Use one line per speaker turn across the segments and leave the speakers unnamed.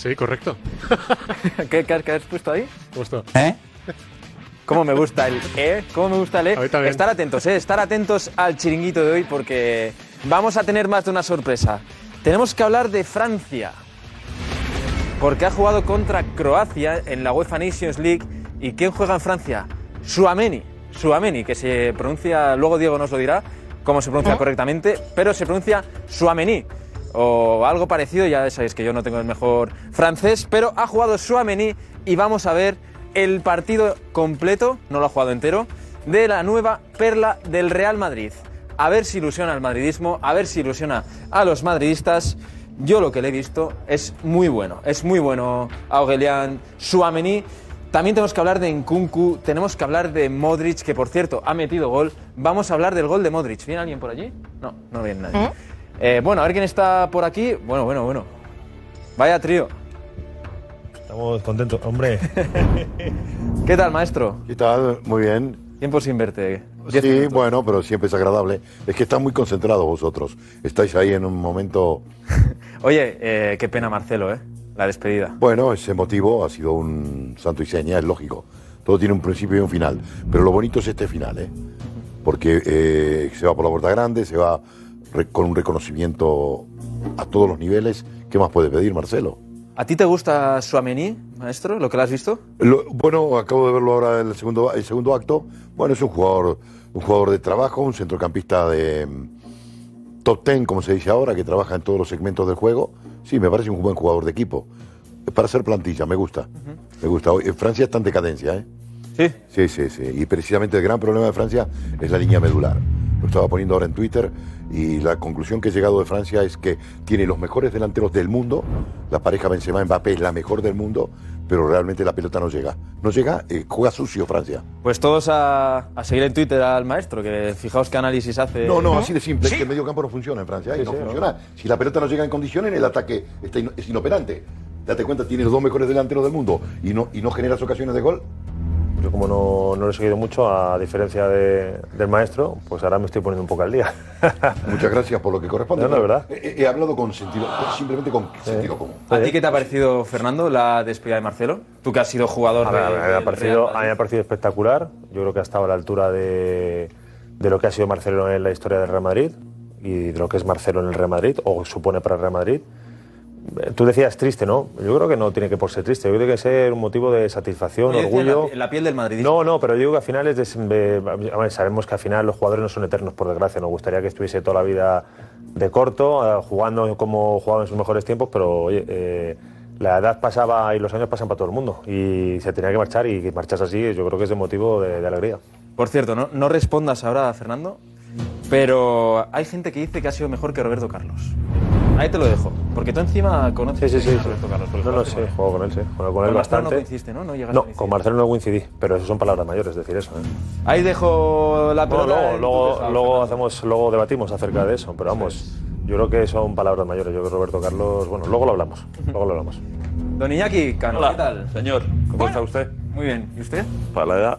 Sí, correcto.
¿Qué, qué, qué has puesto ahí?
Justo.
¿Eh?
¿Cómo me gusta el E? ¿Cómo me gusta el
A mí
E?
también.
Estar atentos, ¿eh? Estar atentos al chiringuito de hoy porque vamos a tener más de una sorpresa. Tenemos que hablar de Francia. Porque ha jugado contra Croacia en la UEFA Nations League. ¿Y quién juega en Francia? Suameni. Suameni, que se pronuncia, luego Diego nos lo dirá, cómo se pronuncia correctamente, pero se pronuncia Suameni. O algo parecido, ya sabéis que yo no tengo el mejor francés, pero ha jugado Suameni y vamos a ver el partido completo, no lo ha jugado entero, de la nueva perla del Real Madrid. A ver si ilusiona al madridismo, a ver si ilusiona a los madridistas. Yo lo que le he visto es muy bueno, es muy bueno Aurelian Suamení. También tenemos que hablar de Nkunku, tenemos que hablar de Modric, que por cierto ha metido gol. Vamos a hablar del gol de Modric. ¿Viene alguien por allí? No, no viene nadie. Eh, bueno, a ver quién está por aquí. Bueno, bueno, bueno. Vaya trío.
Estamos contentos, hombre.
¿Qué tal, maestro?
¿Qué tal? Muy bien.
Tiempo sin verte.
Sí,
Diez minutos.
bueno, pero siempre es agradable. Es que están muy concentrados vosotros. Estáis ahí en un momento,
Oye, eh, qué pena Marcelo, ¿eh? La despedida.
bueno, ese motivo ha sido un santo y seña, es lógico. Todo tiene un principio y un final. Pero lo bonito es este final, ¿eh? Porque eh, se va por la puerta grande, se va re- con un reconocimiento a todos los niveles. ¿Qué más puede pedir, Marcelo?
¿A ti te gusta Suamení, maestro? ¿Lo que le has visto?
Lo- bueno, acabo de verlo ahora en el segundo, el segundo acto. Bueno, es un jugador, un jugador de trabajo, un centrocampista de mm, top ten, como se dice ahora, que trabaja en todos los segmentos del juego. Sí, me parece un buen jugador de equipo. Para ser plantilla, me gusta. Me gusta. Hoy- En Francia está en decadencia, ¿eh?
Sí.
Sí, sí, sí. Y precisamente el gran problema de Francia es la línea medular. Lo estaba poniendo ahora en Twitter y la conclusión que he llegado de Francia es que tiene los mejores delanteros del mundo. La pareja Benzema-Mbappé es la mejor del mundo, pero realmente la pelota no llega. No llega, eh, juega sucio Francia.
Pues todos a, a seguir en Twitter al maestro, que fijaos qué análisis hace.
No, no, así de simple. Es que el medio campo no funciona en Francia. y no funciona. Si la pelota no llega en condiciones, el ataque está ino- es inoperante. Date cuenta, tiene los dos mejores delanteros del mundo y no, y no generas ocasiones de gol.
Yo como no, no lo he seguido mucho, a diferencia de- del maestro, pues ahora me estoy poniendo un poco al día.
Muchas gracias por lo que corresponde.
No, no, ¿verdad?
He, he hablado con sentido, simplemente con sentido común.
¿A ti qué te ha parecido, Fernando, la despedida de Marcelo? Tú que has sido jugador
A, ver, a
de-
ver, me ha
del
parecido,
Real
a mí me ha
Madrid.
parecido espectacular. Yo creo que ha estado a la altura de, de lo que ha sido Marcelo en la historia del Real Madrid y de lo que es Marcelo en el Real Madrid o supone para el Real Madrid. Eh, Tú decías triste, ¿no? Yo creo que no tiene que por ser triste. Yo creo que tiene que ser un motivo de satisfacción,
Oye, decía,
orgullo.
la- la piel del madridismo.
No, no, pero yo digo que al final es des- de- a ver, sabemos que al final los jugadores no son eternos, por desgracia. Nos gustaría que estuviese toda la vida de corto, eh, jugando como jugaba en sus mejores tiempos, pero oye, eh, la edad pasaba y los años pasan para todo el mundo. Y se tenía que marchar y que marchas así, yo creo que es de motivo de, de alegría.
Por cierto, no, no respondas ahora, Fernando, pero hay gente que dice que ha sido mejor que Roberto Carlos. Ahí te lo dejo, porque tú encima
Sí,
conoces
sí, sí.
a Roberto Carlos. porque
No, no
jugaste
sé,
con él.
juego con él, sí. Bueno, con
Con
él
Marcelo no
bastante.
coincidiste, ¿no? No llegaste a
No,
coincidir.
con Marcelo no coincidí, pero eso son palabras mayores, decir eso. ¿eh?
Ahí dejo la
Bueno,
pelota.
luego,
en
luego-
tu tejado,
luego
Fernando.
hacemos, luego debatimos acerca de eso, pero vamos, yo creo que son palabras mayores. Yo creo que Roberto Carlos, bueno, luego lo hablamos, luego lo hablamos.
Don Iñaki, Cano, ¿qué tal?
Señor, ¿cómo está usted?
Muy bien, ¿y usted?
Para la edad.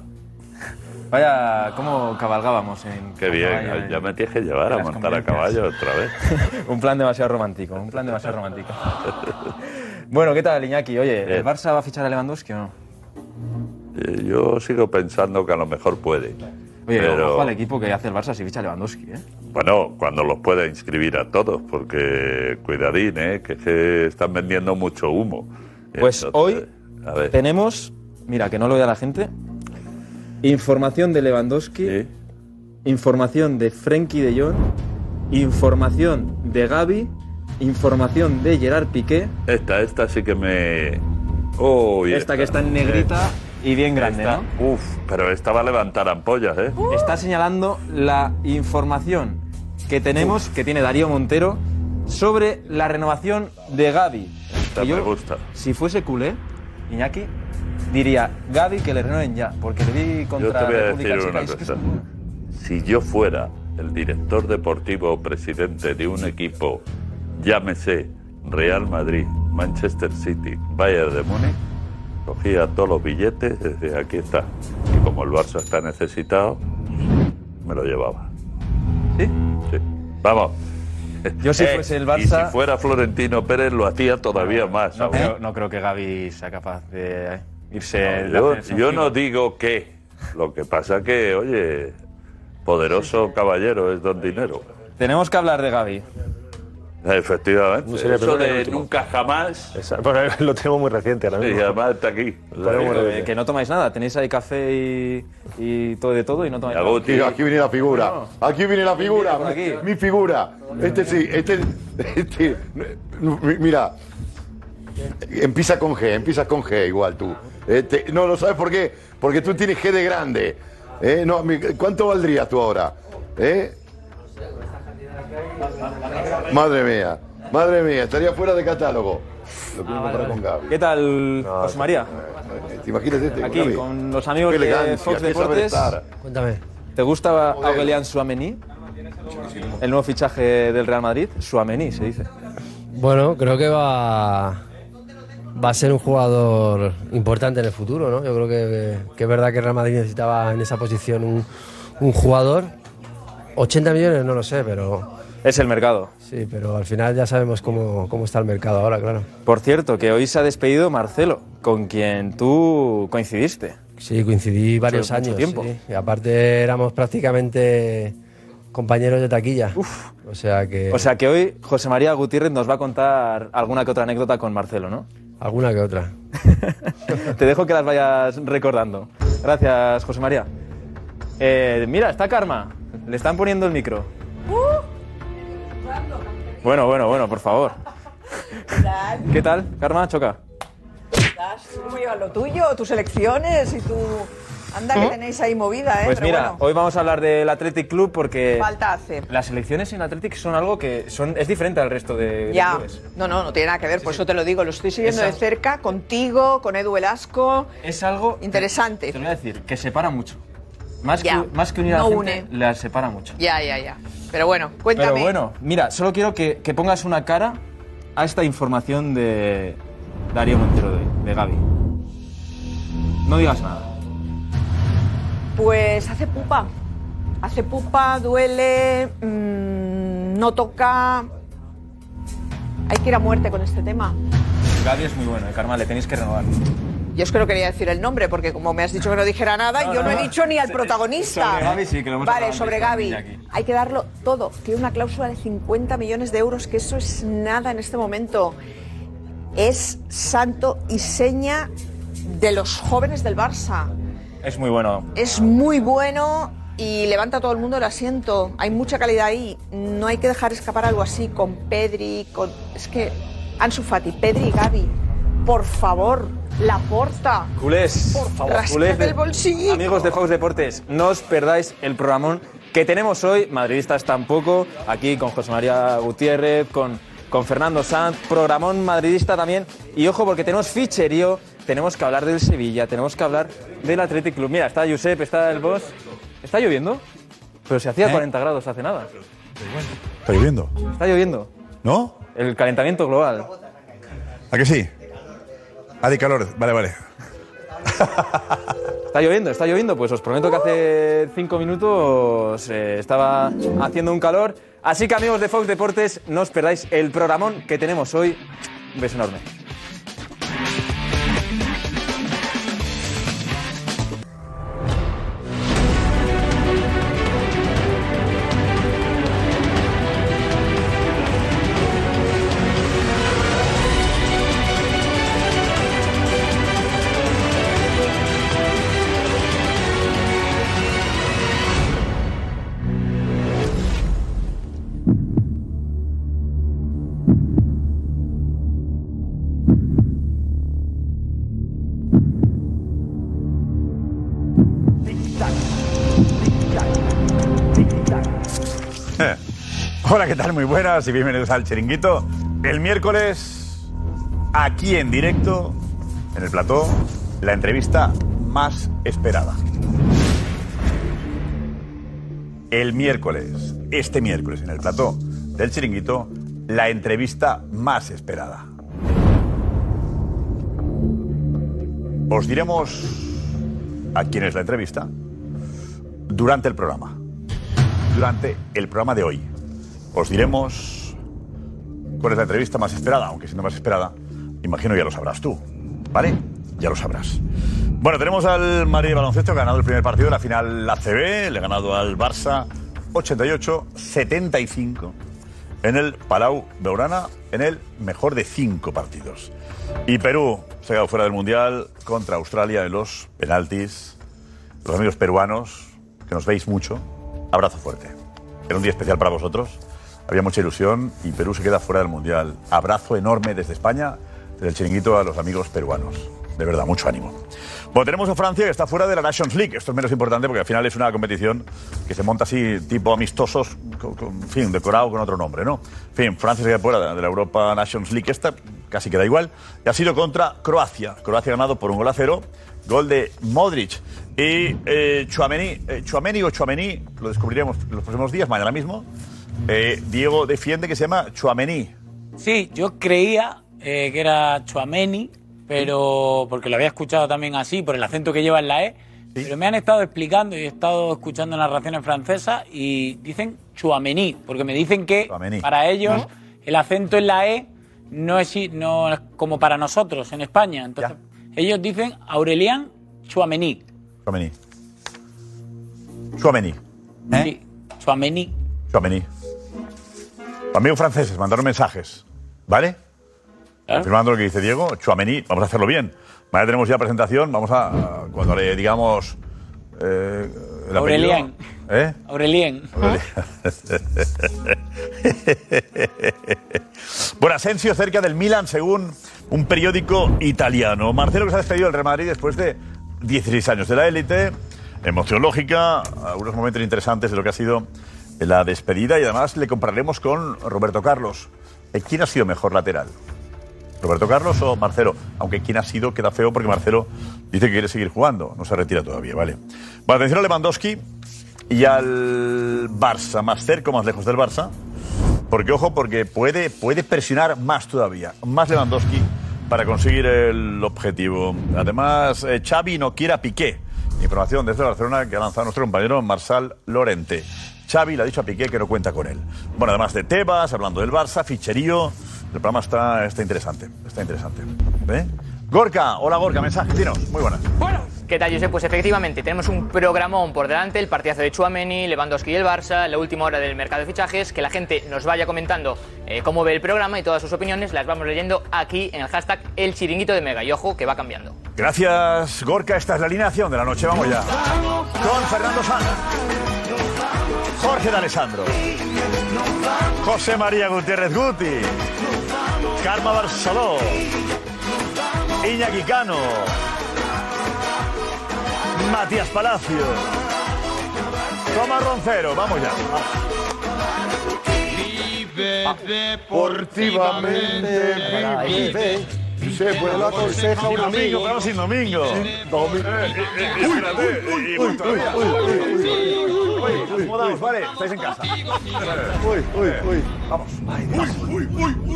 Vaya, cómo cabalgábamos en.
Qué bien,
caballo, en-
ya me tienes que llevar
en
a
las
montar a
convivencias.
caballo otra vez.
un plan demasiado romántico, un plan demasiado romántico. bueno, ¿qué tal, Iñaki? Oye, ¿el
Bien.
Barça va a fichar a Lewandowski o no?
Eh, Yo sigo pensando que a lo mejor puede.
Oye,
pero
ojo al equipo que hace el Barça si ficha a Lewandowski, ¿eh?
bueno, cuando los pueda inscribir a todos, porque cuidadín, ¿eh? que, es que están vendiendo mucho humo.
Pues
Entonces,
hoy
a ver,
tenemos, mira, que no lo vea la gente, información de Lewandowski,
¿sí?
información de Frenkie de Jong, información de Gaby, información de Gerard Piqué,
esta, esta sí que me. Uy,
esta que está en negrita y bien grande,
esta-
¿no?
Uf, pero esta va a levantar ampollas, ¿eh?
está señalando la información que tenemos, que tiene Darío Montero, sobre la renovación de Gaby.
gusta,
yo-
me gusta.
Si fuese culé, Iñaki, diría Gaby que le renueven ya, porque le vi
Yo te
contra
voy a
República
decir
Checa
una
y es que es
cosa.
muy bueno.
Si yo fuera el director deportivo o presidente de un equipo, llámese Real Madrid, Manchester City, Bayern de Múnich, cogía todos los billetes desde aquí está. Y como el Barça está necesitado, me lo llevaba.
¿Sí?
Sí. Vamos. Eh,
Yo si fuese el
Y si
Barça- Ah,
fuera Florentino Pérez lo hacía todavía más.
No
aún.
creo, no creo que Gaby sea capaz
eh.
de irse. de
Yo,
hacer
yo
eso.
no digo qué. Lo que pasa que, oye, poderoso caballero es don dinero.
Tenemos que hablar de Gaby.
Efectivamente.
No sería
Eso
primero ni
de
último.
nunca jamás.
Esa- bueno, lo tengo muy reciente ahora
Y
mismo.
además está aquí.
Ponemos
Que-
reciente.
eh, que no tomáis nada, tenéis ahí café y, y todo de todo y no tomáis
Y a
nada.
Guti.
Aquí, aquí viene la figura. Aquí viene la figura.
por aquí.
Mi figura. Este sí, este. este- mi- mira. Empieza con G, empiezas con G igual tú. Este, no, ¿lo sabes por qué? Porque tú tienes G de grande. Eh, no, mi- ¿Cuánto valdrías tú ahora? ¿Eh? Madre mía, madre mía, estaría fuera de catálogo. Lo quiero comparar con Gaby.
Ah, ¿Qué tal, José María?
Eh, ¿Te imaginas este?
Aquí,
Gaby?
con los
Qué
amigos de
elegancia,
Fox
qué saber
Deportes.
estar.
Cuéntame.
¿Te gusta Aurelian Suamení? El nuevo fichaje del Real Madrid. Suamení, se dice.
Bueno, creo que va, va a ser un jugador importante en el futuro, ¿no? Yo creo que, que es verdad que Real Madrid necesitaba en esa posición un, un jugador. 80 millones, no lo sé, pero
Es el mercado.
sí, pero al final ya sabemos cómo, cómo está el mercado ahora, claro.
Por cierto, que hoy se ha despedido Marcelo, con quien tú coincidiste.
Sí, coincidí varios
mucho
años.
tiempo.
sí. Y aparte éramos prácticamente compañeros de taquilla. O sea que
O sea que hoy José María Gutiérrez nos va a contar alguna que otra anécdota con Marcelo, ¿no?
alguna que otra.
Te dejo que las vayas recordando. Gracias, José María. Eh, mira, está Karma. Le están poniendo el micro. Bueno, bueno, bueno, por favor. ¿Qué tal, Karma? Choca.
Estás muy a lo tuyo, tus elecciones y tu... Anda que tenéis ahí movida, ¿eh?
¿Mm? Pues
Pero
mira, eh,
bueno,
hoy vamos a hablar del Athletic Club porque
falta hace.
las elecciones en Athletic son algo que son es diferente al resto de de
Ya,
clubes.
no, no, no tiene nada que ver, por eso te lo digo, lo estoy siguiendo de
Esa-
cerca, contigo, con Edu Velasco.
Es algo
Interesante.
Te lo voy a decir, que separa mucho. Más
Ya,
que más que unir a la
no
gente,
une.
la separa mucho.
Ya, ya, ya. Pero bueno, cuéntame.
Pero bueno, mira, solo quiero que, que pongas una cara a esta información de Darío Montero de, hoy, de Gaby. No digas nada.
Pues hace pupa. Hace pupa, duele, mm, no toca. Hay que ir a muerte con este tema.
Gaby es muy bueno, eh, Karma, le tenéis que renovar.
Yo es que no quería decir el nombre, porque como me has dicho que no dijera nada, yo no, he dicho ni al protagonista.
Sobre Gavi sí, que lo hemos hablado
Vale,
antes
sobre
con
Gaby.
Iñaki.
Hay que darlo todo. Tiene una cláusula de 50 millones de euros, que eso es nada en este momento. Es santo y seña de los jóvenes del Barça.
Es muy bueno.
Es muy bueno y levanta a todo el mundo el asiento. Hay mucha calidad ahí. No hay que dejar escapar algo así con Pedri, con. Es que. Ansu Fati, Pedri y Gaby. Por favor, la porta.
Culés,
Por favor,
culés
rascate
de-
el bolsillo.
Amigos de Fox Deportes, no os perdáis el programón que tenemos hoy, madridistas tampoco, aquí con José María Gutiérrez, con, con Fernando Sanz, programón madridista también. Y ojo, porque tenemos ficherío, tenemos que hablar del Sevilla, tenemos que hablar del Athletic Club. Mira, está Josep, está el boss. ¿Está lloviendo? Pero se hacía
¿Eh?
¿Eh?
40 grados hace nada.
Está lloviendo,
Está lloviendo.
¿no?
El calentamiento global.
¿A que sí? Ah, de calor, vale, vale.
Está lloviendo, está lloviendo. Pues os prometo que hace cinco minutos eh, estaba haciendo un calor. Así que amigos de Fox Deportes, no os perdáis el programón que tenemos hoy. Un beso enorme.
Eh. Hola, ¿qué tal? Muy buenas y bienvenidos al chiringuito. El miércoles
aquí en directo, en el plató, la entrevista más esperada. El miércoles, este miércoles, en el plató del chiringuito, la entrevista más esperada. Os diremos a quién es la entrevista durante el programa. Durante el programa de hoy. Os diremos cuál es la entrevista más esperada, aunque siendo más esperada, imagino ya lo sabrás tú. ¿Vale? Ya lo sabrás. Bueno, tenemos al Madrid de baloncesto, que ha ganado el primer partido de la final ACB, le ha ganado al Barça 88-75 en el Palau Blaugrana en el mejor de cinco partidos. Y Perú se ha quedado fuera del Mundial contra Australia en los penaltis. Los amigos peruanos, que nos veis mucho, abrazo fuerte. Era un día especial para vosotros, había mucha ilusión y Perú se queda fuera del Mundial. Abrazo enorme desde España, desde el chiringuito a los amigos peruanos. De verdad, mucho ánimo. Bueno, tenemos a Francia que está fuera de la Nations League. Esto es menos importante porque al final es una competición que se monta así, tipo amistosos, con, con- en fin, decorado con otro nombre, ¿no? En fin, Francia se queda fuera de la Europa Nations League. Esta casi queda igual. Y ha sido contra Croacia. Croacia ha ganado por un gol a cero. Gol de Modric. Y eh, Chuamení, o Chuamení, lo descubriremos en los próximos días, mañana mismo. Eh, Diego defiende que se llama Chuamení.
Sí, yo creía eh, que era Chuameni, pero porque lo había escuchado también así, por el acento que lleva en la E. Pero me han estado explicando y he estado escuchando narraciones francesas y dicen Chuamení, porque me dicen que
Tchouaméni.
para ellos el acento en la E no es, i- no es como para nosotros en España. Entonces, ellos dicen Aurelian Chuamení.
Chuamení. Chuamení.
Sí, Chuamení.
Chouameni. Amigos franceses, mandaron mensajes, ¿vale? Confirmando lo que dice Diego, Chouameni, vamos a hacerlo bien. Mañana tenemos ya presentación, vamos a, cuando le digamos... eh, el apellido-
Aurelien.
¿Eh?
Aurelien.
bueno, Asensio cerca del Milan, según un periódico italiano. Marcelo que se ha despedido del Real Madrid después de 16 años de la élite. Emoción lógica, algunos momentos interesantes de lo que ha sido la despedida y además le compararemos con Roberto Carlos. Eh, ¿Quién ha sido mejor lateral? ¿Roberto Carlos o Marcelo? Aunque quién ha sido queda feo porque Marcelo dice que quiere seguir jugando, no se retira todavía, ¿vale? Bueno, atención a Lewandowski y al Barça, más cerca o más lejos del Barça, porque ojo, porque puede, puede presionar más todavía, más Lewandowski para conseguir el objetivo. Además, eh, Xavi no quiere a Piqué. Información desde Barcelona que ha lanzado nuestro compañero Marsal Lorente. Xavi le ha dicho a Piqué que no cuenta con él. Bueno, además de Tebas, hablando del Barça, ficherío. El programa está, está interesante, está interesante. ¿Eh? Gorka, hola Gorka, mensaje, dinos. Muy buenas.
¿Qué tal, Josep? Pues efectivamente, tenemos un programón por delante, el partidazo de Chuameni, Lewandowski y el Barça, la última hora del mercado de fichajes, que la gente nos vaya comentando eh, cómo ve el programa y todas sus opiniones las vamos leyendo aquí en el hashtag El Chiringuito de Mega. Y ojo, que va cambiando.
Gracias, Gorka. Esta es la alineación de la noche. Vamos ya. Con Fernando Sanz. Jorge D Alessandro. José María Gutiérrez Guti. Karma Barceló. Iñaki Cano. Matías Palacio. Tomás Roncero. Vamos ya.
Deportivamente vive. Se fue la aconseja un amigo.
Estamos sin domingo. Acomodaos, vale, estáis en casa. Uy, uy, uy. Vamos. Uy, uy, uy, uy.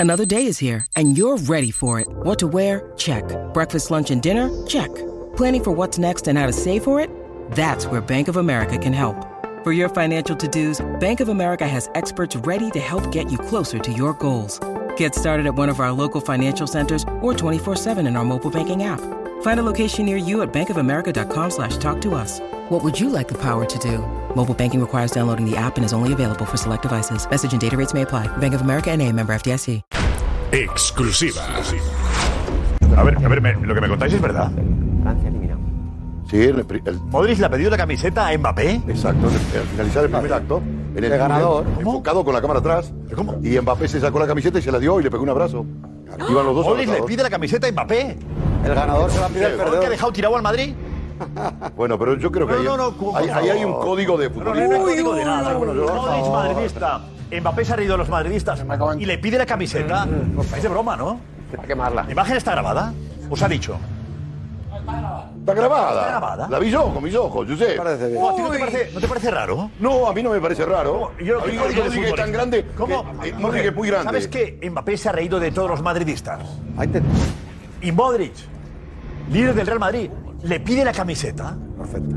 Another day is here, and you're ready for it. What to wear? Check. Breakfast, lunch, and dinner? Check. Planning for what's next and how to save for it? That's where Bank of America can help. For your financial to dos, Bank of America has experts ready to help get you closer to your goals. Get started at one of our local financial centers or 24-7 in our mobile banking app. Find a location near you at bankofamerica.com slash talk to us. What would you like the power to do? Mobile banking requires downloading the app and is only available for select devices. Message and data rates may apply. Bank of America and a member FDIC.
Exclusiva. A ver, a ver, me- lo que me contáis es verdad. Francia eliminado.
Sí, el, pri- el-
¿Modric le ha pedido la camiseta a Mbappé?
Exacto, en el- al finalizar el primer acto. En el
De ganador.
túnel, Enfocado con la cámara atrás. Y Mbappé se sacó la camiseta y se la dio y le pegó un abrazo. Iban los dos
Modric Ah, le
anotados.
pide la camiseta a Mbappé.
El ganador se la pide al
que ha
perdedor.
dejado tirado al Madrid?
Bueno, pero yo creo que
No,
hay,
no, no, cu-
hay, ahí hay un código de
No, no,
futbolista.
no hay código de nada.
Bueno, yo-
Modric madridista. Mbappé se ha reído de los madridistas y le pide la camiseta. Es de broma, ¿no? Para quemarla. ¿La imagen está grabada? ¿Os ha dicho?
Está grabada.
Está grabada.
La vi yo con mis ojos, yo sé.
Oh, ¿a ti no, te parece, no te parece raro?
No, a mí no me parece raro.
Yo
A
creo
mí
que el
Modric es tan
futbolista.
grande
¿Cómo?
que- eh, Modric
Jorge,
es muy grande.
¿Sabes que Mbappé se ha reído de todos los madridistas? Y Modric, líder del Real Madrid, le pide la camiseta. Perfecto.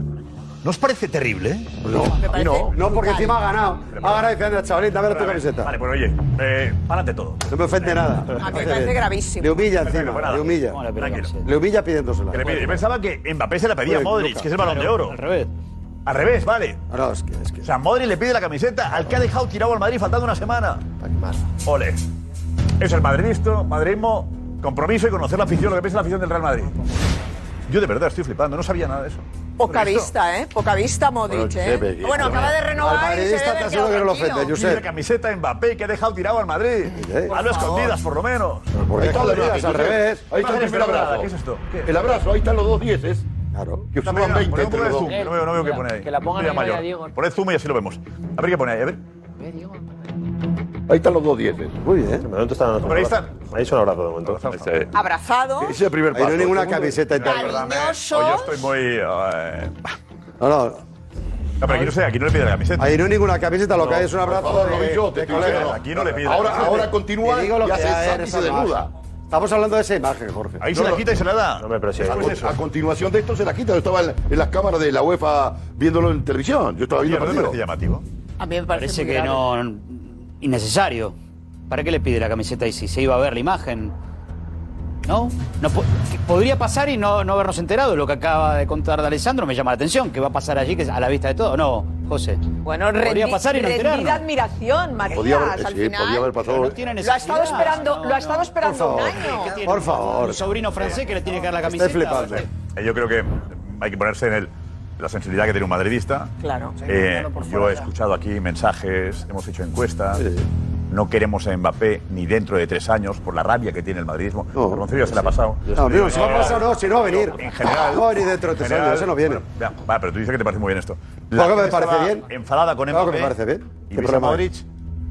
¿No os parece terrible? No, a mí no.
Pues No, porque encima ha ganado. Ha ganado diciendo, chavalín, dame la tu camiseta.
Vale, pues oye, eh, párate todo. Ah,
No me ofende nada.
A mí me parece gravísimo.
Le humilla
Perfecto,
encima,
pues nada.
le humilla.
Bueno, tranquilo.
Le humilla pidiéndosela.
Que le pide- Yo pensaba que Mbappé se la pedía a
Oye,
Modric,
Luca.
que es el balón de oro. Al revés. Al revés, vale.
No, es que,
O sea, Modric le pide la camiseta al que ha dejado tirado al Madrid faltando una semana. Ole. Es el madridista, madridismo, compromiso y conocer la afición, lo que piensa la afición del Real Madrid. Yo de verdad estoy flipando, no sabía nada de eso.
Poca
¿Listo?
vista, ¿eh? Poca vista, Modric, ¿eh? Bueno, acaba de renovar y se debe haber quedado tranquilo.
Pide la camiseta Mbappé que ha dejado tirado al Madrid.
¿eh?
Hazlo a escondidas, por lo menos.
Ahí está la imagen, Josep. Ahí está el
Imagen
primer abrazo.
¿Qué es esto?
El abrazo, ahí están los dos dieces. Claro. Que
Dame
suman
una,
20
poned un
entre
poco de
los dos.
zoom, que no veo, no veo qué pone ahí.
que la pongan
Pantalla
ahí, vaya,
mayor.
Diego.
Poned zoom y así lo vemos. A ver qué pone ahí, a ver.
Ahí están los dos dieces.
Muy bien. De momento están
Pero ahí están.
Ahí son abrazo de momento.
Abrazado.
Ese es el primer
Ahí no
paso.
hay ninguna camiseta y
No,
tal.
perdóname.
Cariñosos.
Hoy yo estoy muy. eh,
No, no.
No, pero aquí no sé, aquí no le pide la camiseta.
Ahí no hay ninguna camiseta, lo que
No,
hay es un
por
abrazo.
favor,
de,
Rubio, te
de
estoy
colega.
diciendo, aquí no le pide la
Ahora,
camiseta.
ahora continúa
Te
y
digo lo
hace
que hay,
saque y
eres
se desnuda.
salvaje. Estamos hablando de esa imagen, Jorge.
Ahí se la quita y se la da.
No, hombre, pero sí.
A, a continuación de esto se la quita. Yo estaba en, en las cámaras de la UEFA viéndolo en televisión. Yo estaba viendo el
¿no te
partido.
parece llamativo?
A mí me
Parece
muy
que
grave.
no. innecesario. ¿Para qué le pide la camiseta y si se iba a ver la imagen? ¿No? no po- que podría pasar y no, no habernos enterado. Lo que acaba de contar de Alessandro me llama la atención. ¿Qué va a pasar allí que es a la vista de todo? No, José.
Bueno,
podría
rendi-
pasar y no
rendida
enterarnos.
admiración, Matías,
Podía haber-
al
sí,
final.
podía haber pasado- Pero no tiene
lo ha estado
necesidad.
esperando, lo ha estado esperando un
favor.
año.
tiene?
Por favor.
Un sobrino francés que le tiene que dar la
Estoy
camiseta.
flipando.
Eh, Yo creo que hay que ponerse en el- la sensibilidad que tiene un madridista.
Claro.
Eh, yo he escuchado aquí mensajes, hemos hecho encuestas. No queremos a Mbappé ni dentro de tres años por la rabia que tiene el madridismo. No, ya se la ha pasado. Eh,
No, amigo, si va a pasar, no, si no va a venir.
En general.
No, ni dentro de tres años, ese no viene.
Bueno, vea, va, pero tú dices que te parece muy bien esto.
Claro que me
gente
parece
estaba
bien.
Enfadada con
Claro
Mbappé.
que me parece bien.
Y
¿Qué
ves a
problema hay?
Modric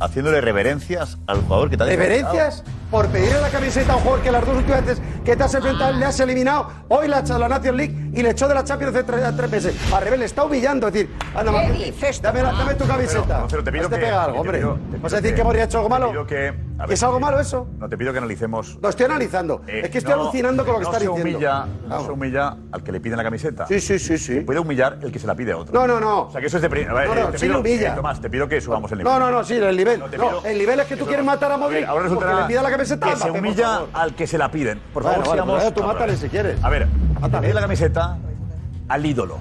haciéndole reverencias al jugador que te ha
Reverencias por pedirle la camiseta a un jugador que las dos últimas veces que te has enfrentado le has eliminado. Hoy la, la Nations League y le echó de la Champions hace tres, tres meses. Al revés, le está humillando. Es decir, anda,
¿Qué
Martín,
dices?
dame, la- dame tu camiseta.
Pero te pido
Más te
que-
pega algo,
te
hombre.
pido- te
¿Vas
pido
a decir
que-
que habría hecho algo
te
malo?
pido que- a ver,
¿Es algo
que-
malo eso?
No te pido que analicemos.
Lo estoy analizando.
Eh,
es que estoy
no,
alucinando con lo que
no
está
se
diciendo.
Humilla, no se humilla al que le piden la camiseta.
Sí, sí, sí, sí.
Y puede humillar el que se la pide a otro.
No, no, no.
O sea, que eso es de pri- a ver,
No, no,
te
sí
pido,
humilla.
eh, Tomás, te pido que subamos el nivel.
No, no, no, sí, el nivel.
te
No,
pido-
el nivel es que tú quieres matar a
A ver,
Modric
ahora
porque
resulta
le pida la camiseta.
que se
Mbappé, por
humilla
favor.
al que se la piden. Por
Bueno,
favor,
vale,
sigamos.
pero tú
a ver.
mátale si quieres.
A ver, te pide la camiseta al ídolo.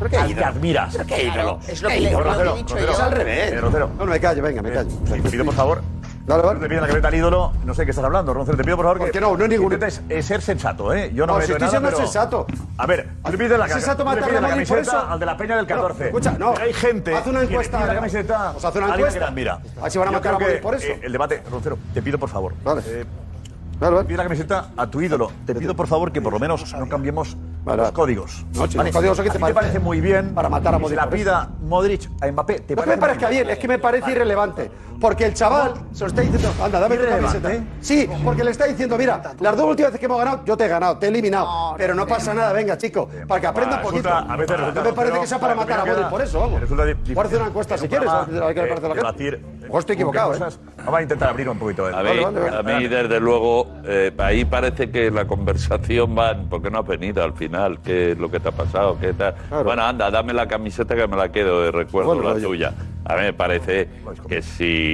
Al que admiras.
qué ídolo?
Es lo
¿Qué
que le
ídolo?
lo
Rocero,
he dicho
Rocero.
yo.
Es al revés.
Eh, Rocero.
No, no me callo, venga, me callo.
Te pido, por favor.
Dale,
No te piden la camiseta al ídolo, no sé de qué estás hablando, Roncero. Te pido, por favor, que. no, no es ningún. Intentes eh, ser sensato, ¿eh? Yo no,
No,
me
si
meto en
estoy
nada,
siendo
pero-
sensato.
A ver, le piden la,
Es sensato
le
matar
piden
a
la
Modric por
camiseta
eso.
al de la Peña del 14.
escucha, no.
Pero hay gente.
Haz una
que le pide
encuesta.
la camiseta.
Pues haz una
a alguien que
encuesta.
la admira.
Así van a
Yo
matar a
creo que,
Modric por eso.
eh, el debate, Roncero, te pido, por favor.
Vale.
eh, Te pido la camiseta a tu ídolo. Te pido, por favor, que por lo menos no cambiemos los códigos.
No, si
Vale.
los códigos aquí
A
te
ti te parece
parecen.
muy bien
Para matar a
que se
Modric
la
por eso.
pida Modric a Mbappé. ¿Te
No que me
parece
parezca bien, es que me parece irrelevante. Porque el chaval se lo está diciendo, anda, dame tu
Irrelevante,
camiseta. Sí, porque le está diciendo, mira, las dos últimas veces que hemos ganado, yo te he ganado, te he eliminado. pero no pasa nada, venga, chico, para que aprenda
Ah,
poquito.
resulta- a veces resulta
no me parece
Rocero,
que sea para
parece
matar a
que
Modric,
queda-
por eso, vamos.
resulta di- difícil.
Puedes hacer una encuesta
En
si
un
quieres, a
programa,
ver qué le parece a la
eh, debatir,
gente.
eh,
Ojo, estoy equivocado, ¿eh?
cosas. Vamos a intentar abrir un poquito. el-
A mí,
Vale, vale,
a mí,
vale.
desde luego, eh, ahí parece que la conversación va, ¿por qué no has venido al final? ¿Qué es lo que te ha pasado? ¿Qué tal? Bueno, anda, dame la camiseta que me la quedo de recuerdo,
Buen
la
rollo.
tuya. A mí me parece que sí,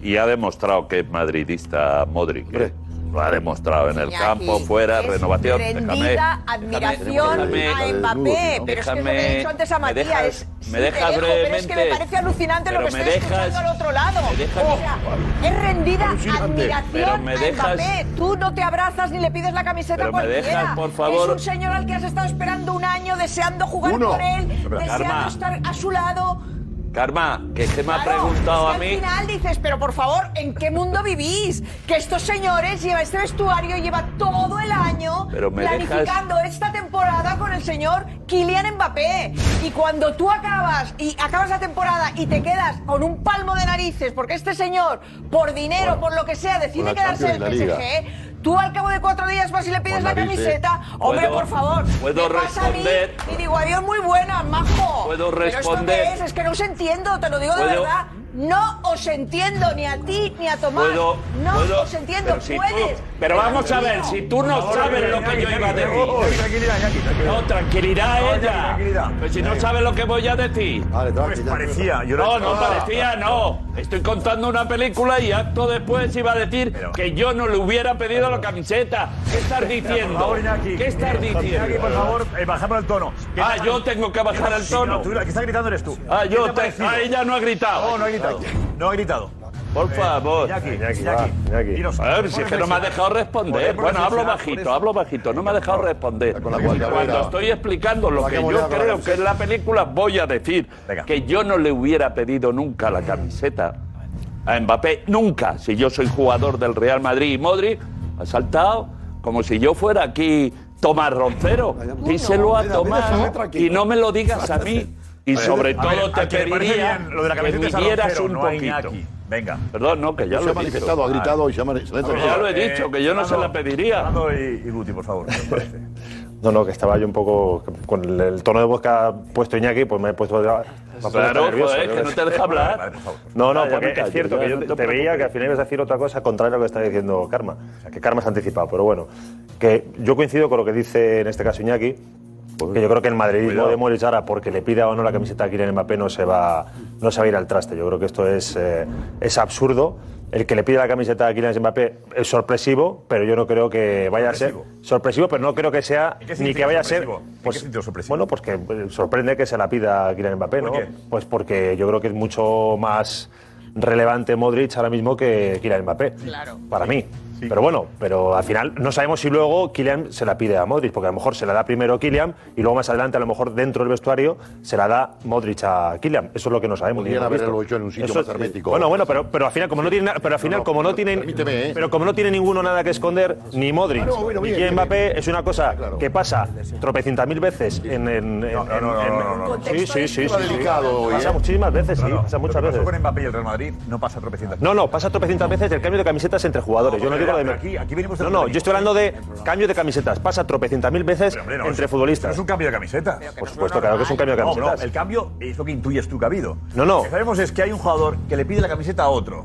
y ha demostrado que es madridista Modric. ¿eh? Lo ha demostrado en el
Iñaki,
campo, fuera,
es
renovación.
Rendida admiración
déjame-
a Mbappé.
déjame-
Pero es que es lo que he dicho antes a
me
Matías.
dejas-
es-
me
sí,
dejas
te dejo, Pero es que me
brevemente,
parece alucinante lo
pero
que
me
estoy
dejas-
escuchando al otro lado.
me dejas-
O sea, es rendida
pero
admiración
me
a
dejas-
Mbappé. Tú no te abrazas ni le pides la camiseta
Pero
a
me
cualquiera.
dejas, por favor.
Es un señor al que has estado esperando un año, deseando jugar
Uno.
con él,
Pero,
deseando
Karma.
estar a su lado.
Karma, que se me ha
Claro,
preguntado
es
a
que
mí.
Al final dices, pero por favor, ¿en qué mundo vivís? Que estos señores llevan este vestuario, lleva todo el año
Pero me
planificando esta temporada con el señor Kylian Mbappé. Y cuando tú acabas y acabas la temporada y te quedas con un palmo de narices, porque este señor, por dinero, por lo que sea, decide
la
quedarse en
Champions y
el
la
PSG. Tú al cabo de cuatro días vas y le pides
Con
la
narices.
camiseta. Hombre,
Puedo-
por favor.
puedo
me pasa a mí
responder.
Y digo, adiós, muy buena, majo.
Puedo
Pero esto qué
responder.
es? Es que no os entiendo, te lo digo de
Puedo-
verdad. No os entiendo ni a ti ni a Tomás.
Puedo-
no
puedo-
os entiendo,
pero si tú-
puedes.
pero vamos a ver, si tú no
Por favor,
sabes lo
Iñaki,
que yo
Iñaki,
iba a decir.
Iñaki, Tranquilidad, Iñaki,
No, tranquilidad
No,
ella.
tranquilidad. Eh.
Pero si no
Venga.
sabes lo que voy a decir.
Pues parecía, yo
no,
lo-
no
Ah.
parecía, no. Estoy contando una película y acto después iba a decir que yo no le hubiera pedido la camiseta. ¿Qué estás diciendo?
Por favor, Iñaki.
¿Qué estás diciendo?
Iñaki, por favor, eh, bajamos el tono. ¿Qué
Ah,
te-
yo tengo que bajar el
Sí,
tono.
no, tú, la que está gritando eres tú.
Ah,
¿Qué
yo
te ha
te-
parecido?
ah, ella no ha gritado.
No, no ha gritado. No ha gritado.
Por
Eh,
favor.
Iñaki,
Iñaki,
Iñaki,
va,
Iñaki. Dinos,
A ver, si
pon
es que no me ha
reflexión.
dejado responder.
Pon
Bueno, hablo
reflexión,
bajito, hablo bajito. No me ha dejado responder. Cuando
guayabera.
estoy explicando lo
Con la
que
que hemos
yo
llegado a la
creo que es la película, voy a decir que yo no le hubiera pedido nunca la camiseta a Mbappé. Nunca. Si yo soy jugador del Real Madrid y Modri, ha saltado como si yo fuera aquí Tomás Roncero. Díselo a
Mira, mira,
Tomás
déjame tranquilo.
y no me lo digas a mí. Y
A ver,
sobre
a ver,
todo te
al que le parece
pediría
bien lo de la
que
camiseta
me
es a
dieras
Roncero,
un
no a
poquito.
Iñaki. Venga.
Perdón, no, que ya
No se
lo
ha
he
manifestado,
dicho.
ha gritado y se ha
mani- se ha
Ah, pues ya lo he
Eh,
dicho, que yo no se la
Fernando,
pediría.
Fernando y, y Guti, por favor.
No, no, que estaba yo un poco. Con el, el tono de voz que ha puesto Iñaki, pues me he puesto. me ha puesto
Claro,
nervioso,
joder,
yo
que
qué
no
sé.
te deja hablar.
No, no,
Ah, ya
porque
me callo,
es cierto
ya
que
no
yo
te
te veía que al final ibas a decir otra cosa contraria a lo que está diciendo Karma. Que Karma se ha anticipado, pero bueno. Que yo coincido con lo que dice en este caso Iñaki, que yo creo que el madridismo
Cuidado.
de Moritz ahora, porque le pida o no la camiseta a Kylian Mbappé, no se va, no se va a ir al traste. Yo creo que esto es, eh, es absurdo. El que le pida la camiseta a Kylian Mbappé es sorpresivo, pero yo no creo que vaya a ser sorpresivo, pero no creo que sea
qué
ni que
significa
vaya a ser
sorpresivo? ¿En qué sentido sorpresivo?
bueno, pues que eh, sorprende que se la pida a Kylian Mbappé,
¿Por
¿no?
qué?
Pues porque yo creo que es mucho más relevante Modric ahora mismo que Kylian Mbappé. Claro. Para mí. Pero bueno, pero al final no sabemos si luego Kylian se la pide a Modric, porque a lo mejor se la da primero Kylian y luego más adelante, a lo mejor dentro del vestuario, se la da Modric a Kylian. Eso es lo que no sabemos. ni
Podrían
hemos
haberlo
visto.
hecho en un sitio
Eso-
más hermético.
Bueno, bueno, pero, pero al final, como no tiene, na- pero al final, como no tienen,
¿eh?
pero como no tiene ninguno nada que esconder, ni Modric,
Ah, no, bueno,
ni
bien,
Kylian
bien,
Mbappé, es una cosa que pasa tropecientas mil veces en, en, en- en- en- sí, sí, sí, sí, sí. Pasa muchísimas veces, sí, pasa muchas
¿eh? Lo que
veces.
pasó con Mbappé y el Real Madrid no pasa tropecientas.
No, no, pasa tropecientas veces el cambio de camisetas entre jugadores. yo no digo lo de
Aquí, aquí venimos de
No, no, yo estoy hablando de cambio de camisetas. Pasa tropecientas mil veces
hombre, no,
entre
eso-
futbolistas.
Es un cambio de camiseta.
Por supuesto, claro que es un cambio de
No, no,
camisetas.
el cambio es lo que intuyes tú que ha habido.
No, no.
Lo que sabemos es que hay un jugador que le pide la camiseta a otro.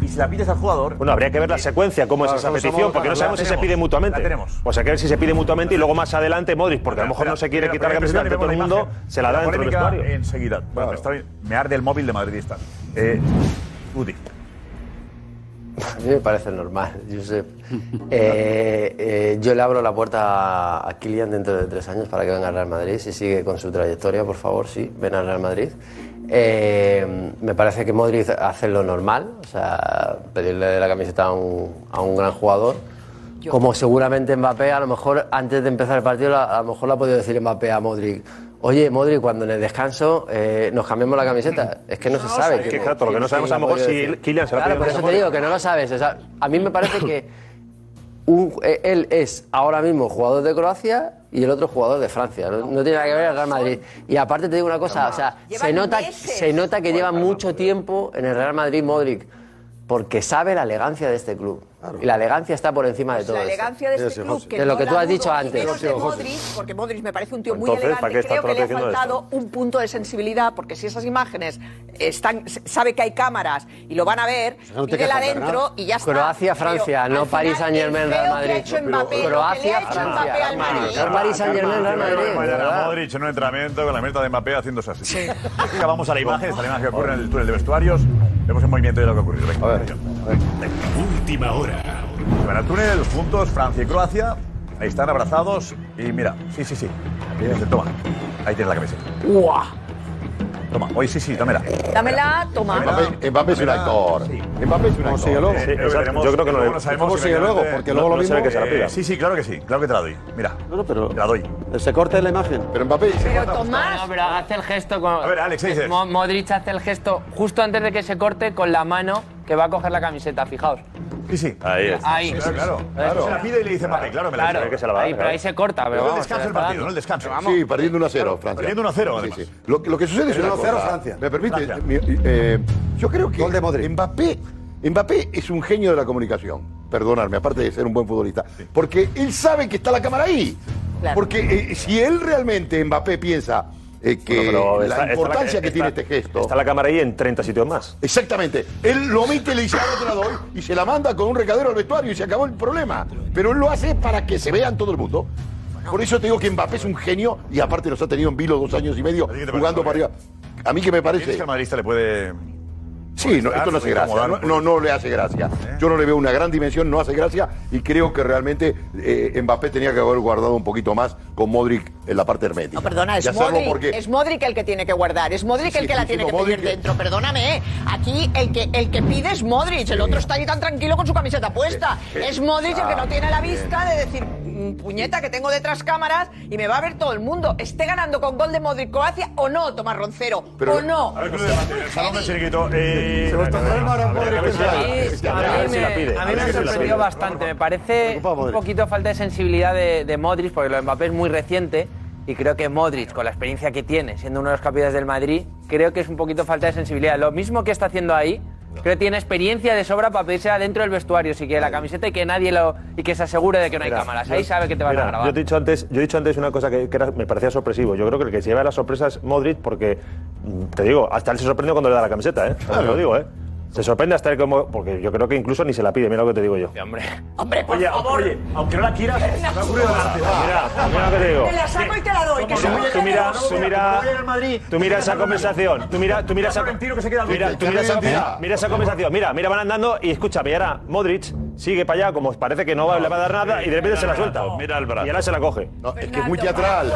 Y si la pides al jugador.
Bueno, habría que ver la secuencia, cómo
Claro,
es esa
somos-
petición, porque
claro,
no sabemos
la
si se
tenemos,
pide mutuamente.
la tenemos.
O sea, que ver si se pide mutuamente y luego más adelante Modric, porque a lo mejor no se quiere quitar la camiseta ante todo el mundo, se la da dentro del vestuario.
Enseguida. Bueno, pero está bien. Me arde el móvil de madridista. Eh, Udi.
A mí me parece normal, Josep. Eh, eh, yo le abro la puerta a Kylian dentro de tres años para que venga al Real Madrid. Si sigue con su trayectoria, por favor, sí, ven al Real Madrid. Eh, me parece que Modric hace lo normal, o sea, pedirle la camiseta a un, a un gran jugador. Como seguramente Mbappé, a lo mejor antes de empezar el partido, la- a lo mejor le ha podido decir Mbappé a Modric. Oye, Modric, cuando en el descanso eh, nos cambiamos la camiseta. Es que no, se sabe.
Es que, claro, lo que no sabemos a lo
Sí, ha
mejor si
podido decir.
Kylian se la
Claro,
pide
por eso
mutuamente.
te digo que no lo sabes. O sea, a mí me parece que un- eh, él es ahora mismo jugador de Croacia y el otro jugador de Francia. No, no tiene nada que ver el Real Madrid. Y aparte te digo una cosa, o sea, se nota, se nota que lleva mucho tiempo en el Real Madrid Modric porque sabe la elegancia de este club. Y la elegancia está por encima de todo.
La
esto.
elegancia de este club, que
de lo
no
que
la
tú has
dudo,
dicho
y
antes.
menos de Modric, porque Modric me parece un tío muy
Entonces, ¿para qué
elegante.
estás
Creo que le ha
protegiendo
faltado un punto de sensibilidad, porque si esas imágenes están, se- sabe que hay cámaras y lo van a ver,
Pues No te
mírela
quejas,
adentro
Bernardo.
y ya está.
Croacia, Francia, no París Saint Germain, Real Madrid. Croacia, Francia. No París Saint Germain, Real Madrid. de verdad.
Modric en un entrenamiento con la meta de Mbappé haciéndose así. Venga, vamos a la imagen, esta imagen que ocurre en el túnel de vestuarios. Vemos en movimiento ya lo que ha ocurrido. Venga, Última hora. En el túnel, juntos, Francia y Croacia. Ahí están abrazados y mira, sí, sí, sí. Ahí tienes el toma. Ahí tienes la camiseta.
¡Uah!
Toma, hoy sí, sí, dámela.
Dámela, toma.
Mbappé, Mbappé es un actor. Mbappé es un actor.
Sí, veremos, luego sabemos, evidentemente. sí, sí, claro que sí. Claro que te la doy. Mira. la doy.
Se corta la imagen.
Pero Mbappé
Pero Tomás. No, pero hace el gesto con. A ver, Alex,
¿qué dices?
Modric hace el gesto justo antes de que se corte con la mano que va a coger la camiseta, fijaos.
Sí, sí.
Ahí está.
Ahí.
Claro, claro.
Claro.
Se la pide y le dice Mbappé, claro, me la
Claro.
doy.
Que se la va a dar, Ahí, pero claro. ahí se corta, pero
Pero en el
vamos,
descanso
se
el
la está
partido, ¿no? El descanso.
Sí, perdiendo 1 a 0, Francia.
Perdiendo 1 a 0,
Sí,
además.
sí. Lo, que- lo que sucede es una
1 a 0
cosa.
Francia.
¿Me permite?
Francia.
Mi- eh, yo creo que Mbappé, Mbappé es un genio de la comunicación. Perdonarme, aparte de ser un buen futbolista. Porque él sabe que está la cámara ahí. Porque eh, si él realmente, Mbappé, piensa eh, que
Bueno, pero
la
está- está
importancia
está-
que tiene
está-
este gesto...
Está la cámara ahí en 30 sitios más.
Exactamente. Él lo omite, le dice, ahora te la doy, y se la manda con un recadero al vestuario y se acabó el problema. Pero él lo hace para que se vean todo el mundo. Por eso te digo que Mbappé es un genio y aparte los ha tenido en vilo dos años y medio jugando para arriba. A mí que me
¿Crees
parece...
que al madridista le puede.
Sí, no, esto no hace gracia. No, no, no le hace gracia.
¿Eh?
Yo no le veo una gran dimensión, no hace gracia y creo que realmente eh, Mbappé tenía que haber guardado un poquito más con Modric en la parte hermética. No,
Perdona, es Modric, es Modric el que tiene que guardar, es Modric el que la tiene que pedir dentro. Perdóname, ¿eh? aquí el que, el que pide es Modric, el otro está ahí tan tranquilo con su camiseta puesta.
Sí, sí.
Es Modric el que
Ah,
no tiene la
Bien.
vista de decir, "Mm, puñeta, que tengo detrás cámaras y me va a ver todo el mundo. Esté ganando con gol de Modric Croacia o no, Tomás Roncero, o no.
A ver, Club de Debate, el salón del chiringuito. eh, a ver, a ver, a ver, a ver si la- a ver
pues A mí
si la
me,
pide,
a
a
mí
ver
me ha
si la pide.
sorprendido bastante. Me parece un poquito falta de sensibilidad de, de Modric, porque lo de Mbappé es muy reciente. Y creo que Modric, con la experiencia que tiene, siendo uno de los capitanes del Madrid, creo que es un poquito falta de sensibilidad. Lo mismo que está haciendo ahí, creo que tiene experiencia de sobra para pedirse adentro del vestuario, si quiere la camiseta y que nadie lo. y que se asegure de que no hay
Mira,
cámaras.
yo-
Ahí sabe que te van
mira,
a grabar.
Yo he dicho antes, yo he dicho antes una cosa que, que era- me parecía sorpresivo. Yo creo que el que se lleva las sorpresas es Modric porque, mm, te digo, hasta él se sorprende cuando le da la camiseta, ¿eh? Te lo digo, ¿eh? Se sorprende hasta él como... Porque yo creo que incluso ni se la pide, mira lo que te digo yo.
hombre.
Hombre,
por favor. Oye, aunque no la quieras, me ha ocurrido delante.
Mira, mira lo que te digo.
Te la saco y te la doy. Que
Tú,
soy muy
tú mira,
generoso.
tú mira, tú mira esa conversación, tú mira, tú mira esa, mira, tú mira esa, mira, mira esa conversación, mira, mira van andando y escúchame, y ahora Modric sigue para allá como parece que no va, le va a dar nada y de repente se la suelta. Mira el brazo. Y ahora se la coge.
es que es muy teatral.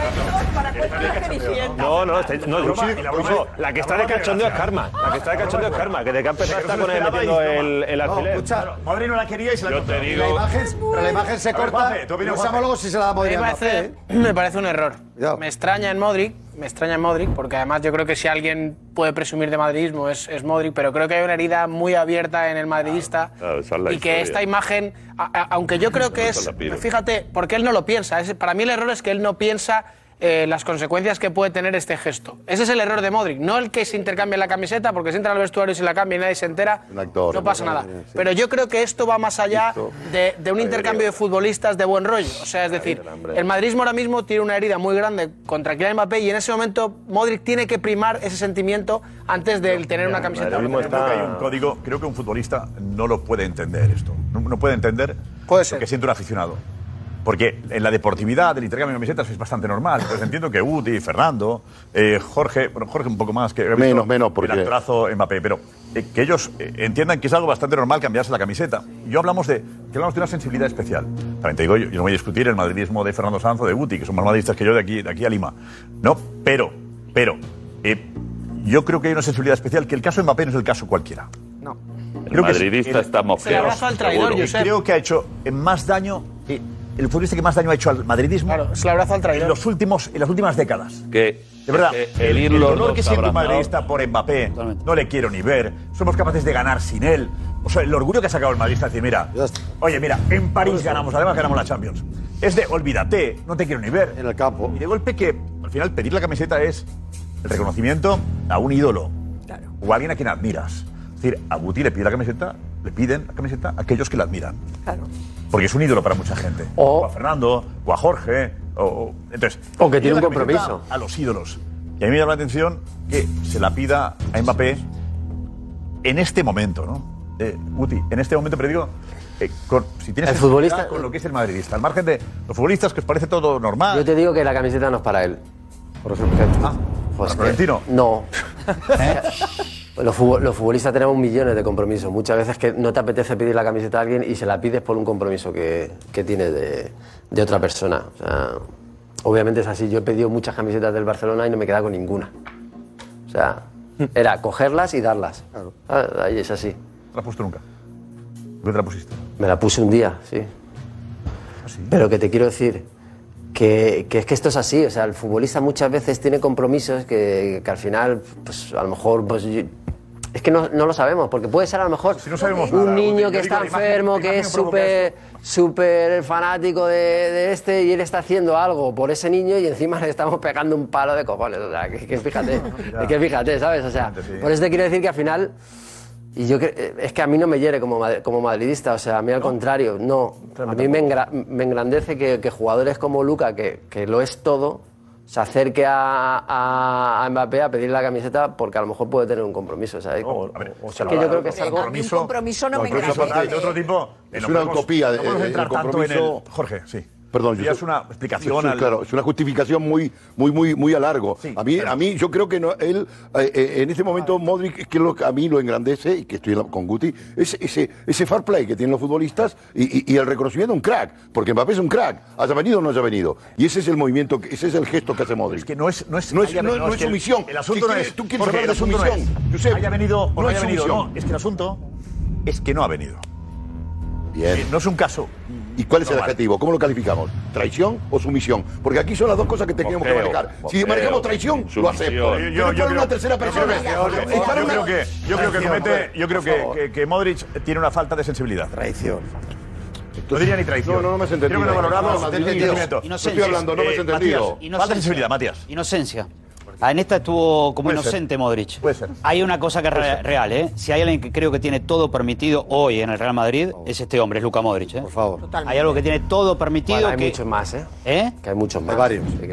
No, no, está- no, yo sí- yo- la que está de cachondeo es Karma, la que está de cachondeo es Karma, que de que ha empezado está con él metiendo el, el alfiler.
Claro, Madrid no la quería y se la
Yo
cortó.
te digo-
La imagen, pero la imagen se
A ver,
corta.
Juanfe, tu
no
opinión,
usamos
Juanfe.
luego si se la da Modric
Me
a
parece-
Mbappé, ¿eh?
Me parece un error. Me extraña en Modric, me extraña en Modric, porque además yo creo que si alguien puede presumir de madridismo es, es Modric, pero creo que hay una herida muy abierta en el madridista
Claro, esa es la
y que
historia.
esta imagen, a- a- aunque yo creo que
se
es,
la pido.
fíjate, porque él no lo piensa. Es- para mí el error es que él no piensa eh, las consecuencias que puede tener este gesto. Ese es el error de Modric, no el que se intercambia la camiseta, porque si entra al vestuario y se la cambia y nadie se entera,
Un actor.
no pasa nada.
eh,
Pero yo creo que esto va más allá de, de un intercambio de futbolistas de buen rollo. O sea, es decir, el madridismo ahora mismo tiene una herida muy grande contra Kylian Mbappé y en ese momento Modric tiene que primar ese sentimiento antes de él tener una camiseta. o no
Creo
tener.
que hay un código, creo que un futbolista no lo puede entender esto. No, no puede entender lo que siente un aficionado. Porque en la deportividad, el intercambio de camisetas es bastante normal. Entonces entiendo que Uti, Fernando, eh, Jorge, bueno, Jorge un poco más que.
Menos, menos, porque-
El actorazo Mbappé, pero eh, que ellos eh, entiendan que es algo bastante normal cambiarse la camiseta. Yo hablamos de, que hablamos de una sensibilidad especial. También te digo, yo, yo no voy a discutir el madridismo de Fernando Sanz o de Uti, que son más madridistas que yo de aquí, de aquí a Lima. No, pero, pero, eh, yo creo que hay una sensibilidad especial, que el caso de Mbappé no es el caso cualquiera.
El
Creo que es-
madridista está mosqueado. seguro.
Y Creo que ha hecho más daño, eh, el futbolista que más daño ha hecho al madridismo.
es el abrazo al traidor.
En, los últimos, en las últimas décadas.
Que,
De verdad,
que el ir los
dolor
dos
que siente un
abrazados-
madridista por Mbappé, no le quiero ni ver, somos capaces de ganar sin él. O sea, el orgullo que ha sacado el madridista es decir, mira, oye, mira, en París ganamos, además ganamos la Champions. Es de olvídate, no te quiero ni ver. En el campo. Y de golpe que, al final, pedir la camiseta es el reconocimiento a un ídolo o a alguien a quien admiras. Es decir, a Buti le pide la camiseta, le piden la camiseta a aquellos que la admiran.
Claro.
Porque es un ídolo para mucha gente. O, a Fernando, o a Jorge, o, o- entonces,
O que tiene
pide la
un
camiseta
compromiso.
A los ídolos. Y a mí me llama la atención que se la pida a Mbappé en este momento, ¿no? Eh, Guti, en este momento, pero digo, eh, con- si tienes
El
sensibilidad
futbolista-
con lo que es el madridista, al margen de los futbolistas que os parece todo normal.
Yo te digo que la camiseta no es para él. Por ejemplo. Ah,
Florentino?
No. Los, futbol- los futbolistas tenemos millones de compromisos. Muchas veces que no te apetece pedir la camiseta a alguien y se la pides por un compromiso que, que tiene de, de otra persona. O sea, obviamente es así. Yo he pedido muchas camisetas del Barcelona y no me he quedado con ninguna. O sea, Era cogerlas y darlas.
Claro.
Ah, ahí es así.
¿Te la has puesto nunca? ¿Dónde te la pusiste?
Me la puse un día, sí.
¿Ah,
Pero que te quiero decir que, que es que esto es así. O sea, el futbolista muchas veces tiene compromisos que, que al final, pues a lo mejor, pues yo- es que no, no lo sabemos, porque puede ser a lo mejor
sabemos
un
nada,
niño
yo
que
digo,
está
la imagen-
enfermo,
la
que
imagen
es
provoca
súper súper fanático de, de este y él está haciendo algo por ese niño y encima le estamos pegando un palo de cojones. O sea, que, que fíjate,
Ya.
es que fíjate, ¿sabes? O sea, por eso te quiero decir que al final... Y yo cre- eh, es que a mí no me hiere como, madri- como madridista, o sea, a mí al contrario, no. A mí me, engra- me engrandece que, que jugadores como Luca, que, que lo es todo, se acerque a, a- a Mbappé a pedir la camiseta porque a lo mejor puede tener un compromiso, o sea, es como- o sea, que yo creo que es algo...
compromiso, un compromiso no, me engrandece.
de otro tipo. que
Es
no
una
podemos-
utopía,
no
eh,
podemos
eh,
entrar
el
tanto en el-
compromiso-
Jorge, sí.
Perdón,
Ya
yo
es una explicación
Sí,
al-
Claro, es una justificación muy, muy, muy, muy a largo. a mí, a mí, yo creo que no, él, eh, eh, en este momento, Modric, es que lo que a mí lo engrandece y que estoy con Guti, es ese, ese fair play que tienen los futbolistas y, y- y el reconocimiento de un crack, porque Mbappé es un crack, haya venido o no haya venido, y ese es el movimiento, que- ese es el gesto que hace Modric.
que no es no es
No es-
haya-
no- no es
que el-
sumisión.
El asunto
Si
no
quieres-
es
tú quieres
Jorge,
hablar de
el asunto no
sumisión.
es,
Josep,
haya venido o no,
no
haya
es
venido.
sumisión.
No, es que el asunto es que no ha venido.
Bien.
Eh, No es un caso.
¿Y cuál es el adjetivo? ¿Cómo lo calificamos? ¿Traición o sumisión? Porque aquí son las dos cosas que tenemos que
Bojeo,
manejar. Si
bojeo,
manejamos traición, lo
sumisión. Yo- yo-
acepto. Pero
yo
para
creo-
una tercera persona.
Jorge,
es para
Yo
una-
creo que, yo creo que comete, yo creo que, que- que Modric tiene una falta de sensibilidad. Traición. No diría ni traición.
No, no, no me has entendido.
Creo que lo valoramos.
No, no,
desde el
Dios.
sentimiento.
Inocencia. Estoy hablando, no me has
Eh,
entendido.
Matías, Falta de sensibilidad, Matías.
Inocencia. Ah, en esta estuvo como
Puede ser.
inocente Modric.
Puede ser.
Hay una cosa que es
Puede
re-
ser.
real, ¿eh? Si hay alguien que creo que tiene todo permitido hoy en el Real Madrid, es este hombre, es Luca Modric, ¿eh? Por favor. Hay algo que tiene todo permitido.
Bueno, hay
que...
muchos más, ¿eh?
¿Eh?
Que hay muchos más.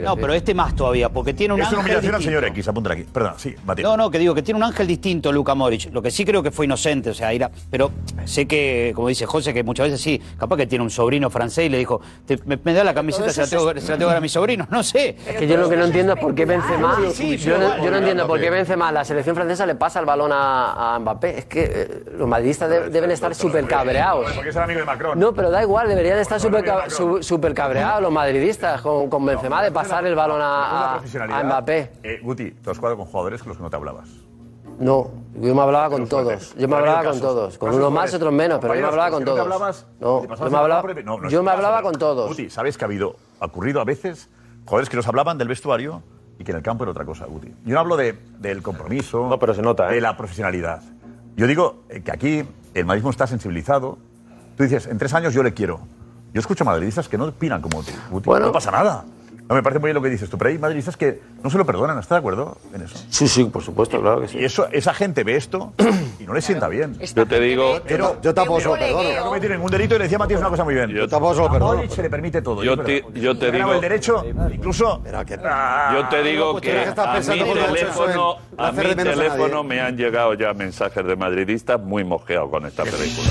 No, pero este más todavía, porque tiene un
Es una
ángel
humillación al
distinto.
señor X, apunta aquí. Perdón, sí, Matías.
No, no, que digo que tiene un ángel distinto Luca Modric. Lo que sí creo que fue inocente, o sea, ir a- pero sé que, como dice José, que muchas veces sí, capaz que tiene un sobrino francés y le dijo, "Te- me, me da la camiseta,
todo
se la,
eso
tengo,
es-
se la tengo que dar a mi sobrino, no sé.
Es que yo lo que no entiendo es por qué Benzema.
Sí, sí,
yo, no,
pero-
yo no entiendo por qué Benzema, la selección francesa le pasa el balón a, a Mbappé. Es que eh, los madridistas de- deben estar súper cabreados.
Porque es el amigo de Macron.
No, pero da igual, deberían estar súper ca- su- súper cabreados los madridistas con, con Benzema de pasar el balón a, a- a Mbappé.
Eh, Guti, tú has jugado con jugadores con los que no te hablabas.
No, yo me hablaba con todos. Yo me
Ha habido
hablaba con
casos,
todos. Con
casos
unos más,
jugadores,
otros menos, pero yo me
compañeros
hablaba
los
con
que no te
todos.
hablabas,
No,
te pasabas
yo
el
me hablaba,
balón por el- no, no,
yo me
estabas
hablaba
hablando.
con todos.
Guti, ¿sabes que ha habido, ha ocurrido a veces, jugadores que nos hablaban del vestuario y que en el campo era otra cosa, Guti? Yo no hablo de, del compromiso, no, pero se nota,
¿eh?
de la profesionalidad. Yo digo eh, que aquí el madridismo está sensibilizado. Tú dices, en tres años yo le quiero. Yo escucho madridistas que no opinan como tú, Guti. No pasa nada. No, me parece muy bien lo que dices tú, pero hay madridistas que no se lo perdonan, ¿estás de acuerdo en eso?
Sí, sí, por supuesto, claro que sí.
Y eso, esa gente ve esto y no le sienta bien.
Yo te digo,
Pero
yo tampoco
pero-
se lo perdono.
pero No cometí ningún delito y le decía a Matías una cosa muy bien. Yo
tampoco se lo
A
perdono.
Modric se le permite todo.
Yo
pero-
te- yo te
ganaba
digo-
el derecho, incluso.
Yo te digo
pues,
que
tienes que estar
a mi
pensando con los ocho
teléfono,
en
a
hacer
mi
de menos a nadie.
teléfono me han llegado ya mensajes de madridistas muy mojeados con esta película.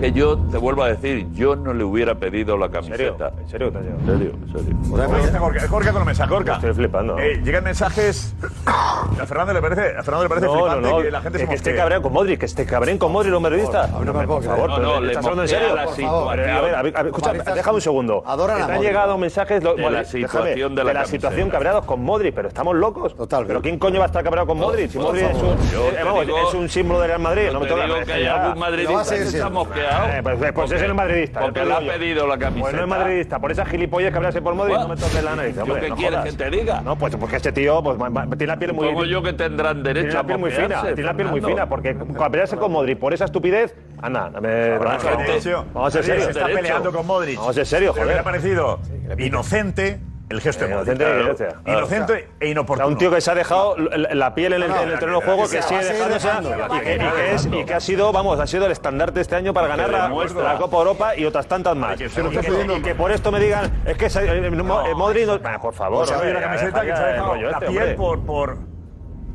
Que yo te vuelvo a decir, yo no le hubiera pedido la camiseta. ¿En serio? ¿En serio? ¿En serio?
Jorge, Jorge, Jorge con el mensaje, Jorge.
Pues Estoy flipando.
Eh, llegan mensajes. A Fernando le parece, a Fernando le parece
No, no,
flipante
no.
que la
que,
gente se
que esté
mosquee.
cabreado con Modric, que esté cabrón con Modric los madridistas. No, no, por favor,
No,
pero
no, le
¿estás hablando en
mosquea
serio?
la
Por favor.
situación.
A ver, a ver, a ver, escucha,
Parece-
déjame un segundo.
Adoran a
Te han
Modric.
llegado mensajes lo-
De
bueno,
la
déjame,
situación de la
de la
camiseta.
situación cabreados con Modric, pero estamos locos. Total. Pero quién coño va a estar cabreado con Modric? Si
por
Modric es
favor.
un,
Yo
eh,
te
vamos,
digo-
es un símbolo del Real Madrid,
yo
no me
te
toca
digo
me
que
dejes
hay
ya.
algún madridista Lo vas a que decir. está mosqueado.
Eh, pues, pues
Porque-
es el madridista.
porque
yo
le ha
digo yo.
pedido la
Pues no
camiseta.
es madridista, por esas gilipollas cabrearse por Modric, no me toques la nariz.
¿Yo
hombre,
qué
no
quieres
jodas.
que te diga?
No, pues porque este tío pues, ma- ma- tiene la piel muy
Supongo yo que tendrán derecho
tiene la
a
piel muy fina,
moquearse,
tiene la piel muy
Fernando.
fina, porque cuando pelearse con Modric por esa estupidez, anda, dame
Habrá
vamos,
gente-
vamos a ser
Nadie
serios.
se está peleando con Modric.
Vamos a ser serios,
Le hubiera
joder. Eh,
parecido inocente el gesto de Modric.
Inocente,
Claro.
inocente.
Inocente e
O sea,
inoportuno.
un tío que se ha dejado l- la piel en el,
No, no,
en el terreno de juego,
que
que
se
sigue
va a seguir
dejándose
dejando,
y que, y que es- y que ha sido, vamos, ha sido el estandarte este año para ganar la,
demuestra.
la Copa Europa y otras tantas más. Y
lo está
que,
pidiendo.
y que por esto me digan, es que se- eh, Mo- eh, Modric no- Ah, por favor,
O sea,
hombre,
hay una
ya, deja
camiseta que
ya
Pues se ha
el
dejado
rollo
la
este,
piel
hombre.
por, por,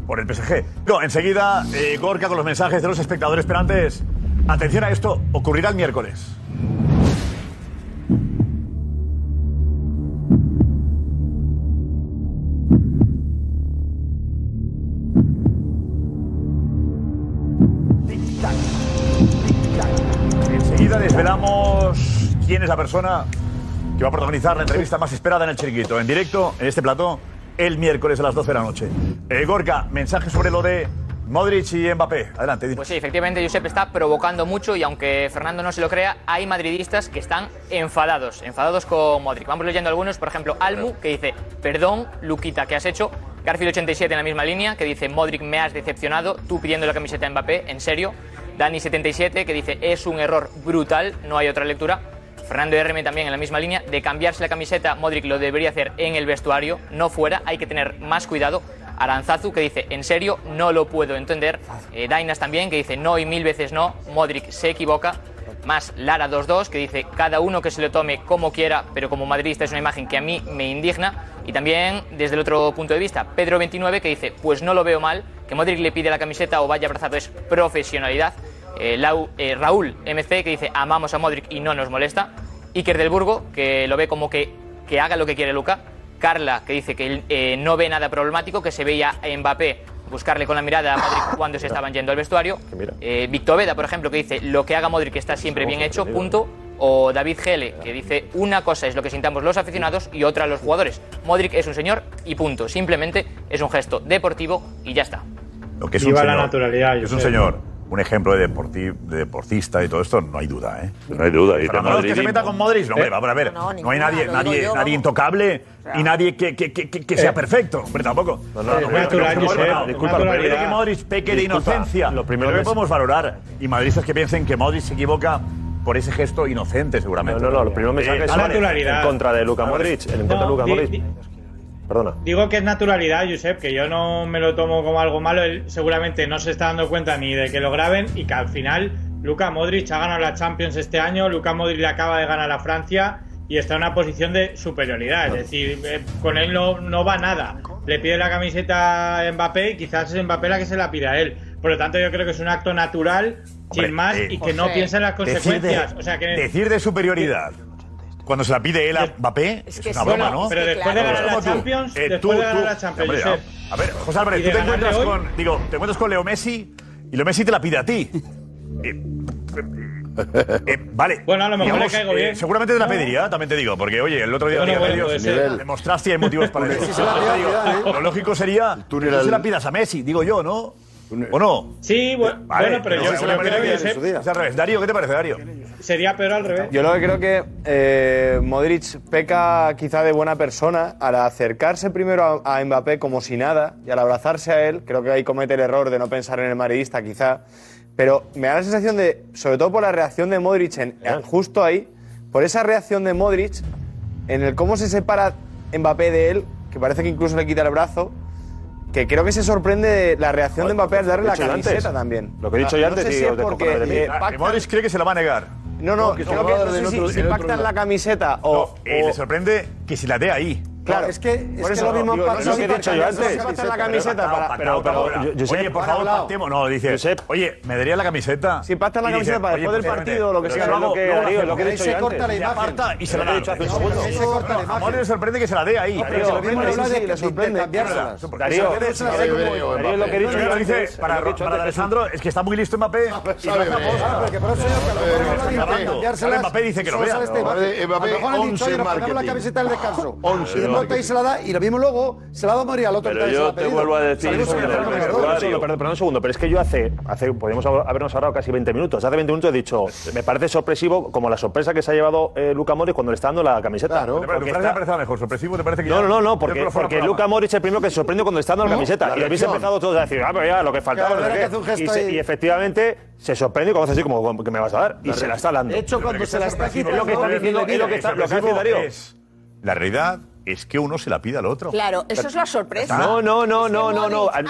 por el PSG. No, enseguida, eh, Gorka con los mensajes de los espectadores, pero antes, atención a esto, ocurrirá el miércoles. Enseguida desvelamos quién es la persona que va a protagonizar la entrevista más esperada en el chiringuito. En directo, en este plató, el miércoles a las 12 de la noche. Eh, Gorka, mensaje sobre lo de Modric y Mbappé. Adelante, dinos.
Pues sí, efectivamente, Josep está provocando mucho y aunque Fernando no se lo crea, hay madridistas que están enfadados, enfadados con Modric. Vamos leyendo algunos, por ejemplo, Almu, que dice, perdón, Luquita, ¿qué has hecho? Garfield87 en la misma línea, que dice, Modric, me has decepcionado, tú pidiendo la camiseta a Mbappé, en serio. Dani77, que dice, es un error brutal, no hay otra lectura. Fernando RM también en la misma línea, de cambiarse la camiseta, Modric lo debería hacer en el vestuario, no fuera, hay que tener más cuidado. Aranzazu que dice, en serio, no lo puedo entender. Eh, Dainas también que dice, no y mil veces no, Modric se equivoca. Más Lara22 que dice, cada uno que se lo tome como quiera, pero como madridista es una imagen que a mí me indigna. Y también desde el otro punto de vista, Pedro29 que dice, pues no lo veo mal, que Modric le pide la camiseta o vaya abrazado es profesionalidad. Eh, Lau- eh, Raúl MC que dice amamos a Modric y no nos molesta. Iker del Burgo que lo ve como que, que haga lo que quiere Luca. Carla que dice que eh, no ve nada problemático, que se veía a Mbappé buscarle con la mirada a Modric cuando se estaban yendo al vestuario. Eh, Víctor Veda, por ejemplo, que dice lo que haga Modric está siempre bien hecho, punto. O David Gele, que dice una cosa es lo que sintamos los aficionados y otra los jugadores. Modric es un señor y punto. Simplemente es un gesto deportivo y ya está.
Lo que es
Viva
un
la
señor,
naturalidad,
que Es un
Josep.
señor, un ejemplo de, deporti- de deportista y todo esto, no hay duda, ¿eh?
No hay duda. Y de
Fernando, que se
madridismo.
meta con Modric, no, hombre,
Eh,
vamos a ver. No,
no,
hay
ninguna,
nadie,
lo digo
nadie,
yo,
nadie
vamos.
intocable y nadie que, que- que- que- que
Eh.
sea perfecto. Hombre, tampoco.
No, no, no, no, no, no, no, disculpa,
Disculpa, pero
pero
que Modric peque de
disculpa,
inocencia. Lo
lo primero
que
que-
podemos valorar. Y madridistas que piensen que Modric se equivoca por ese gesto inocente, seguramente.
No, no, no, lo primero que me saca es en contra de Luka
Luca
Modric. En contra de
No,
Luka
di-
Modric.
di-
Perdona.
Digo que es naturalidad, Josep, que yo no me lo tomo como algo malo. Él seguramente no se está dando cuenta ni de que lo graben y que al final Luka Modric ha ganado la Champions este año, Luka Modric le acaba de ganar a Francia y está en una posición de superioridad. Es decir, eh, con él no, no va nada. Le pide la camiseta a Mbappé y quizás es Mbappé la que se la pida a él. Por lo tanto, yo creo que es un acto natural,
Hombre,
sin más,
eh,
y que no
José,
piensa en las
decir de-
consecuencias. o sea que
Decir de superioridad. Cuando se la pide él a Mbappé, es,
que
una
sí.
broma,
Bueno,
¿no?
pero después de ganar la
Como tú.
Champions,
Eh,
después de ganar la Champions,
Hombre,
Josep.
a ver, José Álvarez,
Y
tú
de
te
ganarle
encuentras
hoy.
con, digo, te encuentras con Leo Messi y Leo Messi te la pide a ti. Eh, eh, eh, vale. Bueno, a
lo mejor le caigo bien.
seguramente te la
No.
pediría, también te digo, porque oye, el otro día
Bueno,
en Liga de
bueno,
Medios,
puede ser.
demostraste y hay motivos para eso.
Sí, se la
Yo te digo,
pide a Zidane, ¿eh?
Lo lógico sería que
túnel
tú se la
al-
pidas a Messi, digo yo, ¿no? ¿O no?
Sí, bueno,
Vale,
bueno, pero yo, yo creo que Josep
es al revés. Darío, ¿qué te parece, Darío?
sería peor al revés.
Yo lo que creo que eh, Modric peca quizá de buena persona al acercarse primero a, a Mbappé como si nada y al abrazarse a él, creo que ahí comete el error de no pensar en el maridista quizá, pero me da la sensación de, sobre todo por la reacción de Modric en, en- justo ahí, por esa reacción de Modric en el cómo se separa Mbappé de él, que parece que incluso le quita el brazo, que creo que se sorprende de la reacción de Mbappé al darle
Lo
la
que he dicho yo
camiseta
antes.
también. Ah,
Lo que he dicho yo
No
antes
sé
y
si es
os dejo
porque,
poner de mí.
eh,
Ah,
pactan-
Modric cree que se la va a negar.
No, no, creo que no sé si- si pactan la camiseta o.
Eh,
o-
le sorprende que se la dé ahí.
Claro, es que,
Por eso
lo
no,
mismo
digo,
pasa
es lo que he
si
dicho yo
pactan- si
antes.
pactan la camiseta para.
Pero, pero, oye, por favor,
hablado.
pactemos. No, dice, oye, ¿me daría la camiseta? Si
pactas la camiseta para después del partido, lo que sea, lo que- Darío, lo que he dicho yo antes.
Se
Se
aparta y se la da.
Ahí se corta la
A Mori le sorprende que se la dé ahí.
No, pero si lo mismo habla de- de cambiárselas.
Darío,
Darío,
Darío, lo que he dicho yo antes. Para para Alessandro, es que está muy listo Mbappé. y no hace aposta. Ahora Mbappé dice que lo vea.
Mbappé, este? a lo mejor han dicho, oye, nos ponemos la camiseta del descanso. y
marketing.
monta y se la da, y lo mismo luego se la da a morir al otro. que también se la
Pero yo
ha
te
pedido.
vuelvo a decir
Salimos
sobre
en el
el
vestuario.
Perdón, un segundo, perdón, perdón un segundo, pero es que yo hace, hace podemos habernos ahorrado casi 20 minutos. Hace 20 minutos he dicho, me parece sorpresivo como la sorpresa que se ha llevado eh, Luca Modric cuando le está dando la camiseta.
¿Te parece- te
Porque
parece
está-
la persona mejor? ¿Sorpresivo? ¿Te parece que
No,
ya-
no, no,
Yo
no, porque,
creo que fuera
porque
programa.
Luca Modric es el primero que se sorprende cuando le está dando la
No,
camiseta.
la
y habéis
reacción.
empezado todos a decir, ah, pero ya, lo que faltaba.
Claro,
no sé
verdad
qué.
que hace un gesto
y, se-
ahí.
y efectivamente se sorprende cuando hace así como que me vas a dar. Y se la está dando.
De hecho, cuando se la está
Es lo
quitando,
que está diciendo,
mira,
es lo que
mira,
está, lo que hace
sorpresivo
Darío.
es- La realidad es que uno se la pide al otro.
Claro, eso es la sorpresa.
No, no, no, no, no, no.
A,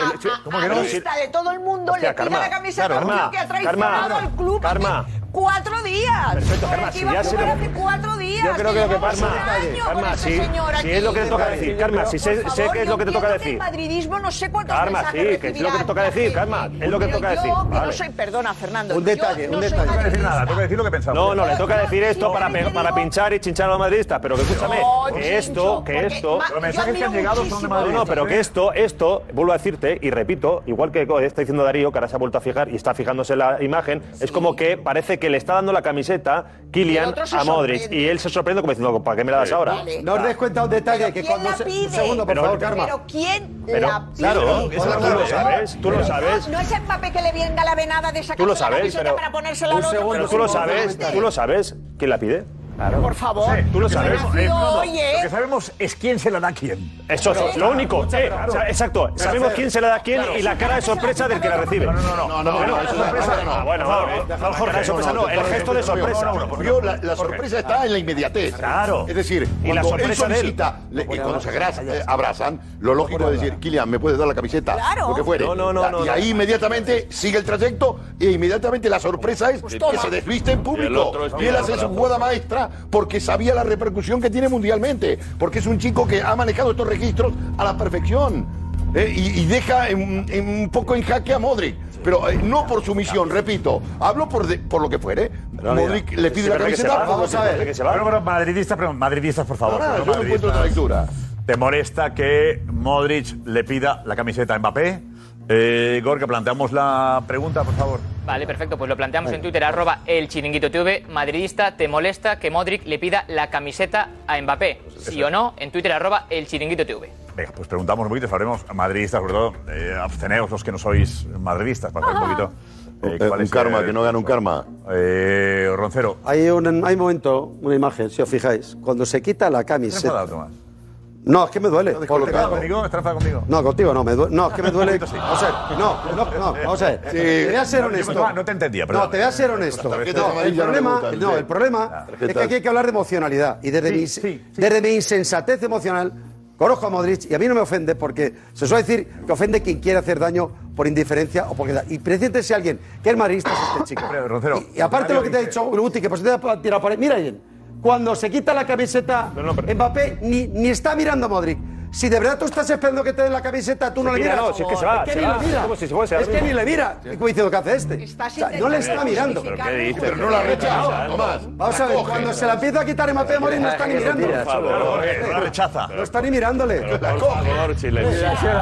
¿Cómo que
a
no?
vista de todo el mundo
Hostia,
le pide
Karma,
la camiseta
claro,
a un tío
Karma,
que ha traicionado
Karma,
al club
Karma.
hace cuatro días.
Perfecto,
Por
Karma,
el que
si
iba
ya
a
se
jugar
lo-
hace cuatro días.
Yo creo que lo que
llevamos
Karma,
un año con
Karma,
este
si,
señor
si
aquí.
es lo que te toca
Por
decir, Karma, si, sé-
favor,
sé que es
yo
lo que te
entiendo
toca
que
decir.
El madridismo no sé cuántos
Karma, sí,
mensajes
que es lo que te
recibirá.
toca decir, Karma, es lo que te toca
Yo,
decir.
que no
Vale.
soy, perdona, Fernando.
Un detalle,
yo
un
no soy
detalle.
No decir nada, tengo que decir lo que pensamos.
No, no, le toca decir esto para, pe- para pinchar y chinchar a los madridistas, pero que escúchame,
No,
que
chincho,
esto,
porque
que esto...
ma- Los mensajes yo que han admiro llegado son de muchísimo- Madrid. ¿eh?
No, no, pero que esto, esto, vuelvo a decirte y repito, igual que co- está diciendo Darío, que ahora se ha vuelto a fijar y está fijándose en la imagen, es como que parece de que le está dando la camiseta
El
Kylian
otro se
a Modric.
sorprende.
Y él se sorprende como diciendo, ¿para qué me la das
Sí.
ahora?
Vale.
No os des cuenta un detalle que cuando se-
pide?
un segundo, por
Pero-
favor, Karma.
Pero ¿quién
Pero,
la pide?
claro, eso tú lo sabes, tú lo sabes.
No, no es Mbappé que le venga la venada de sacarse
Tú lo
la
sabes,
camiseta
pero-
para ponérsela al
Pero
otro.
tú lo sabes, tú lo sabes. ¿Quién la pide?
Por favor.
Tú lo
Que
sabes.
nació
Eh, Fernando,
hoy, ¿eh?
Lo que sabemos es quién se la da a quién.
Eso es lo único. Eh, o sea, exacto. Sabemos quién se la da a quién y la cara de sorpresa del que la recibe. No, no,
no, no,
Bueno,
no, eso
sorpresa.
no, no, no.
Ah, bueno, vale.
Por favor,
La
por favor,
cara de
eh, Jorge,
sorpresa
no,
no,
no,
el
no,
gesto
no,
de
no, no,
sorpresa.
no, no, no, no. La- la sorpresa está en la inmediatez.
Claro.
Es decir,
Y la
cuando él
sorpresa de él.
solicita le- y cuando se agra- eh, abrazan, lo lógico es decir, Kilian, ¿me puedes dar la camiseta?
Claro.
Lo que fuere.
No, no, no,
La-
no,
Y
no.
ahí inmediatamente sigue el trayecto e inmediatamente la sorpresa
Pues
es que
toma.
se desviste en
Y el
público.
otro es
Y él hace su
abrazo.
jugada maestra porque sabía la repercusión que tiene mundialmente. Porque es un chico que ha manejado estos registros a la perfección. Eh, y, y deja en- en un poco en jaque a Modric. Pero eh, no por sumisión, repito. Hablo por, de- por lo que fuere. Modric le pide la camiseta. Vamos a ver.
Bueno, pero madridistas, perdón, madridistas, por favor.
No,
Ah,
no,
pero
yo no encuentro otra lectura.
¿Te molesta que Modric le pida la camiseta a Mbappé? Eh, Gorka, planteamos la pregunta, por favor.
Vale, perfecto. Pues lo planteamos en Twitter, arroba el chiringuito TV. Madridista, ¿te molesta que Modric le pida la camiseta a Mbappé? Sí o no, en Twitter, arroba el chiringuito TV.
Venga, pues preguntamos un poquito, sabremos madridistas, sobre todo, eh, absteneos los que no sois madridistas, para saber un poquito.
Ah.
eh,
Eh,
cuál
un
es,
karma,
eh,
que no gana un karma.
Eh, Roncero.
Hay un hay un momento, una imagen, si os fijáis, cuando se quita la
¿Estás
camiseta.
enfadado, Tomás?
No, es que me duele.
¿Estás enfadado conmigo? ¿Estás enfadado conmigo?
No, contigo no, me duele. No, es que me duele.
Sí.
Vamos a ver, no, no, no, vamos a ver. Te voy a ser
No, yo-
honesto.
Tomás, No te entendía, perdón.
No, te voy a ser honesto.
Las tarjetas
No, el
amarillas no me
problema,
gustan,
no,
sí.
el problema es que aquí hay que hablar de emocionalidad. Y desde, mi, desde mi insensatez emocional, conozco a Modric y a mí no me ofende porque se suele decir que ofende quien quiere hacer daño por indiferencia o porque da. Y presidente si alguien que es madridista es este chico.
Roncero,
y, y aparte lo que te ha dicho Guti, que por si te ha tirado por ahí. Mira bien, cuando se quita la camiseta Mbappé ni, ni está mirando a Modric. Si de verdad tú estás esperando que te den la camiseta, tú no le
Mira,
miras.
no, si es que se
Es
va,
que
se
ni
va,
le mira.
es como si se fuese ahora
Es que ni
mismo.
le mira.
Sí.
Y como diciendo, ¿qué hace este? O sea, no le está mirando.
¿Pero qué dices?
Pero no la rechaza, Tomás.
Vamos a ver, cuando se la empieza a quitar Mbappé a Modric no está ni mirando.
Por favor, eh,
no la rechaza.
No está ni mirándole.
Por favor, Chile.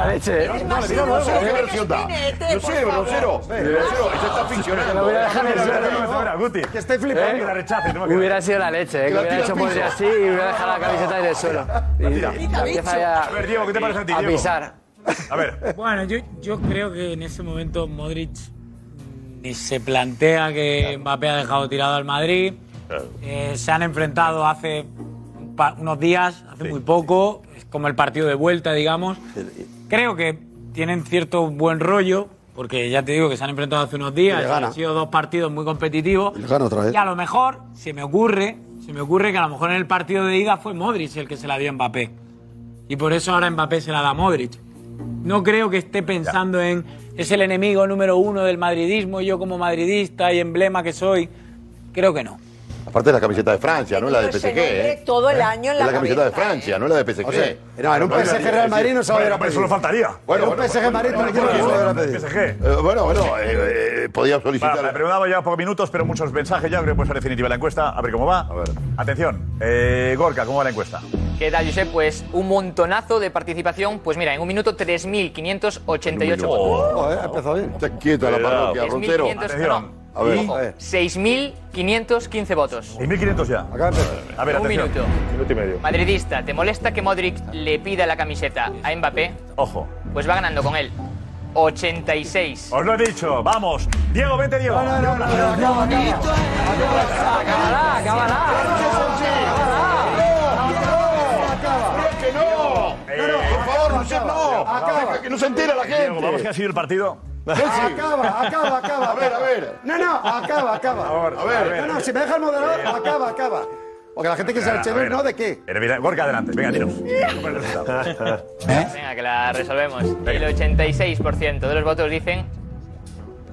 leche.
No, no, no, no sé qué versión da. No sé, Rosero. Rosero, eso está ficcionando.
Que estoy flipando.
Que la rechace, no me queda.
Hubiera sido la leche, eh, que
la
hubiera
tira
hecho
al
Modric
piso.
así y hubiera dejado la camiseta en el suelo. Y
tira.
la empieza ya
A ver, Diego, ¿qué te parece a ti,
A
Diego?
pisar.
A ver.
Bueno, yo, yo creo que en ese momento Modric mm, ni se plantea que Mbappé ha dejado tirado al Madrid. Eh, se han enfrentado hace un pa- unos días, hace muy poco, es como el partido de vuelta, digamos. Creo que tienen cierto buen rollo, porque ya te digo que se han enfrentado hace unos días,
Y le
y
gana.
han sido dos partidos muy competitivos.
Y le gana otra vez.
Y a lo mejor se me ocurre, se me ocurre que a lo mejor en el partido de ida fue Modric el que se la dio a Mbappé. Y por eso ahora Mbappé se la da a Modric. No creo que esté pensando en es el enemigo número uno del madridismo, yo como madridista y emblema que soy. Creo que no.
Aparte de la camiseta de Francia, no la de
Ese
PSG.
nombre
¿eh?
todo el año en
Es
la
la camiseta de
cabeza,
Francia, no la de PSG.
O sea, no, en un
No la de-
PSG Real Madrid no se va a ver a
Bueno, eso
pedir.
lo faltaría.
Bueno,
en un PSG Madrid no le quiero que se vaya a pedir.
PSG.
Eh, bueno, bueno, eh, eh, podía
Va, la
solicitar.
preguntaba ya pocos minutos, pero muchos mensajes ya. Creo que puede ser definitiva la encuesta. A ver cómo va. Atención. Eh, Gorka, ¿cómo va la encuesta?
¿Qué tal, Josep? Pues un montonazo de participación. Pues mira, en un minuto 3.588 votos.
Oh, eh, ha empezado bien.
Está quieta la
Cuidado.
parroquia, Roncero.
6.500, no.
A ver. eh,
Ojo, 6.515 votos.
6.500 ya. A ver,
Un
atención.
minuto.
Minuto y medio.
Madridista, ¿te molesta que Modric le pida la camiseta a Mbappé?
Ojo.
Pues va ganando con él. 86.
Os lo he dicho. Vamos. Diego, vente, Diego. Acaba, acaba.
¡Que no!
Eh,
¡No, no, por favor, Josep, no! Deja que no se entera la
Diego, vamos, que
gente!
ha sido el partido.
Acaba, acaba, acaba.
A ver, a ver.
No, no, acaba, acaba.
A ver.
No, no, si me deja el moderador, acaba, acaba. Porque la gente quiere saber,
A
chévere,
ver.
¿no? ¿De qué?
Pero mira, Gorka, adelante. Venga, tira. Recupera el resultado.
Venga, que la resolvemos. El 86% de los votos dicen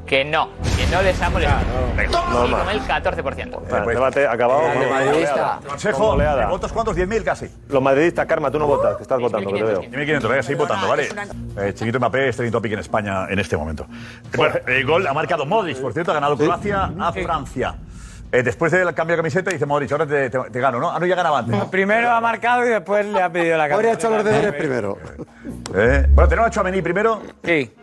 que no, que no les ha molestado. Y
Normal.
con el 14%.
Vale, debate acabado.
Eh,
Como
madridista.
oleada. Como
Consejo.
oleada.
¿de ¿Votos cuántos? 10.000 casi.
Los madridistas, Karma, tú no votas, que estás votando, que te veo.
1500, venga, seguid votando, ¿vale? Eh, Chiquito Mbappé es trending topic en España en este momento. Bueno, el gol ha marcado Modric, por cierto, ha ganado Croacia a Francia. Eh, después del cambio de camiseta dice Modric, ahora te, te- te gano, ¿no? Ah, no, ya ganaba antes.
Primero ha marcado y después le ha pedido la
Habría
camiseta.
hecho los deberes primero.
Eh, bueno, tenemos a Chouameni primero.
Sí.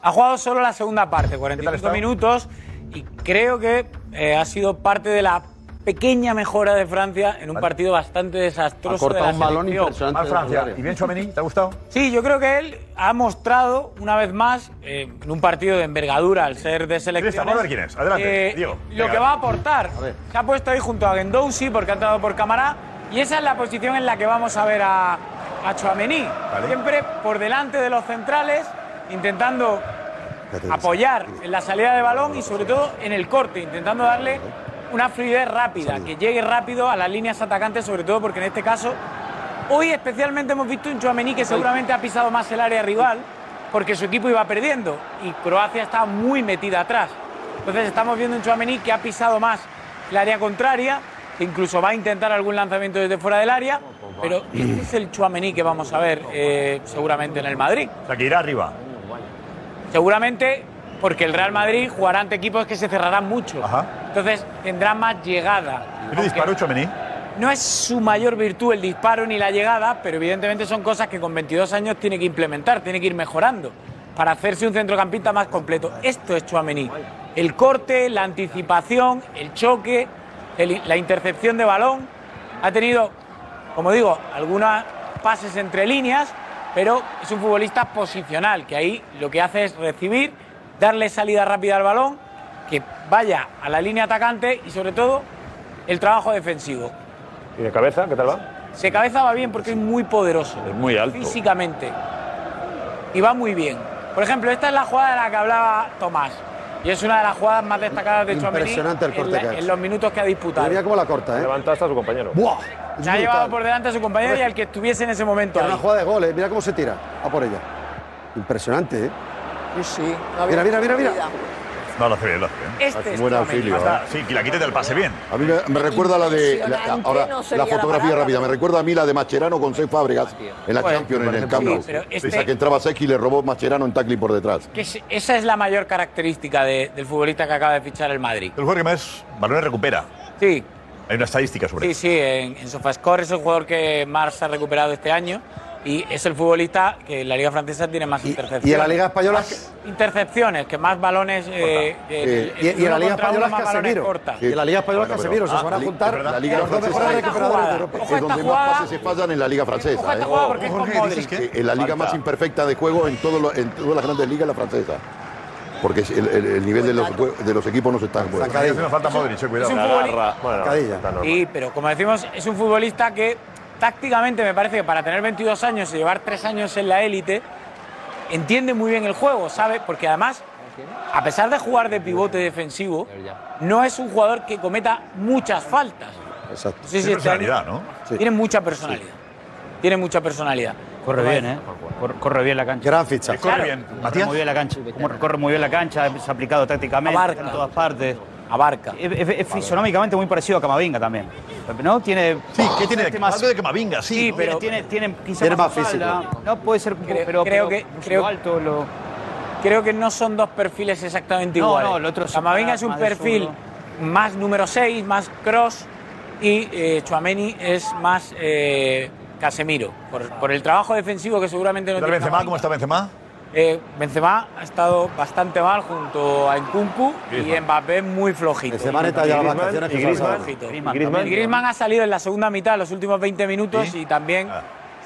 Ha jugado solo la segunda parte, 45 minutos. y creo que eh, ha sido parte de la pequeña mejora de Francia en un partido bastante desastroso.
Ha cortado
de la
un balón
selección.
impresionante Mal de Francia. Bulgaria. ¿Y bien Tchouaméni? ¿Te ha gustado?
Sí, yo creo que él ha mostrado una vez más, eh, en un partido de envergadura al ser de selección.
vamos a ver quién es. Adelante, Diego.
Lo
Venga,
que
a
va a
ver.
aportar. Se ha puesto ahí junto a Gendouzi porque ha entrado por cámara. Y esa es la posición en la que vamos a ver a, a Tchouaméni. Siempre por delante de los centrales, intentando apoyar en la salida de balón y sobre todo en el corte, intentando darle una fluidez rápida, que llegue rápido a las líneas atacantes, sobre todo porque en este caso hoy especialmente hemos visto un Chouameni que seguramente ha pisado más el área rival porque su equipo iba perdiendo y Croacia estaba muy metida atrás. Entonces estamos viendo un Chouameni que ha pisado más el área contraria, que incluso va a intentar algún lanzamiento desde fuera del área, pero este es el Chouameni que vamos a ver eh, seguramente en el Madrid.
O sea, que irá arriba.
Seguramente porque el Real Madrid jugará ante equipos que se cerrarán mucho. Entonces tendrá más llegada.
¿Tiene disparo Tchouaméni?
No es su mayor virtud el disparo ni la llegada, pero evidentemente son cosas que con 22 años tiene que implementar, tiene que ir mejorando para hacerse un centrocampista más completo. Esto es Chuamení. El corte, la anticipación, el choque, el- la intercepción de balón. Ha tenido, como digo, algunos pases entre líneas, pero es un futbolista posicional, que ahí lo que hace es recibir, darle salida rápida al balón, que vaya a la línea atacante y sobre todo el trabajo defensivo.
¿Y de cabeza? ¿Qué tal va?
Se cabeza va bien porque es muy poderoso. Es
muy alto.
Físicamente. Y va muy bien. Por ejemplo, esta es la jugada de la que hablaba Tomás. Y es una de las jugadas más destacadas de Chouameni
Impresionante el corte
en, la-
que ha hecho.
en los minutos que ha disputado.
Mira cómo la corta, ¿eh?
Levanta hasta su compañero.
¡Buah!
Se ha
brutal.
llevado por delante a su compañero y al que estuviese en ese momento.
Era una
ahí.
jugada de gol, ¿eh? Mira cómo se tira. A por ella. Impresionante, ¿eh?
Sí, sí.
Mira, mira, mira, mira.
No, lo hace bien, lo hace bien.
Este es
Buen
Tchouaméni.
auxilio. ¿eh?
Ya está. Sí, que la quite del pase bien.
A mí me, me recuerda la de. la- la-
Impresionante,
ahora,
no
la
sería la
fotografía
palabra,
rápida. Me recuerda a mí la de Macherano con seis Fábregas en la
Bueno,
Champions, en
por
el
ejemplo.
campo.
Sí, pero este-
Esa que entraba Seki y le robó Macherano en tackling por detrás.
Que es- esa es la mayor característica de- del futbolista que acaba de fichar el Madrid.
El jugador que más balones recupera.
Sí.
Hay una estadística sobre
Sí,
eso.
sí, en, en Sofascore es el jugador que más se ha recuperado este año y es el futbolista que en la Liga Francesa tiene más intercepciones.
Y en la Liga Española.
Intercepciones, que más balones. eh, eh,
y, y en la Liga
uno contra uno,
Española es
más balones
Casemiro.
cortas.
Y en la Liga Española es
Bueno,
Casemiro.
pero-
Se van
ah,
a
la-
juntar
es verdad, la Liga
los dos
francesa-
mejores
Ojo esta
recuperadores de
jugada.
Europa.
Es donde más
Ah,
pases se fallan en la Liga francesa. ¿eh? Eh, En la liga más imperfecta de juego en, todo lo- en todas las grandes ligas, la francesa. Porque es el, el- el nivel de los, jue- de los equipos no se está bueno.
Zancadilla. Hace falta Modric, eh, cuidado.
Es un
La
futbolista-
agarra. Bueno,
Zancadilla.
está normal.
Sí, pero como decimos, es un futbolista que tácticamente me parece que para tener 22 años y llevar 3 años en la élite, entiende muy bien el juego, ¿sabe? Porque además, a pesar de jugar de pivote defensivo, no es un jugador que cometa muchas faltas.
Exacto.
Sí, sí,
Tiene
está-
personalidad, ¿no?
Tiene mucha personalidad. Tiene mucha personalidad.
Corre bien, ¿eh? Corre, corre bien la cancha.
Gran ficha.
Corre bien. Corre muy bien la cancha. Como corre muy bien la cancha, es aplicado tácticamente
Abarca.
en todas partes.
Abarca.
Es, es- es fisionómicamente muy parecido a Camavinga también. ¿No? Tiene. Sí,
¿qué tiene? Algo de Camavinga, sí, ¿no?
pero tiene, tiene quizá
Tiene
más
más físico.
espalda. No puede ser.
Creo,
pero, pero
creo que
su
creo,
alto lo.
creo que no son dos perfiles exactamente
No,
iguales.
no, el otro es
Camavinga es un
más de
perfil más número 6, más cross y eh, Chuameni es más eh, Casemiro por, por el trabajo defensivo que seguramente no
¿Qué tal
tiene.
Benzema? ¿Cómo está Benzema?
Eh, Benzema ha estado bastante mal junto a Nkunku y
Griezman.
Mbappé muy flojito.
Benzema neta ya las
Griezmann-
vacaciones
y
que se
Griezmann-
han
flojito.
dado.
Griezmann,
Griezmann
también. Griezmann ha salido en la segunda mitad, en los últimos 20 minutos y también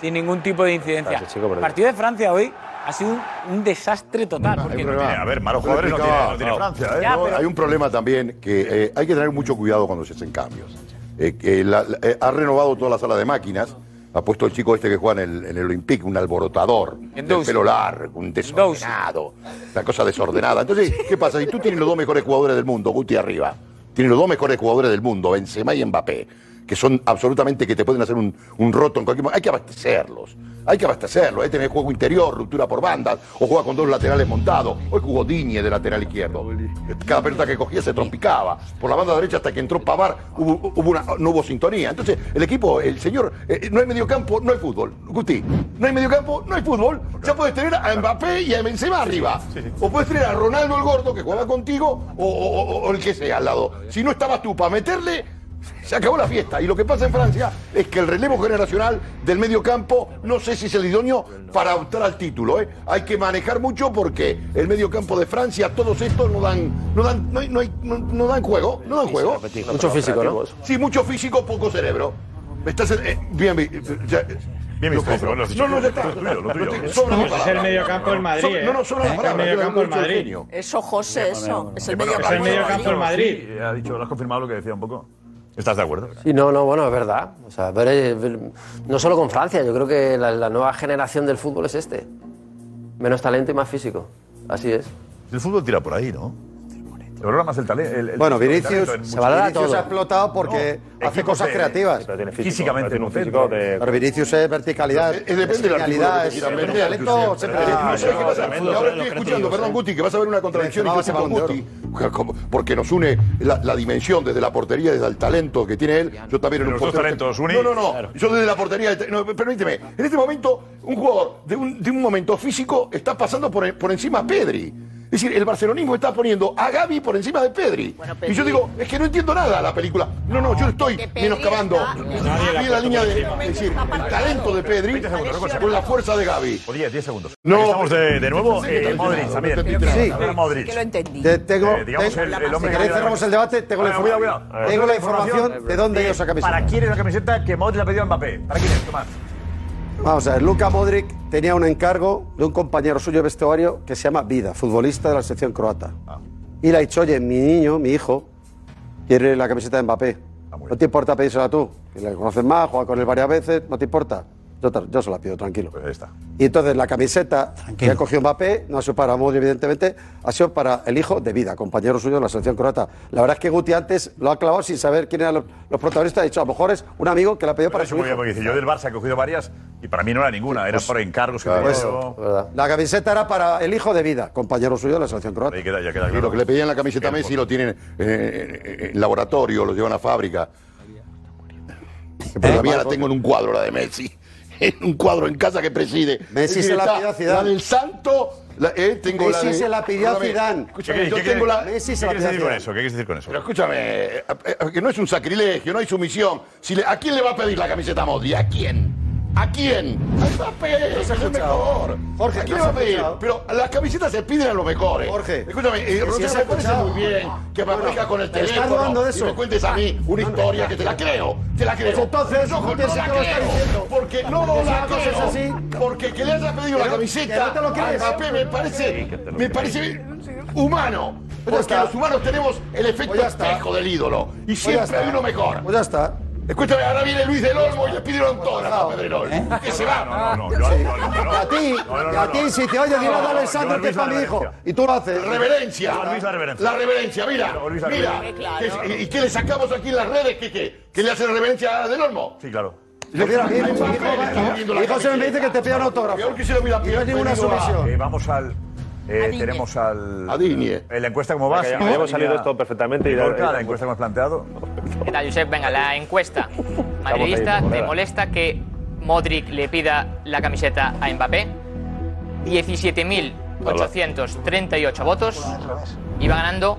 sin ningún tipo de incidencia.
Claro, ese chico
el
perdió.
partido de Francia hoy ha sido un, un desastre total. porque-
Tiene- a ver, malos jugadores no tiene, no tiene Francia, ¿eh?
Ya, pero-
Hay un problema también que eh, hay que tener mucho cuidado cuando se hacen cambios. Eh, que la- la- eh, ha renovado toda la sala de máquinas. Ha puesto el chico este que juega en el, en el Olympique, un alborotador, de
Endouzi.
pelo largo, un desordenado, una cosa desordenada. Entonces, ¿qué pasa? Si tú tienes los dos mejores jugadores del mundo, Guti arriba, tienes los dos mejores jugadores del mundo, Benzema y Mbappé, que son absolutamente que te pueden hacer un, un roto en cualquier momento, hay que abastecerlos. Hay que abastecerlos, hay que tener juego interior, ruptura por bandas, o juega con dos laterales montados. Hoy jugó Diñe de lateral izquierdo. Cada pelota que cogía se trompicaba. Por la banda derecha hasta que entró Pavar hubo, hubo una, no hubo sintonía. Entonces, el equipo, el señor, eh, no hay mediocampo, no hay fútbol. Guti, no hay mediocampo, no hay fútbol. Ya puedes tener a Mbappé y a Benzema arriba. O puedes tener a Ronaldo el gordo que jugaba contigo, o, o- o- o el que sea al lado. Si no estabas tú para meterle, Se acabó la fiesta. Y lo que pasa en Francia es que el relevo generacional del medio campo no sé si es el idóneo para optar al título. ¿eh? Hay que manejar mucho porque el medio campo de Francia, todos estos no dan, no dan, no hay- no hay- no- no dan juego. No dan juego.
Mucho físico, ¿no?
Sí, mucho físico, poco cerebro. Estás en- eh, bien, vi- ya- eh,
Bien
lo
visto,
compro.
bueno, lo has dicho
No, no,
tú.
ya está.
Lo tuyo, lo
No
tuyo.
te- sobran las
Ese es el
palabras.
mediocampo del Madrid,
Son-
¿eh?
No, no, son las
Es el
palabras.
mediocampo del Madrid.
Eso, José, eso. Es el medio
Es el
campo.
medio campo del Madrid.
Sí.
Sí, ha dicho, lo has confirmado lo que decía un poco. ¿Estás de acuerdo?
Sí, no, no, bueno, es verdad. O sea, pero eh, no solo con Francia, yo creo que la, la nueva generación del fútbol es este. Menos talento y más físico. Así es.
El fútbol tira por ahí, ¿no? Se valora más el talento. el- el-
Bueno,
el
Vinicius,
talento en
se
muchos-
valora Vinicius todo. ha explotado porque hace
equipos
cosas
de-
creativas.
pero tiene
Físicamente,
Físicamente, en un
tiene un
centro.
físico de- Pero Vinicius es verticalidad,
Eh, eh, depende
es
del artículo
genialidad,
que
es-
quiera
es
meter.
talento, siempre-
Eh, no sé qué pasa.
Pero los
Ahora estoy escuchando,
objetivos,
perdón,
¿eh?
Guti, que vas a ver una contradicción y
Mencionabas
yo
el
con
Balón de
Guti, como- porque nos une la, la dimensión desde la portería, desde el talento que tiene él. Yo también
Pero
un
los dos
portero-
talentos, Uni.
No, no, no.
Claro.
Yo desde la portería. del- No, permíteme. En este momento, un jugador de un, de un momento físico está pasando por, por encima a Pedri. Es decir, el barcelonismo está poniendo a Gaby por encima de Pedri.
Pedri-
Y yo digo, es que no entiendo nada la película. No, no, yo estoy
Pedri
menoscabando.
está-
Nadie la
Vi
ha
la
puesto
línea
por
de.
encima.
Es decir, el talento de Pedri con la fuerza de Gaby.
Oye, 10 segundos.
No.
Aquí estamos de, de nuevo.
Sí, que
eh,
también.
Modric, Samir.
Sí.
Sí. Modric.
Que lo entendí.
Te- tengo,
Eh, digamos,
te-
el- el hombre
si queréis
que-
cerramos el debate, tengo la,
Vale, cuidado,
información-
cuidado.
tengo la información de dónde es esa camiseta.
¿Para quién es la camiseta que Modric le ha pedido a Mbappé? ¿Para quién es? Tomás.
Vamos a ver, Luka Modric tenía un encargo de un compañero suyo de vestuario que se llama Vida, futbolista de la selección croata.
Ah.
Y le ha dicho, oye, mi niño, mi hijo, quiere la camiseta de Mbappé.
Ah,
No te importa pedírsela tú, que le conoces más, juega con él varias veces, no te importa. Yo, te- yo se la pido, tranquilo.
Pues
Y entonces la camiseta que ha cogido Mbappé no ha sido para Modric, evidentemente, ha sido para el hijo de Vida, compañero suyo de la selección croata. La verdad es que Guti antes lo ha clavado sin saber quién eran los, los protagonistas. Ha dicho, a lo mejor es un amigo que la pidió para
Eso
su
muy bien,
hijo.
porque dice, yo del Barça he cogido varias y para mí no era ninguna, era por encargos que
claro,
tenía
eso.
yo.
La camiseta era para el hijo de vida, compañero suyo de la selección croata.
Ahí queda, ya queda
Y
claro.
lo que le pedían la camiseta a Messi lo tienen eh, en laboratorio, lo llevan a fábrica.
¿Eh?
Todavía la tengo en un cuadro, la de Messi. En un cuadro en casa que preside.
Messi
Es decir,
se la
está
pidió a Zidane.
La del Santo. La, eh, tengo
Messi
la de-
se la pidió a
Perdóname,
Zidane.
escúchame,
¿Qué-
yo
qué-
tengo la-
Messi
¿Qué
se la pidió a
quieres decir
Zidane.
con
Eso, ¿qué quieres decir con eso?
Pero escúchame, eh, eh, que no es un sacrilegio, no hay sumisión. Si le- ¿A quién le va a pedir la camiseta a Modri? ¿A quién? ¿A quién? ¡A Mbappé! Es el mejor.
Jorge,
¿A quién
no se
le va a
ha
pedir?
escuchado.
Pero las camisetas se piden a los mejores.
Jorge,
Escúchame,
que si
eh, Roger,
se ha
me parece
escuchado.
muy bien que me
Bueno,
aparezca con el
¿me estás
teléfono
hablando de
y
eso? Ah,
me cuentes a mí una historia que te la creo. Te la creo.
Pues entonces,
Yo no
piensa
la
que lo está
creo,
diciendo.
Porque no
Porque si
la
la cosa
creo.
es así,
porque que le haya pedido
que
la
no- que no
camiseta
te lo
a
crees.
Mbappé me parece, me parece humano.
Pues ya
Porque
está.
los humanos tenemos el efecto
Pues ya está.
espejo del ídolo. Y
Pues ya
siempre
está.
hay uno mejor.
Pues ya está.
Escúchame, ahora viene Luis del Olmo y le pide un autógrafo a Pedrerol. Que se va.
No, no, no, no, no, no.
¿Eh? A ti,
No, no, no,
a ti,
no.
si te oye, dile
No,
a
no,
Alessandro
yo
que es
Luis
para mi
la
hijo.
reverencia.
Y tú lo haces.
Reverencia.
Yo Luis la reverencia.
La reverencia, mira.
Yo Luis la
mira.
reverencia.
Que- ¿Y qué le sacamos aquí en las redes? ¿Qué, qué? ¿Que le hacen reverencia a del Olmo?
Sí, claro.
Lo hubiera
Mbappé
visto,
le
hijo,
está
vaya.
pidiendo la
Mi hijo se me
camiseta.
dice que te pida un autógrafo.
Peor que se lo hubiera
Y no hay
pedido,
ninguna
pedido a-
sumisión.
Eh, vamos al. eh, tenemos al. A
Digne.
En la encuesta, ¿cómo vas?
Ya, ya hemos salido esto
perfectamente
y
y eh,
dar-
la encuesta que hemos planteado.
¿Qué tal, Josep? Venga, la encuesta. Madridista,
ahí,
¿te
Morera.
molesta que Modric le pida la camiseta a Mbappé? 17.838 votos. Iba ganando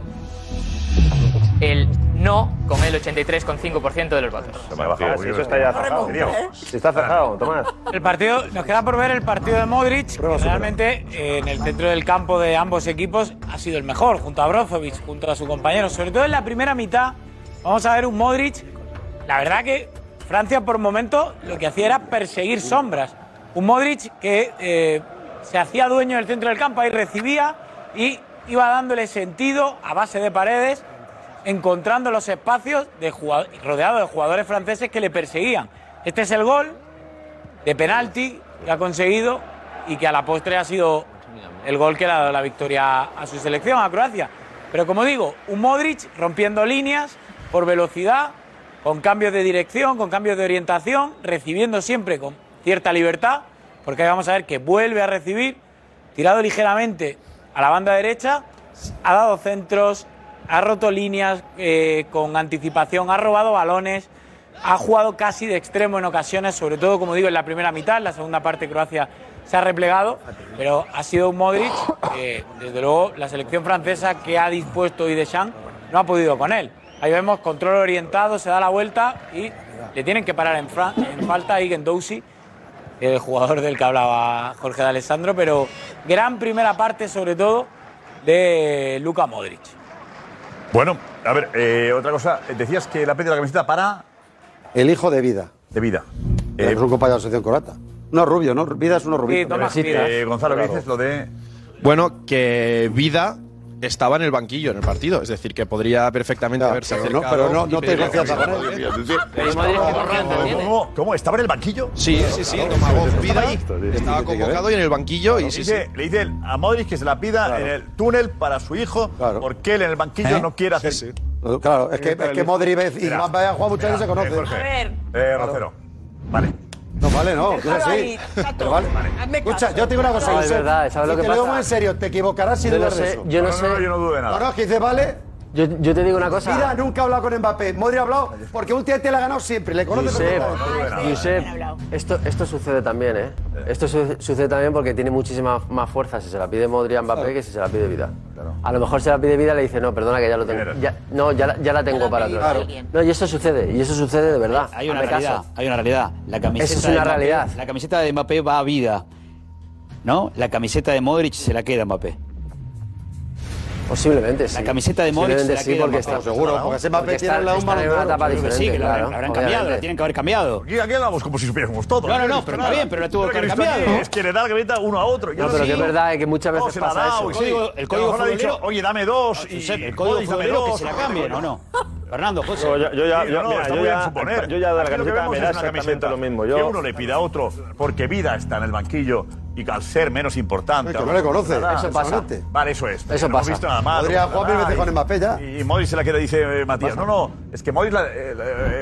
el no con el 83,5% de los votos.
Ah, sí, eso está ya cerrado. Sí, está cerrado, Tomás.
El partido, nos queda por ver el partido de Modric, que realmente eh, en el centro del campo de ambos equipos ha sido el mejor, junto a Brozovic, junto a su compañero. Sobre todo en la primera mitad, vamos a ver un Modric. La verdad que Francia por momento lo que hacía era perseguir sombras. Un Modric que eh, se hacía dueño del centro del campo, ahí recibía y iba dándole sentido a base de paredes encontrando los espacios de jugado- rodeado de jugadores franceses que le perseguían. Este es el gol de penalti que ha conseguido y que a la postre ha sido el gol que le ha dado la victoria a su selección, a Croacia. Pero como digo, un Modric rompiendo líneas por velocidad, con cambios de dirección, con cambios de orientación, recibiendo siempre con cierta libertad, porque ahí vamos a ver que vuelve a recibir, tirado ligeramente a la banda derecha, ha dado centros, ha roto líneas eh, con anticipación, ha robado balones, ha jugado casi de extremo en ocasiones, sobre todo, como digo, en la primera mitad, en la segunda parte Croacia se ha replegado, pero ha sido un Modric que, desde luego, la selección francesa que ha dispuesto hoy de Deschamps no ha podido con él. Ahí vemos control orientado, se da la vuelta y le tienen que parar en, fran- en falta a Gendouzi, el jugador del que hablaba Jorge de Alessandro, pero gran primera parte sobre todo de Luka Modric.
"Ah".
Bueno, a ver, eh, otra cosa. Decías que la pedido la camiseta para.
El hijo de vida.
De vida.
es un compañero de la Asociación Corata. No, rubio, ¿no? Vida es uno rubio.
Eh, Gonzalo, ¿qué dices? Lo de.
Bueno, que Vida estaba en el banquillo en el partido, es decir, que podría perfectamente haberse
pero no,
acercado.
pero no- no
y
te
pedir la
confianza
camiseta.
con ¿Cómo? ¿Cómo? ¿Estaba en el banquillo?
Sí, sí, sí, Domagoj Vida estaba convocado y en el banquillo y sí, sí.
dice, Le dice a Modric que se la pida en el túnel para su hijo, porque él en el banquillo
¿Eh?
no quiere hacer.
Claro, es que, es que Modric y
Mira,
Van Basten han jugado muchas
mira,
veces, se
eh, Jorge.
conocen.
Eh, Rocero.
No vale, no. Yo
Déjalo
sí.
ahí,
Pero vale. Escucha, yo te digo una cosa.
No, es
Josep.
verdad, ¿sabes lo
Si
que
te lo digo
pasa?
muy en serio, te equivocarás si
Yo no
dudas de
sé,
eso.
yo no No, no, sé. no, yo no dudo de nada.
No, no, que dice, vale.
Yo, yo te digo una cosa.
Mira, nunca ha hablado con Mbappé. Modric ha hablado porque últimamente le ha ganado siempre. Le conoce
Josep, Ah,
perfectamente.
Josep, esto, esto sucede también, ¿eh? Esto su- sucede también porque tiene muchísima más fuerza si se la pide Modri a Mbappé
Claro.
que si se la pide Vida. A lo mejor se la pide Vida y le dice, no, perdona que ya lo tengo. Ya, no, ya, la- ya la tengo para
pedido
atrás.
alguien.
No, y eso sucede, y eso sucede de verdad.
Hay una
Hazme caso.
realidad, hay una realidad. La camiseta
Esa es
de
una
Mbappé-
realidad.
La camiseta de Mbappé va a vida. ¿No? La camiseta de Modric se la queda Mbappé.
Posiblemente sí.
La camiseta de Modric se la
Posiblemente sí,
queda
porque
Mbappé.
está- Seguro, porque ese Mbappé tiene
está-
la un
está
balón de oro. Creo que
pues, Sí, que la,
claro,
la habrán cambiado, la
obviamente.
tienen que haber cambiado.
Aquí, aquí hablamos como si supiésemos todo.
No, no,
he
no,
visto
pero está
nada.
bien, pero la tuvo
Yo
que
lo he
haber
visto aquí
cambiado.
Es que le da la gaveta uno a otro. Yo
No, pero
sé.
que es verdad, eh, que muchas
No,
veces
se la ha
pasa
dado,
eso.
y
El
sí.
código- el
Y a lo
código
mejor le ha dicho,
futbolero-
Oye, dame dos. y-
El código
Modric, dame
futbolero que
dos.
se la cambien, ¿o no? Fernando, José.
Yo, yo, yo ya, yo, mira, yo, ya, yo ya de la
Aquí lo que
camiseta
vemos
me
es
da
una
exactamente
camiseta
lo mismo.
Que
Yo,
uno le pida a otro porque vida está en el banquillo y al ser menos importante.
Es que no le conoce,
nada,
eso pasa.
seguramente. Vale, eso es.
Este,
Eso
no hemos
pasa.
visto nada malo,
Podría
no pasa
jugar mil
nada,
veces
y-
con Mbappé ya.
Y, Modric se la queda, dice eh, Matías. No, no, es que Modric la, eh,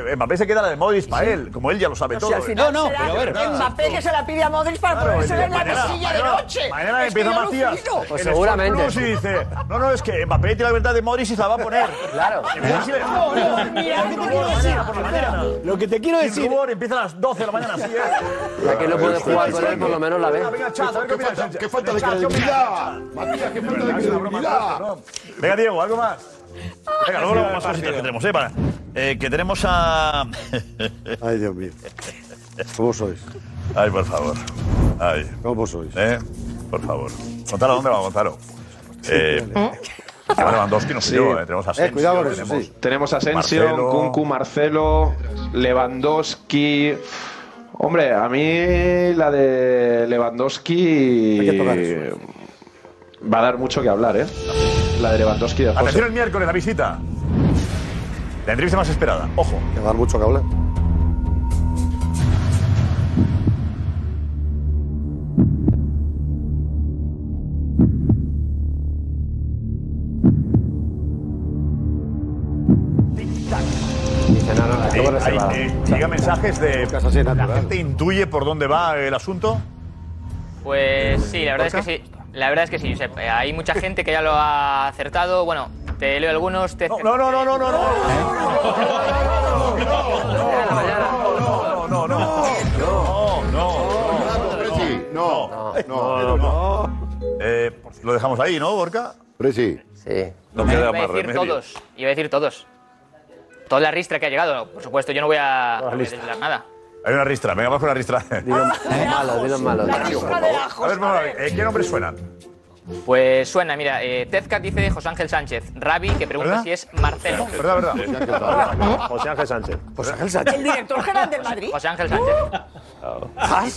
eh, Mbappé se queda la de Modric para él, como él ya lo sabe todo.
no, no,
será
pero a ver.
Mbappé que se la pide a Modric para
Claro,
ponerse
el-
en la
mañana-
mesilla de
mañana-
noche.
Mañana
Es que
empieza
yo lo
Matías.
filo.
en el Sport Plus Y dice, no, no, es que Mbappé tiene la verdad de Modric y se la va a poner. Claro.
No, no, mira,
Lo que te
no,
quiero
no,
decir,
no,
por la mañana.
Lo que te quiero
Sin
decir-
rubor, empieza a las 12 de la mañana. así es.
Ya que no puede jugar con él, por lo menos la ve.
Venga, venga, chat, a ver qué piensas.
¿Qué falta de
Chat, ¿qué opinas?
credibilidad? Matías, qué falta de credibilidad.
Venga, Diego, algo más. Venga, luego lo más cositas que tenemos, ¿eh? Para- eh, que tenemos a.
Ay, Dios mío. ¿Cómo sois?
Ay, por favor. Ay.
¿Cómo sois?
¿Eh? Por favor. Gonzalo, ¿dónde va Gonzalo? Eh, se va Lewandowski, no sé
Sí.
yo, eh, tenemos a Asensio, tenemos-
Tenemos Asensio,
Marcelo.
Kunku, Marcelo, Lewandowski. Hombre, a mí la de Lewandowski eh, va a dar mucho que hablar, ¿eh? La de Lewandowski de José.
Atención el miércoles, la visita. La entrevista más esperada, ojo.
Que va a dar mucho que hablar.
Dice, no, no, la
Eh,
tengo
hay,
reservada.
eh, llega mensajes de. La gente intuye por dónde va el asunto.
Pues sí, la verdad es que sí. La verdad es que sí, Josep. Eh, Hay mucha gente que ya lo ha acertado. Bueno, te leo algunos. Te... ¿Eh?
No, no, no, no, no, no. No, no, no, no, no, no, no. Eh, Lo dejamos ahí, ¿no, Gorka?
Presi.
Sí.
No
Iba
queda
a
más
decir
remedio.
todos. Iba a decir todos. Toda la ristra que ha llegado. Por supuesto, yo no voy a, no voy a
listra.
desvelar nada.
Hay una ristra, venga, vamos con la ristra.
Ah,
Malo, dilo malo.
A ver, vamos a ver, eh, ¿qué nombres suenan?
Pues suena, mira, eh, Tezcat dice José Ángel Sánchez. Rabi, que pregunta
¿Verdad?
si es Marcelo.
¿Verdad, verdad? José Ángel Sánchez.
José Ángel
El director general del Madrid. José Ángel Sánchez.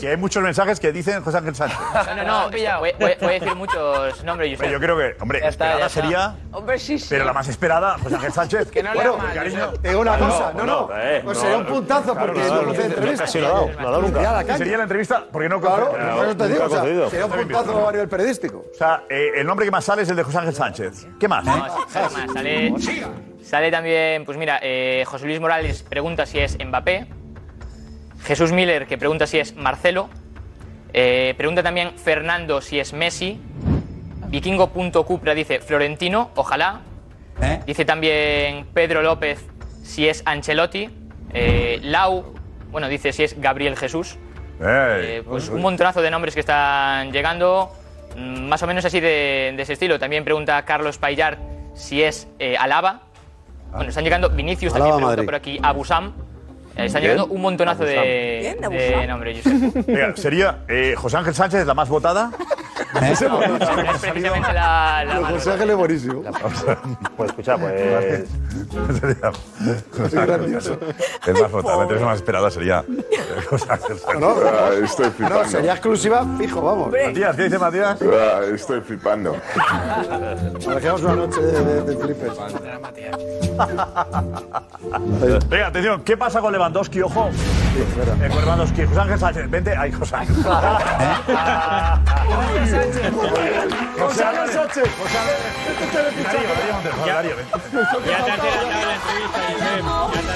Que hay muchos mensajes que dicen José Ángel Sánchez.
No, no, no. Voy, voy- voy a decir muchos nombres, Josep.
Pero yo creo que, hombre,
Ya está,
esperada
ya está.
sería.
Hombre, sí, sí.
Pero la más esperada, José Ángel Sánchez.
Que no le haga mal, Josep.
Te digo una cosa, no, no.
eh,
Pues sería un puntazo
claro,
porque
no,
no
no,
conoce
no,
entrevista.
casi lo ha dado, no ha dado nunca.
Sería la calle.
Sería la entrevista, porque no
Claro,
concede-
por eso te digo,
nunca
o sea,
concedido.
sería un
Está bien
puntazo
visto.
a nivel periodístico.
O sea, eh, el nombre que más sale es el de José Ángel Sánchez. ¿Qué más?
No, sí, sale más, sale- Sale también, pues mira, eh, José Luis Morales pregunta si es Mbappé. Jesús Miller, que pregunta si es Marcelo. Eh, pregunta también Fernando si es Messi. Vikingo.cupra dice Florentino, ojalá.
¿Eh?
Dice también Pedro López si es Ancelotti. Eh, Lau, bueno, dice si es Gabriel Jesús.
Eh,
Pues un montonazo de nombres que están llegando, mm, más o menos así de, de ese estilo. También pregunta Carlos Paillar si es eh, Alaba. Bueno, están llegando Vinicius
Ah. Alaba
también pregunta
Madrid.
por aquí, Abusam. Eh, Están
¿Quién?
llegando un montonazo
Abusam.
de,
¿Quién?
de
Abusam.
nombres, Josep.
Venga, ¿Sería eh, José Ángel Sánchez la más votada?
Es precisamente la, la más-
Ángel es buenísimo.
Pues escucha, pues. sería. José Ángel Sánchez. El más votado, la entrevista más esperada sería eh, José Ángel Sánchez.
No, no.
Ah, estoy flipando.
No, sería exclusiva, fijo, vamos.
Matías, ¿qué dice Matías?
Ah, estoy flipando.
Manejamos una noche de, de, de flipes.
Venga, atención, ¿qué pasa con Lewandowski? Ojo. Eh, con Lewandowski, José Ángel Sánchez, vente. Ay, José Ángel. José Ángel Sánchez. José Ángel. Darío, Darío Montero, Darío, vente.
Ya te has adelantado la entrevista, Josep.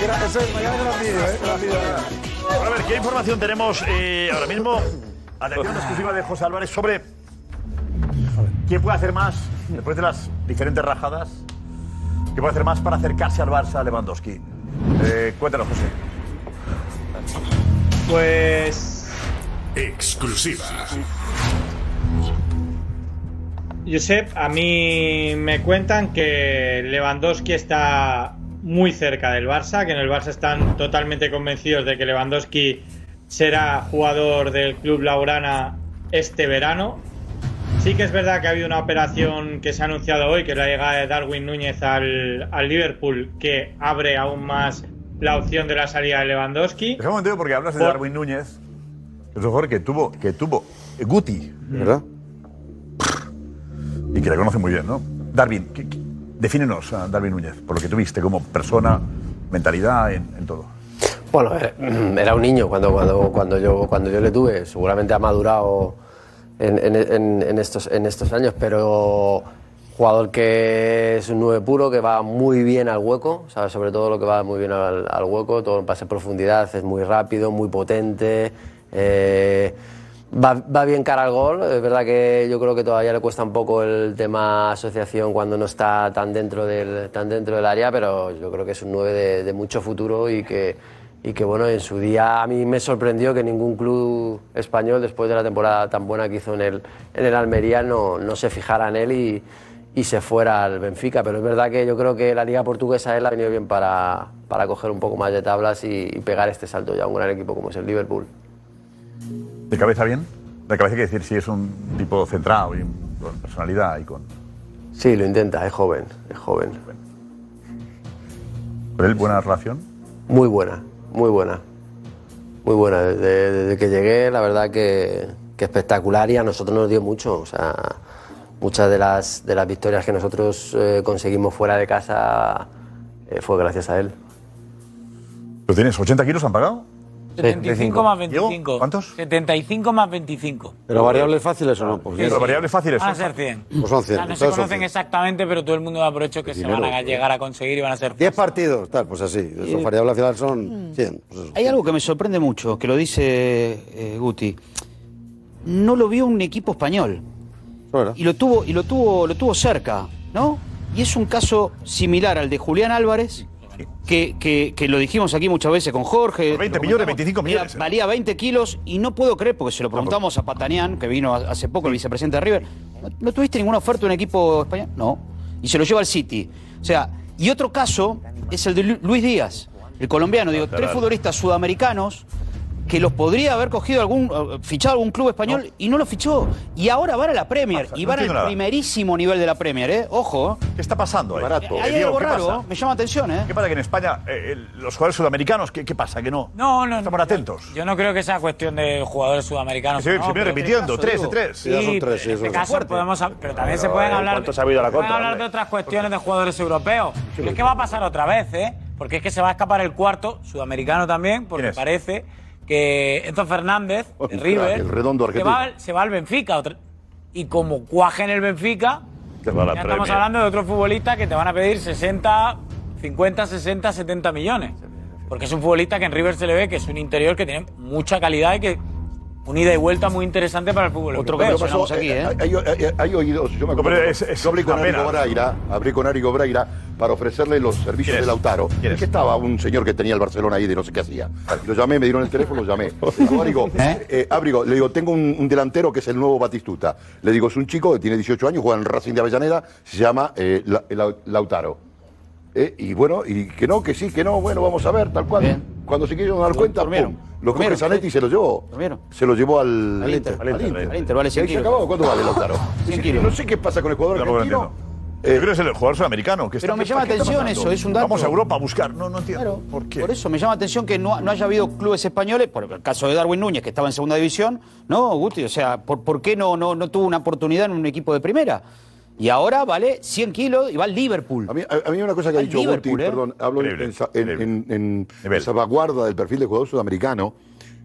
Ya te has adelantado.
Eso es, mañana te lo pido, ¿eh? Te lo pido. ¿eh?
Bueno, a ver, ¿qué información tenemos eh, ahora mismo? Atención exclusiva de José Álvarez sobre quién puede hacer más, después de las diferentes rajadas, quién puede hacer más para acercarse al Barça a Lewandowski. Eh, cuéntanos, José.
Pues.
Exclusiva.
Josep, a mí me cuentan que Lewandowski está muy cerca del Barça, que en el Barça están totalmente convencidos de que Lewandowski será jugador del club Laurana este verano. Sí que es verdad que ha habido una operación que se ha anunciado hoy, que es la llegada de Darwin Núñez al, al Liverpool, que abre aún más la opción de la salida de Lewandowski.
Dejamos un momento porque hablas de
Por-
Darwin Núñez. Es un jugador que tuvo, que tuvo Guti, ¿verdad? Y que la conoce muy bien, ¿no? Darwin, ¿qué- qué- defínenos a Darwin Núñez, por lo que tuviste como persona, mentalidad, en, en todo.
Bueno, eh, era un niño cuando, cuando, cuando, yo, cuando yo le tuve. Seguramente ha madurado en, en- en- en estos, en estos años, pero jugador que es un 9 puro, que va muy bien al hueco, ¿sabes? sobre todo lo que va muy bien al, al hueco, todo el pase en profundidad, es muy rápido, muy potente. eh, Va, va bien cara al gol, es verdad que yo creo que todavía le cuesta un poco el tema asociación cuando no está tan dentro del, tan dentro del área, pero yo creo que es un 9 de, de mucho futuro y que, y que bueno, en su día a mí me sorprendió que ningún club español después de la temporada tan buena que hizo en el, en el Almería no, no se fijara en él y, y se fuera al Benfica, pero es verdad que yo creo que la liga portuguesa a él ha venido bien para, para coger un poco más de tablas y, y pegar este salto ya a un gran equipo como es el Liverpool.
¿De cabeza bien? De cabeza hay que decir si es un tipo centrado y con personalidad y con.
Sí, lo intenta, es joven, es joven.
¿Con él buena relación?
Muy buena, muy buena. Muy buena. Desde, desde que llegué, la verdad que, que espectacular y a nosotros nos dio mucho. O sea, muchas de las, de las victorias que nosotros eh, conseguimos fuera de casa eh, fue gracias a él.
¿Lo tienes? ¿80 kilos han pagado?
75 más 25.
¿Cuántos?
75 más 25.
¿Pero variables fáciles o no? Pues
Ah, Sí, sí.
bien.
Van a ser 100.
Pues son 100.
O sea, Ah, no se
entonces son
conocen exactamente, pero todo el mundo da por hecho que
Pues
se
dinero,
van a llegar a conseguir y van a ser
10 partidos, tal, pues así. Eso, variable al final son 100. pues eso.
Mm. Hay algo que me sorprende mucho, que lo dice eh, Guti. No lo vio un equipo español. Y lo tuvo, y lo tuvo, lo tuvo cerca, ¿no? Y es un caso similar al de Julián Álvarez, que, que- que lo dijimos aquí muchas veces con Jorge.
Por 20
lo
millones,
comentamos,
25 millones,
era- valía 20 kilos y no puedo creer, porque se lo preguntamos a Patanián, que vino a- hace poco el vicepresidente de River. ¿No, no tuviste ninguna oferta de un equipo español? No. Y se lo lleva al City. O sea, y otro caso es el de Lu- Luis Díaz, el colombiano.
Ah,
Digo, tres futbolistas sudamericanos que los podría haber cogido algún eh, fichado algún club español y no lo fichó y ahora van a la Premier y
no
van al
entiendo nada.
primerísimo nivel de la Premier eh ojo
qué está pasando ahí?
hay
Diego,
algo
¿qué
raro
pasa?
me llama la atención eh
¿Qué pasa? Que en España eh, el- los jugadores sudamericanos, ¿qué, qué pasa? ¿Que no?
No, no.
Estamos atentos.
Yo no creo que sea cuestión de jugadores sudamericanos.
Se-
o
se
no,
viene
pero
repitiendo,
en este
tres,
caso,
tres.
digo,
Sí,
sí,
ya son
pero
tres, sí,
en
eso
este
es
caso
fuerte.
podemos, hab- pero también
Pero,
se pueden
eh,
hablar,
¿cuántos ha habido a la
se pueden
contra,
hablar de
hombre?
otras cuestiones de jugadores europeos. Pero es que va a pasar otra vez, ¿eh? Porque es que se va a escapar el cuarto, sudamericano también, porque parece que Enzo Fernández, de
crack,
River,
el redondo
se, va,
argentino.
al- se va al Benfica. otra- y como cuaje en el Benfica,
va la
ya estamos
Premier.
hablando de otros futbolistas que te van a pedir 60, 50, 60, 70 millones. Porque es un futbolista que en River se le ve que es un interior que tiene mucha calidad y que una ida y vuelta muy interesante para el fútbol. europeo.
pasó, eh, Hay, hay- hay oídos, yo me acuerdo.
pero es- es
yo hablé con
una
Arigo
pena.
Braira, hablé con Arigo Braira para ofrecerle los servicios de Lautaro. que estaba un señor que tenía el Barcelona ahí de no sé qué hacía. Y lo llamé, me dieron el teléfono, lo llamé. Digo, Arigo, eh, Abrigo, le digo, tengo un, un delantero que es el nuevo Batistuta. Le digo, es un chico que tiene 18 años, juega en Racing de Avellaneda, se llama eh, La- La- Lautaro. Eh, y bueno, y que no, que sí, que no, bueno, vamos a ver, tal cual. Cuando se quieren dar cuenta, pum, lo coge
Durmieron,
Zanetti y se lo llevó. Se lo llevó al,
Al Inter, al Inter. Al
vale
Inter, vale 100
se
kilos.
acabó? ¿Cuánto vale, Lautaro?
100 kilos.
No sé qué pasa con el jugador
Tampoco lo
argentino.
entiendo. Yo creo que es el jugador sudamericano. Que
Pero
está-
me
¿qué-
llama
qué está
atención
pasando?
eso, es un dato.
Vamos a Europa a buscar. No, no entiendo. ¿Por qué?
Por eso me llama atención que no, no haya habido clubes españoles, por el caso de Darwin Núñez, que estaba en segunda división, no, Guti, o sea, ¿por, por qué no, no, no tuvo una oportunidad en un equipo de primera? Y ahora vale 100 kilos y va al Liverpool. ¿eh? A mí,
una cosa que ha dicho Guti, perdón, hablo en- en, sa- en, en- en salvaguarda del perfil de jugador sudamericano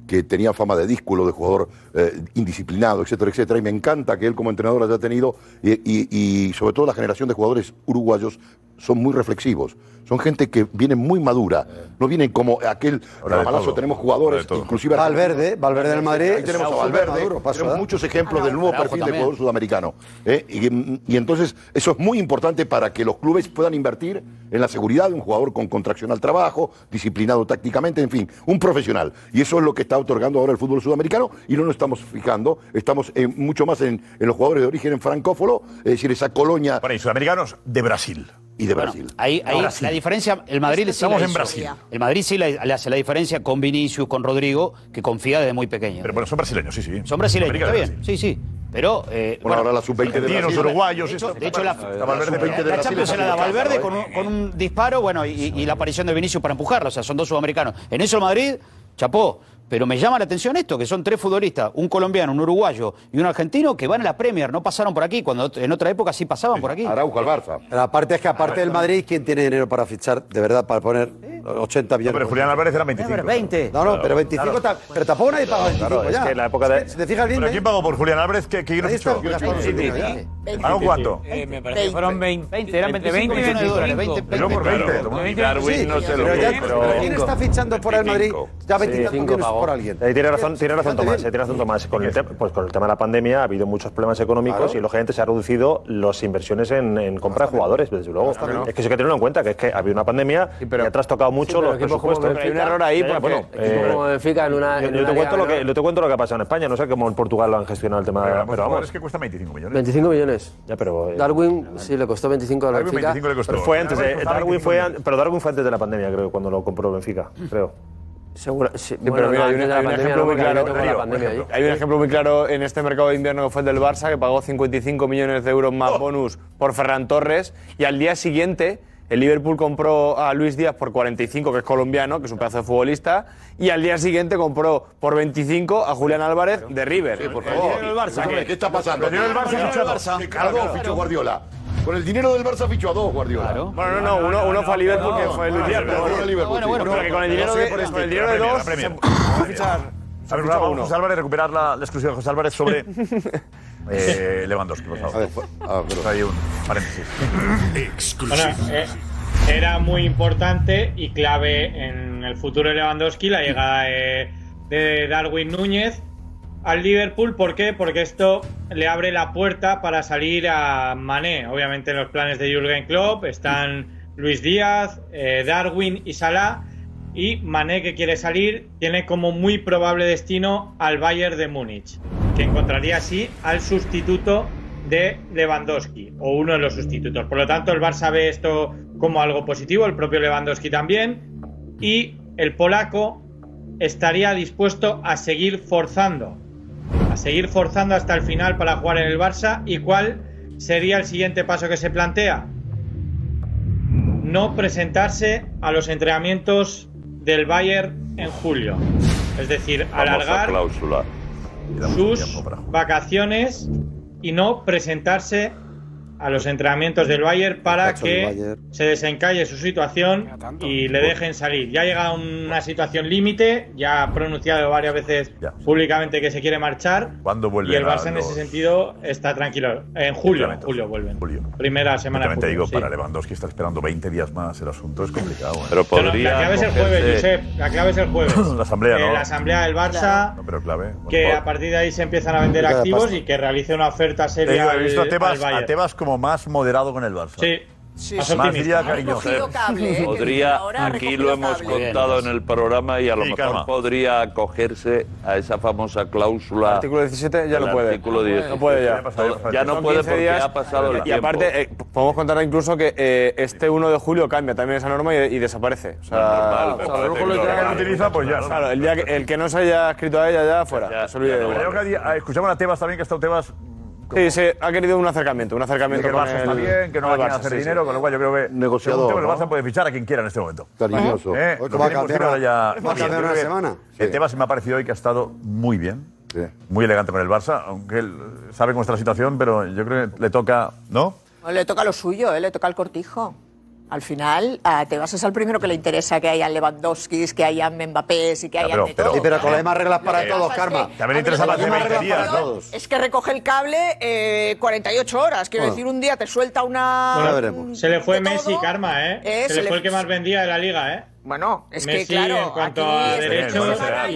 que tenía fama de dísculo, de jugador eh, indisciplinado, etcétera, etcétera. Y me encanta que él como entrenador haya tenido, y, y- y sobre todo la generación de jugadores uruguayos son muy reflexivos. Son gente que viene muy madura, no vienen como aquel
Ahora de
ramalazo.
todo.
Tenemos jugadores, inclusive...
Valverde, Valverde del Madrid.
Ahí tenemos a
Súper
Valverde,
maduro, paso,
tenemos
¿eh?
muchos ejemplos
Ah,
del nuevo
Araujo
perfil de
también.
jugador sudamericano. ¿eh? Y, y entonces eso es muy importante para que los clubes puedan invertir en la seguridad de un jugador con contracción al trabajo, disciplinado tácticamente, en fin, un profesional. Y eso es lo que está otorgando ahora el fútbol sudamericano y no nos estamos fijando, estamos eh, mucho más en, en los jugadores de origen francófono, es decir, esa colonia...
Bueno, y sudamericanos de Brasil.
Y de
Bueno,
Brasil.
ahí ahí
Brasil.
la diferencia, el Madrid sí
Estamos
la
en
hizo.
Brasil.
El Madrid sí la- le hace la diferencia con Vinicius, con Rodrigo, que confía desde muy pequeño. Pero
bueno, son brasileños, sí, sí.
Son brasileños,
América
está
de
bien, sí, sí. Pero. eh,
Bueno, ahora la sub-20 de
argentinos,
Brasil.
uruguayos,
De
esto-
hecho, de hecho, la,
Está Valverde, 20
la
de Brasil, es
Champions se la da
un escándalo,
Valverde con, un- con un disparo bueno y, y- y la aparición de Vinicius para empujarlo. O sea, son dos sudamericanos. En eso el Madrid, chapó. Pero me llama la atención esto, que son tres futbolistas, un colombiano, un uruguayo y un argentino, que van a la Premier, no pasaron por aquí, cuando en otra época sí pasaban por aquí.
Araujo al Barça.
La parte es que aparte del Madrid, ¿quién tiene dinero para fichar, de verdad, para poner 80 millones?
pero Julián Álvarez era 25.
Pero 20. No, no, pero 25 ta- pero tampoco nadie paga 25
Claro, es
ya.
que en la época de-
Si te fijas bien,
¿Pero
¿eh?
quién pagó por Julián Álvarez? ¿Qué, qué
Ahí está, ¿eh? gastando
fichó?
el dinero ya.
¿Pagó cuánto?
Eh, me parece que fueron 20.
20,
eran
25 millones de dólares, 20,
Pero por 20.
Claro,
¿no?
y Darwin
Sí, pero ya- pero ¿Quién está fichando fuera del Madrid? Ya 25 millones por alguien.
Eh, tiene razón, tiene razón Tomás, eh, tiene razón Tomás. Con el, te- pues con el tema de la pandemia ha habido muchos problemas económicos
Claro.
y lógicamente se han reducido las inversiones en, en compra de jugadores, desde luego.
Bastante.
Es que eso hay que tenerlo en cuenta, que es que había una pandemia y ha trastocado mucho
pero
los
equipos como
presupuestos.
Benfica, Hay un error ahí pues,
Ya, ya,
porque equipos como Benfica en una-
yo-
en
yo
una
te
liga
cuento lo que-
menor.
yo te cuento lo que ha pasado en España, no sé cómo en Portugal lo han gestionado el tema.
Pero,
Pero,
vamos,
vamos.
es
que cuesta 25 millones.
25 millones.
Ya, pero. eh,
Darwin sí le costó 25 a la
Darwin
Benfica.
25 le costó. Pero fue antes, de, Darwin fue an- pero Darwin fue antes de la pandemia, creo, cuando lo compró Benfica, creo.
Seguro, sí,
pero
bueno,
mira,
no,
hay
antes
un-
de la
hay un
pandemia,
ejemplo
no,
muy
porque
claro,
había tocado
Darío,
la
por
pandemia.
ejemplo.
ahí.
Hay un ejemplo muy claro en este mercado de invierno que fue el del Barça, que pagó 55 millones de euros
¡Oh!
más bonus por Ferran Torres y al día siguiente el Liverpool compró a Luis Díaz por 45, que es colombiano, que es un pedazo de futbolista, y al día siguiente compró por 25 a Julián Álvarez de River. por
favor. Escúchame, ¿Qué está pasando?
El dinero del Barça fichó a dos.
Claro, fichó Guardiola. Con el dinero del Barça fichó a dos Guardiola.
Bueno, no, no, uno, uno fue a Liverpool, que fue Luis Díaz.
pero fue a Liverpool, sí. este
bueno, pero que con el dinero de, con el dinero de dos se-
se fichar. A ver, vamos a José Álvarez recuperar la, la exclusiva de José Álvarez sobre eh, Lewandowski, por favor.
ah,
Hay un paréntesis.
Bueno, eh, era muy importante y clave en el futuro de Lewandowski la llegada de, de Darwin Núñez al Liverpool. ¿Por qué? Porque esto le abre la puerta para salir a Mané. Obviamente en los planes de Jürgen Klopp están Luis Díaz, eh, Darwin y Salah. Y Mané que quiere salir tiene como muy probable destino al Bayern de Múnich, que encontraría así al sustituto de Lewandowski o uno de los sustitutos. Por lo tanto, el Barça ve esto como algo positivo, el propio Lewandowski también, y el polaco estaría dispuesto a seguir forzando, a seguir forzando hasta el final para jugar en el Barça y cuál sería el siguiente paso que se plantea. No presentarse a los entrenamientos del Bayern en julio. Es decir,
Famosa
alargar
cláusula.
sus vacaciones y no presentarse a los entrenamientos del Bayern para
Cacho del
que
Bayern.
se desencalle su situación y le dejen salir. Ya llega a una situación límite, ya ha pronunciado varias veces públicamente que se quiere marchar
¿Cuándo vuelve
y el Barça en ese sentido está tranquilo. En julio, en julio vuelven. Primera semana
Te
de julio.
digo,
sí.
para Lewandowski está esperando 20 días más, el asunto es complicado. ¿eh?
Pero
No, no, la clave es el jueves, Josep, la clave es el jueves.
La asamblea,
Eh,
¿no?
La asamblea del Barça.
No, pero clave.
Que a partir de ahí se empiezan a vender
Cada
activos
paso.
y que realice una oferta
Te
seria.
digo, he visto a
al- al
Tebas, a
Bayern.
eh,
Tebas como más moderado con el Barça.
Sí,
Sí,
Más
sí.
diría
Ha
cariñosa.
recogido cable, ¿eh?
Podría,
Ahora ha
aquí
recogido
lo hemos
cable.
contado en el programa y a lo
Sí,
mejor
calma.
podría acogerse a esa famosa cláusula.
Artículo 17 ya
del
no puede.
Artículo
No puede.
10.
No puede ya.
Todo- Ya no
Son
puede
15
porque
días.
ha pasado el
Y
tiempo.
aparte,
Es
eh, podemos contar incluso que eh, este 1 de julio cambia también esa norma y, y desaparece. O sea,
Normal,
o sea,
pero
el
parece
ojo lo
que
ya-
no lo utiliza, pues ya.
Claro, el, día que, el que no se haya escrito a ella ya fuera. que se olvide de
Creo
igual.
que a día- escuchamos a Tebas también, que ha estado Tebas
Sí, se ha querido un acercamiento, un
que
acercamiento
el
con
Barça está
el-
bien, que no va a
con el
querer
Barça,
hacer
sí, sí.
dinero, con lo cual yo creo que
Negociador,
según tengo, el
¿no?
Barça puede fichar a quien quiera en este momento.
Cariñoso.
¿Eh?
Hoy
Lo
va a
tenemos
cambiar-
claro ya-
va a cambiar
Yo creo
una
que
semana.
El Tebas me ha parecido hoy que ha estado muy bien, muy elegante con el Barça, aunque él sabe cómo está la situación, pero yo creo que le toca, ¿no?
No, le toca lo suyo, ¿eh? le toca el cortijo. Al final, a Tebas es al primero que le interesa que hayan Lewandowskis, que hayan Mbappés y que hayan de todo.
Sí, pero con las mismas reglas para
Lo que
todos,
pasa es
Karma.
que-
También le interesa
Con
más de
mismas
20
reglas
días,
para
¿no?
Es que recoge el cable eh, 48 horas. Quiero
Bueno.
decir, un día te suelta una.
Bueno,
un-
Ah, Se le fue
de todo.
Messi, Karma, ¿eh?
Eh, se
se, le
le-
fue el que más vendía de la liga, ¿eh?
Bueno, es que,
Messi,
claro,
En cuanto
aquí
a
es-
derechos. y- y no
Fue,
se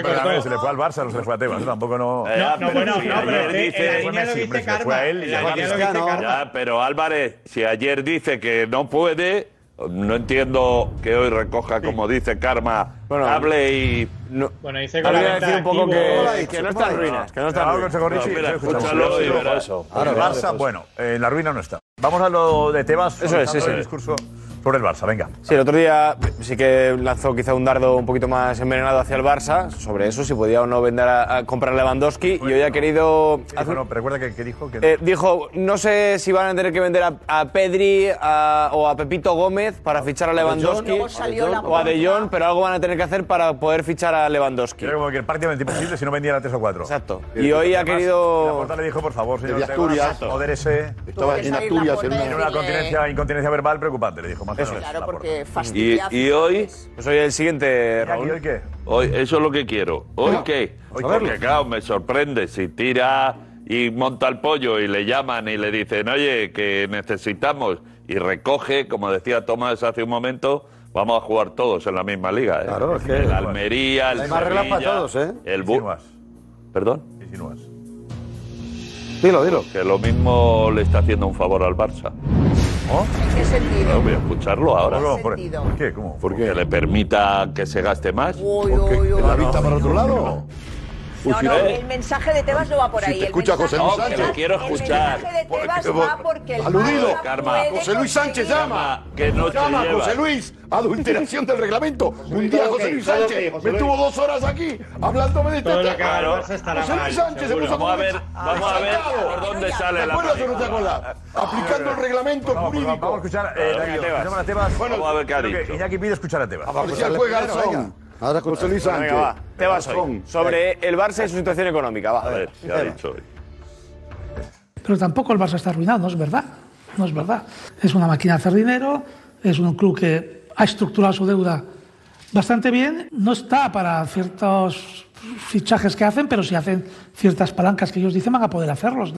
pero
cortó.
también se le fue al Barça, no se le fue a Tebas, ¿eh? tampoco no.
Ya, no, pero bueno, sí, no, ayer pero
dice- en la
fue
línea eh,
Messi,
lo dice
hombre, se le fue
Karma,
a él y
en la
a
línea
Barça.
lo dice Karma.
Ya, pero Álvarez, si ayer dice que no puede, no entiendo que hoy recoja, como dice Karma, hable y.
Bueno, dice
Habría que decir
un poco
que-
que no está en ruinas,
que no está en ruinas. No, mira, escúchalo y verás.
Ahora, el Barça, bueno, eh, en la ruina no está. Vamos a lo de Tebas.
Eso es, sí, sí.
El discurso sobre el Barça, venga.
Sí, el otro día sí que lanzó quizá un dardo un poquito más envenenado hacia el Barça sobre eso, si podía o no vender a, a comprar a Lewandowski. y hoy ha querido. hacer-
Bueno, recuerda que, que dijo que.
eh, dijo, no sé si van a tener que vender a, a Pedri a- o a Pepito Gómez para fichar a
De Jong.
Lewandowski
Luego salió la
o a De Jong, pero algo van a tener que hacer para poder fichar a Lewandowski.
Era como que prácticamente imposible si no vendían a 3 o 4. Exacto.
Y hoy ha querido-
Eh, La porta le dijo, por favor, señor.
Desde
Tebas,
Asturias.
Modérese.
Estaba que en salir Asturias, la en una-
Tiene una continencia, incontinencia verbal preocupante, le dijo. Más
Eso es. Claro, porque
¿Y,
fastidia.
y hoy?
Pues hoy el siguiente,
Raúl. ¿Y hoy qué?
Hoy, eso es lo que quiero. ¿Hoy qué? Porque, claro, me sorprende si tira y monta el pollo y le llaman y le dicen, oye, que necesitamos. Y recoge, como decía Tomás hace un momento, vamos a jugar todos en la misma liga. ¿eh?
Claro, es que-
El Almería, el
Hay más reglas para
Sevilla,
todos, ¿eh?
El Bu- ¿Perdón?
Dilo, dilo.
Que lo mismo le está haciendo un favor al Barça.
¿En qué
No,
sentido?
voy a escucharlo ahora.
¿En qué sentido?
qué? ¿Cómo?
Porque le permita que se gaste más.
Uy, uy, uy.
¿La vista para otro lado?
No, no,
eh.
el mensaje de Tebas no va por ahí.
te
el
escucha
mensaje
José
de
Luis
Tebas-
Sánchez. quiero escuchar.
El mensaje de Tebas
Porque-
va porque el
Aludido.
Barça
Karma.
puede
José Luis
conseguir-
Sánchez llama. Que no
Llama
se lleva.
José Luis, adulteración del reglamento. Un día
todo
José
ok,
Luis
todo
Sánchez
ok, José
me
Luis.
estuvo dos horas aquí hablándome de este
Todo lo
tema.
que haga el Barça estará
José
mal,
Luis Sánchez
seguro.
se puso
Vamos a
como
ver- vamos a ver
desatado.
por dónde sale
¿Te
la
acuerdas o no
película?
te acuerdas? Aplicando el reglamento jurídico.
Vamos a escuchar eh,
Venga,
Iñaki,
Tebas.
escuchamos a Tebas.
Bueno,
Vamos a ver qué ha
creo que
dicho. Iñaki pide escuchar a Tebas.
Marcial fue Garzón. Ahora con José Luis
Venga,
Sánchez.
va, Tebas hoy.
Garzón.
Sobre el Barça y su situación económica, va. A ver,
¿qué ha dicho hoy?
Pero tampoco el Barça está arruinado, no es verdad. No es verdad. Es una máquina de hacer dinero, es un club que ha estructurado su deuda bastante bien. No está para ciertos fichajes que hacen, pero si hacen ciertas palancas que ellos dicen van a poder hacerlos.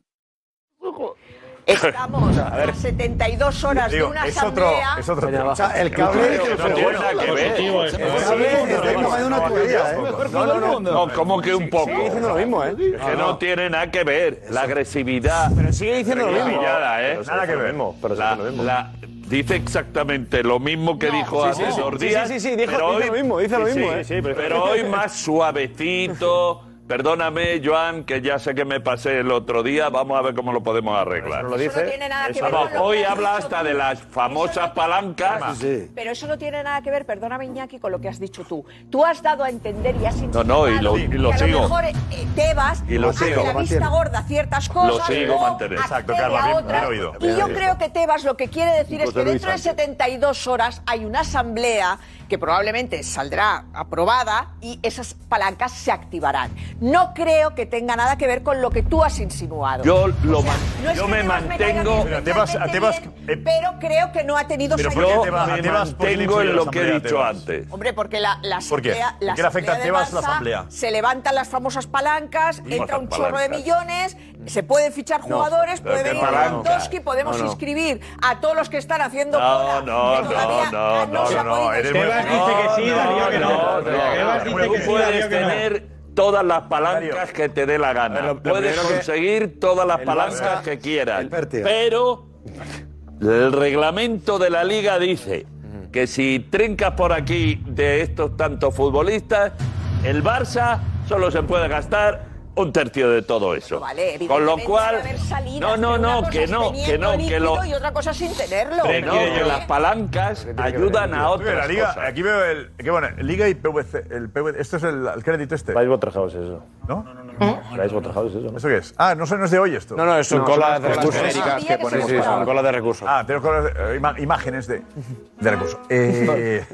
Estamos a, 72 horas de una
es otro.
asamblea.
Es otro.
O sea, el cable-
No tiene nada que ver.
Positivo, ¿eh? El cable es del tamaño de una tubería, ¿eh?
No, no, no, no, como que un poco.
Sigue diciendo lo mismo, ¿eh?
Es que no tiene nada que ver. La agresividad. Pero
sigue diciendo lo
¿eh?
mismo. Pero sigue Nada que diciendo ver. lo mismo, pero sigue
La-
diciendo lo mismo.
la- dice exactamente lo mismo que dijo
sí,
hace
sí, sí.
dos
Sí,
días.
sí, sí, sí, dijo-
pero
dice lo mismo, dice lo
Sí,
mismo,
sí,
¿eh?
sí, pero, pero hoy más suavecito. Perdóname, Joan, que ya sé que me pasé el otro día. Vamos a ver cómo lo podemos arreglar.
Eso no tiene nada que ver
Vamos,
con lo
hoy
que has
habla
dicho
hasta
tú.
de las famosas palancas.
Pero eso no tiene nada que ver, perdóname Iñaki, con lo que has dicho tú. Tú has dado a entender y has
No, no, y
insinuado
lo- y lo
que
sigo.
a lo mejor eh, Tebas
Y lo
hace
sigo.
la vista gorda a ciertas
Lo
cosas
sigo
o
manteniendo.
accede
Exacto, Carla,
a
bien-
otras.
bien oído.
Y
Bien
yo
oído.
creo que Tebas lo que quiere decir es
José
que
Luis
dentro de
Sánchez.
72 horas hay una asamblea que probablemente saldrá aprobada y esas palancas se activarán. No creo que tenga nada que ver con lo que tú has insinuado.
Yo eh, lo
O sea,
man-
no es
yo
que
me
Tebas caiga
mantengo-
bien,
Pero a Tebas- a Tebas-
perfectamente bien, pero creo que no ha tenido
Pero
salida.
yo me mantengo en lo que he dicho antes.
Hombre, porque la, la
¿Por qué?
asamblea,
¿En
la
qué le afecta a
asamblea de
Tebas la
Barça,
asamblea?
Se levantan las famosas palancas, entra un chorro de
palancas.
millones, se pueden fichar
No,
jugadores,
pero
puede
qué
venir
palanca.
Lewandowski, podemos
No, no.
inscribir a todos los que están haciendo cola.
No, no, no, no, no,
se ha
no,
podido
eres
inscribir.
muy-
dice que sí,
No,
Darío que no.
no, no,
Tebas
no.
dice que
Tú
sí,
puedes
Darío que no.
tener todas las palancas que te dé la gana.
lo
Puedes
primero que-
conseguir todas las
el
palancas
Barça-
que quieras. Pero El reglamento de la liga dice que si trincas por aquí de estos tantos futbolistas, el Barça solo se puede gastar un tercio de todo eso.
Vale,
Con lo
evidentemente
cual,
debe haber salidas,
no, no,
pero una
no,
cosa
que
es
no, que
teniendo
no, que lo-
líquido Y otra cosa sin tenerlo.
que no, que
¿Eh?
las palancas ayudan a
Mira,
otras
la liga,
cosas.
Aquí veo el. Que bueno, Liga y PVC. El PVC esto es el, el crédito este.
Vais Waterhouse, eso.
¿No?
¿Eh?
Vais Waterhouse, eso. ¿no?
¿Eso qué es? Ah, no, sé, no es de hoy esto.
No, no, es un No, cola son de las recursos. cosas genéricas
Sí,
que ponemos
sí,
para-
son colas de recursos. Ah, tengo colas de, eh, ima- imágenes de, de recursos. Eh,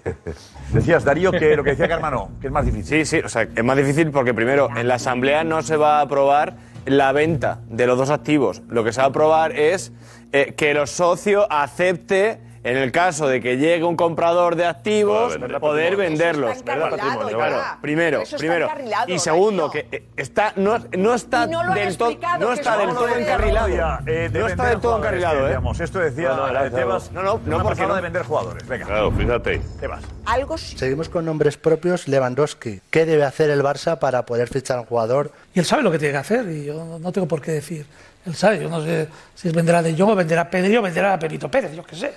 decías, Darío, que lo que decía Carmano, que es más difícil.
Sí, sí, o sea, es más difícil porque primero, en la asamblea no se va a aprobar la venta de los dos activos. Lo que se va a aprobar es eh, que los socios acepte en el caso de que llegue un comprador de activos, poder venderlos. ¿verdad?
encarrilado,
Claro,
ya.
primero,
Eso está
primero.
encarrilado,
Y segundo, que eh, está, no, no está
Y no lo han
del, todo
explicado,
no
que
está
eso
del
no
todo
lo he
encarrilado.
Ya, eh, de
no está
vender
del todo
jugadores, que
encarrilado, ¿eh?
decíamos. Esto decía
No, no, era
eh, Tebas.
No, no,
no,
no, porque
porque
no.
de vender jugadores. Venga.
Claro, fíjate.
Tebas.
Algo sí.
Seguimos con nombres propios. Lewandowski. ¿Qué debe hacer el Barça para poder fichar a un jugador?
Y él sabe lo que tiene que hacer y yo no tengo por qué decir. Él sabe, yo no sé si es venderá de Jong o venderá Pedri o venderá a Pepito Pérez, yo qué sé.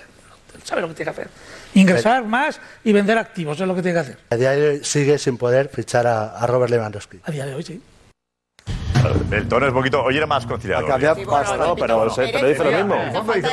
Él sabe lo que tiene que hacer. Ingresar más y vender activos es lo que tiene que hacer.
A día de hoy sigue sin poder fichar a, a Robert Lewandowski.
A día de hoy, sí.
El tono es un poquito. Hoy era más conciliador.
Ha cambiado Sí, bueno, bastante.
No, pero, se- pero dice lo mismo. Pero dice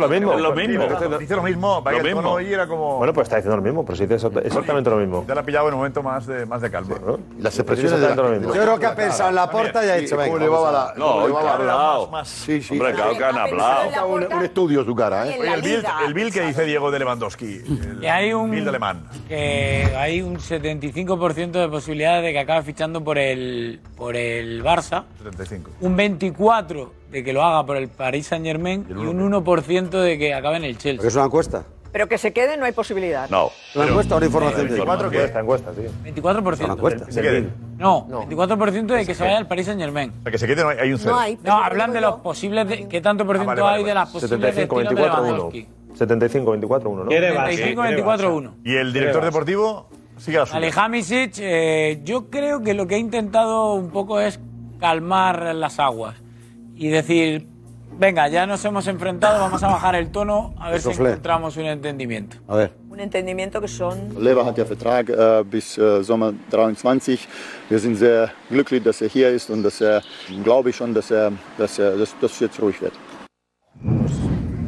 lo mismo.
Dice lo mismo. Vaya, el tono hoy era como.
Bueno, pues está diciendo lo mismo, pero sí dice exacta- exactamente lo mismo.
Te la ha pillado en un momento más de, más de calma.
Las expresiones de la gente.
Yo creo que ha pensado en la puerta y ha dicho, venga, vamos a-
No,
cómo le
hoy que
va
ha
a hablar
hablado.
más, más. Sí, sí.
Hombre, claro que han hablado.
Un, un estudio su cara, ¿eh?
Oye, el Bill, el Bill que dice Diego de Lewandowski. El
Y hay un-
Bill de alemán.
que hay un 75% de posibilidades de que acabe fichando por el, por el Barça,
75.
un 24% de que lo haga por el Paris Saint Germain y un 1% de que acabe en el Chelsea.
es una encuesta.
Pero que se quede no hay posibilidad.
¿Una encuesta o una información?
¿Cuatro qué?
Encuesta, encuesta, sí.
24%.
encuesta.
Del- del- No, 24% de que se vaya al Paris Saint Germain.
Que se quede, no hay, hay un cero. Ah,
No, hablan de los posibles. de- ¿Qué tanto por ciento
vale, vale,
hay de
vale.
las posibles
75,
destinos de
24,
Lewandowski?
75, 24, 1, ¿no?
¿Qué de Barça? 75, ¿Qué de 24, Barça? 1.
Y el director
¿Qué de Barça?
deportivo sigue la suya.
Alejamisic, eh, yo creo que lo que ha intentado un poco es calmar las aguas y decir, venga, ya nos hemos enfrentado, vamos a bajar el tono, a ver si
Soflé.
encontramos un entendimiento.
A ver.
Un entendimiento que son.
Lever hat ja Vertrag äh, bis äh, Sommer 23. Wir sind sehr glücklich, dass er hier ist und dass er, glaube ich schon, dass er, dass er, dass, dass jetzt ruhig wird.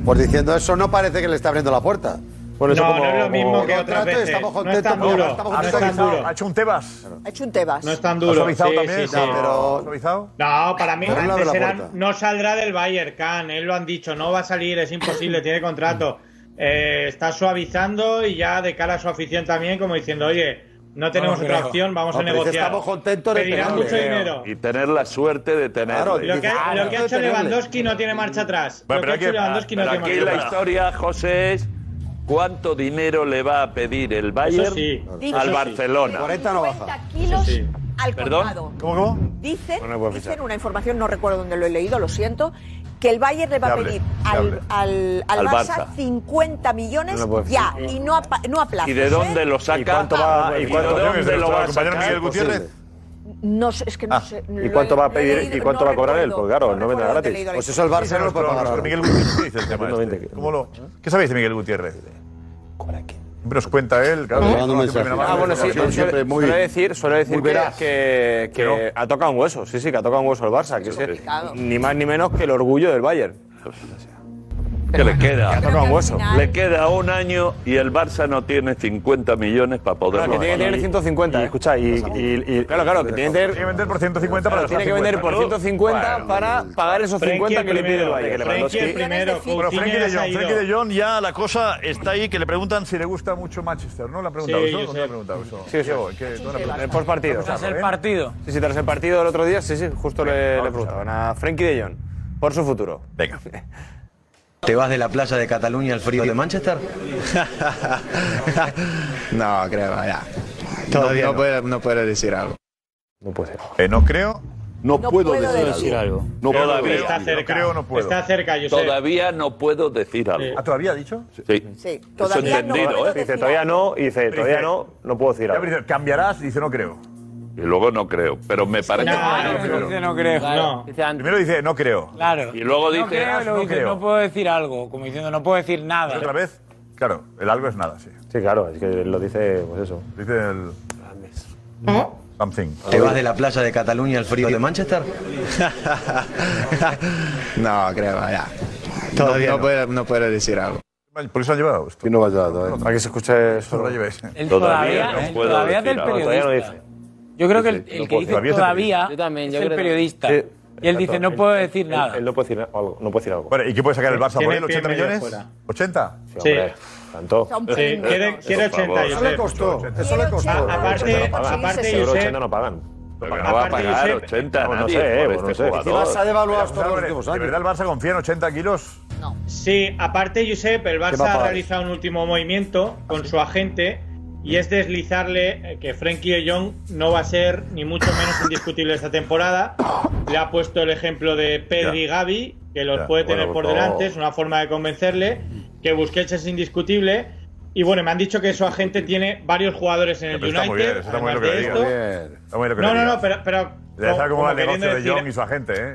Por Pues diciendo eso, no parece que le está abriendo la puerta.
Bueno, eso No, como- no es lo mismo como- que otras
Contrato,
veces.
Estamos
No es
contentos
tan duro.
estamos
No es tan
contentos.
duro. Ha hecho un Tebas.
Ha hecho un Tebas.
No es
tan duro.
suavizado
Sí,
también?
sí, sí.
No, pero-
No.
¿Suavizado?
No, para mí
Pero no le abre
antes
la
eran-
puerta.
no saldrá del Bayern Khan, él lo han dicho, no va a salir, es imposible, tiene contrato. Eh, está suavizando y ya de cara a su afición también, como diciendo, oye, no tenemos
No,
otra
creo.
opción, vamos
No,
a
pero es que
negociar.
estamos
contentos Pedirán mucho dinero. "Ah,
Y tener la suerte de tener.
Lo que,
"Ah,
ha- lo que ha hecho Lewandowski no tiene marcha atrás.
Bueno,
lo que ha
pero
hecho Lewandowski
aquí,
no
pero
tiene
aquí
marcha
la
atrás.
historia, José, es cuánto dinero le va a pedir el Bayern
sí. Eso
al
sí.
Barcelona.
40 no baja. kilos al
Perdón.
contado.
¿Cómo, cómo?
Dicen,
No le puedo
dicen
fichar.
una información, no recuerdo dónde lo he leído, lo siento, que el Bayern le va a
Fiable,
pedir
fiable.
al, al, al
Al
Barça,
Barça.
50 millones
No lo puedo
ya,
fichar.
y no a, pa- no a plazos,
¿Y de dónde
¿eh?
lo saca?
cuánto va-
¿Y
y cuánto-
de dónde lo va a
nuestro compañero
sacar?
Miguel Gutiérrez?
No sé, es que no
Ah,
sé.
¿Y
lo
cuánto
he-
va a
lo he
pedir
leído,
y cuánto
no
va a cobrar él?
recuerdo.
Pues claro, no vendrá
recuerdo
gratis.
dónde he leído la
Pues eso el Barça no lo puede pagar.
Nuestro Miguel Gutiérrez dice el tema este. ¿Cómo lo- ¿Qué sabéis de Miguel Gutiérrez?
¿Eh?
Siempre os cuenta él, claro.
Mandando
información
mensajes.
primera mano.
¿Eh? Ah, bueno, sí,
Información
suele,
siempre muy-
suele decir, suele decir
muy
que,
veraz.
que- que
Que
ha tocado un hueso, sí, sí, que ha tocado un hueso el Barça, que es el- ni más ni menos que el orgullo del Bayern.
¿Qué le queda?
tocado un hueso.
Le queda un año y el Barça no tiene 50 millones para poder.
Claro, que tiene que tener 150.
¿eh?
Y, escucha, y, claro, claro, que tiene que tener-
Tiene que vender por 150 para
Claro,
los
tiene que vender por 150 para pagar esos 50 que le pide el Bayern.
Bueno, Frenkie de Jong, Frenkie de Jong ya la cosa está ahí que le preguntan si le gusta mucho Manchester, ¿no? Le han preguntado
Sí,
eso,
yo
¿no
sé.
le han preguntado eso?
Sí, sí.
Diego, ¿qué- tú le has
El postpartido.
Vamos a hacer
partido.
Sí, sí, tras el partido del otro día, sí, sí, justo le, le preguntaban a Frenkie de Jong por su futuro.
Venga.
¿Te vas de la playa de Cataluña al frío de Manchester?
no, creo, ya.
Todavía
no,
no.
Puedo, no puedo decir algo.
No puede ser.
Eh,
no creo.
No,
puedo puedo decir decir algo. algo. No
No
puedo
Todavía.
decir algo. Está cerca. No creo, no puedo. Está cerca, Josep.
Todavía no puedo decir algo.
¿Ah, todavía ha dicho?
Sí.
Sí,
Eso entendido, ¿eh?
Dice, todavía no, y dice, todavía no, no puedo decir
Ya,
algo.
pero dice, ¿Cambiarás? Dice, no creo.
Y luego no creo, pero me parece
Claro,
que
dice no creo. No.
Primero dice no creo.
Claro.
Y luego
no
dice, "Ah,
creo, y luego
no
dice,
creo.
no puedo decir algo, como diciendo no puedo decir nada.
otra vez? Claro, el algo es nada, sí.
Sí, claro, es que lo dice, pues eso.
Dice el. Something.
¿Te vas de la playa de Cataluña al frío de Manchester?
No, creo, ya. Todavía no, puedo, no puedo decir algo.
¿Por eso han llevado esto?
Que no vaya todavía.
Para que se escuche eso. lo llevéis.
Él todavía, él todavía es del periodista. Yo creo que el, el que dice todavía
Yo también,
es
yo
el
creo que-
periodista.
Sí.
Y él dice,
Exacto.
no
Él-
puedo
él-
decir
él-
nada.
Él no puede decir algo. No puede decir algo.
Bueno, ¿y qué puede sacar el Barça por
Tiene
él?
el pie
¿80
medio
millones?
fuera.
¿80?
Sí, hombre, tanto.
Sí, quiere- quiere
Por favor.
80, Eso le Josep. costó,
eso le costó.
Aparte,
aparte,
seguro
Josep-
80 no pagan.
Pero que no va a pagar 80 a
No, no
nadie
sé,
por
eh,
este
no sé.
jugador.
Encima se ha devaluado
Pero,
hasta los
Álvarez,
últimos
¿de
años.
verdad
el Barça confía en 80 kilos?
Sí, aparte, Josep, el
¿Qué va a
Barça ha
pagar? ¿Ah,
realizado un último movimiento con su agente y es deslizarle eh, que Frenkie de Jong no va a ser ni mucho menos indiscutible esta temporada. Le ha puesto el ejemplo de Pedri
Ya.
y Gavi, que los
Ya,
puede
bueno,
tener por
no.
delante, es una forma de convencerle, que Busquets es indiscutible. Y bueno, me han dicho que su agente tiene varios jugadores en el
Pero
United.
está muy bien, eso está muy bien lo que le
además de
diga.
esto.
Está muy bien lo que
No,
le
no,
diga.
no, pero... pero
Ya sabes cómo va el
como queriendo
negocio de
decir-
Young y su agente, ¿eh?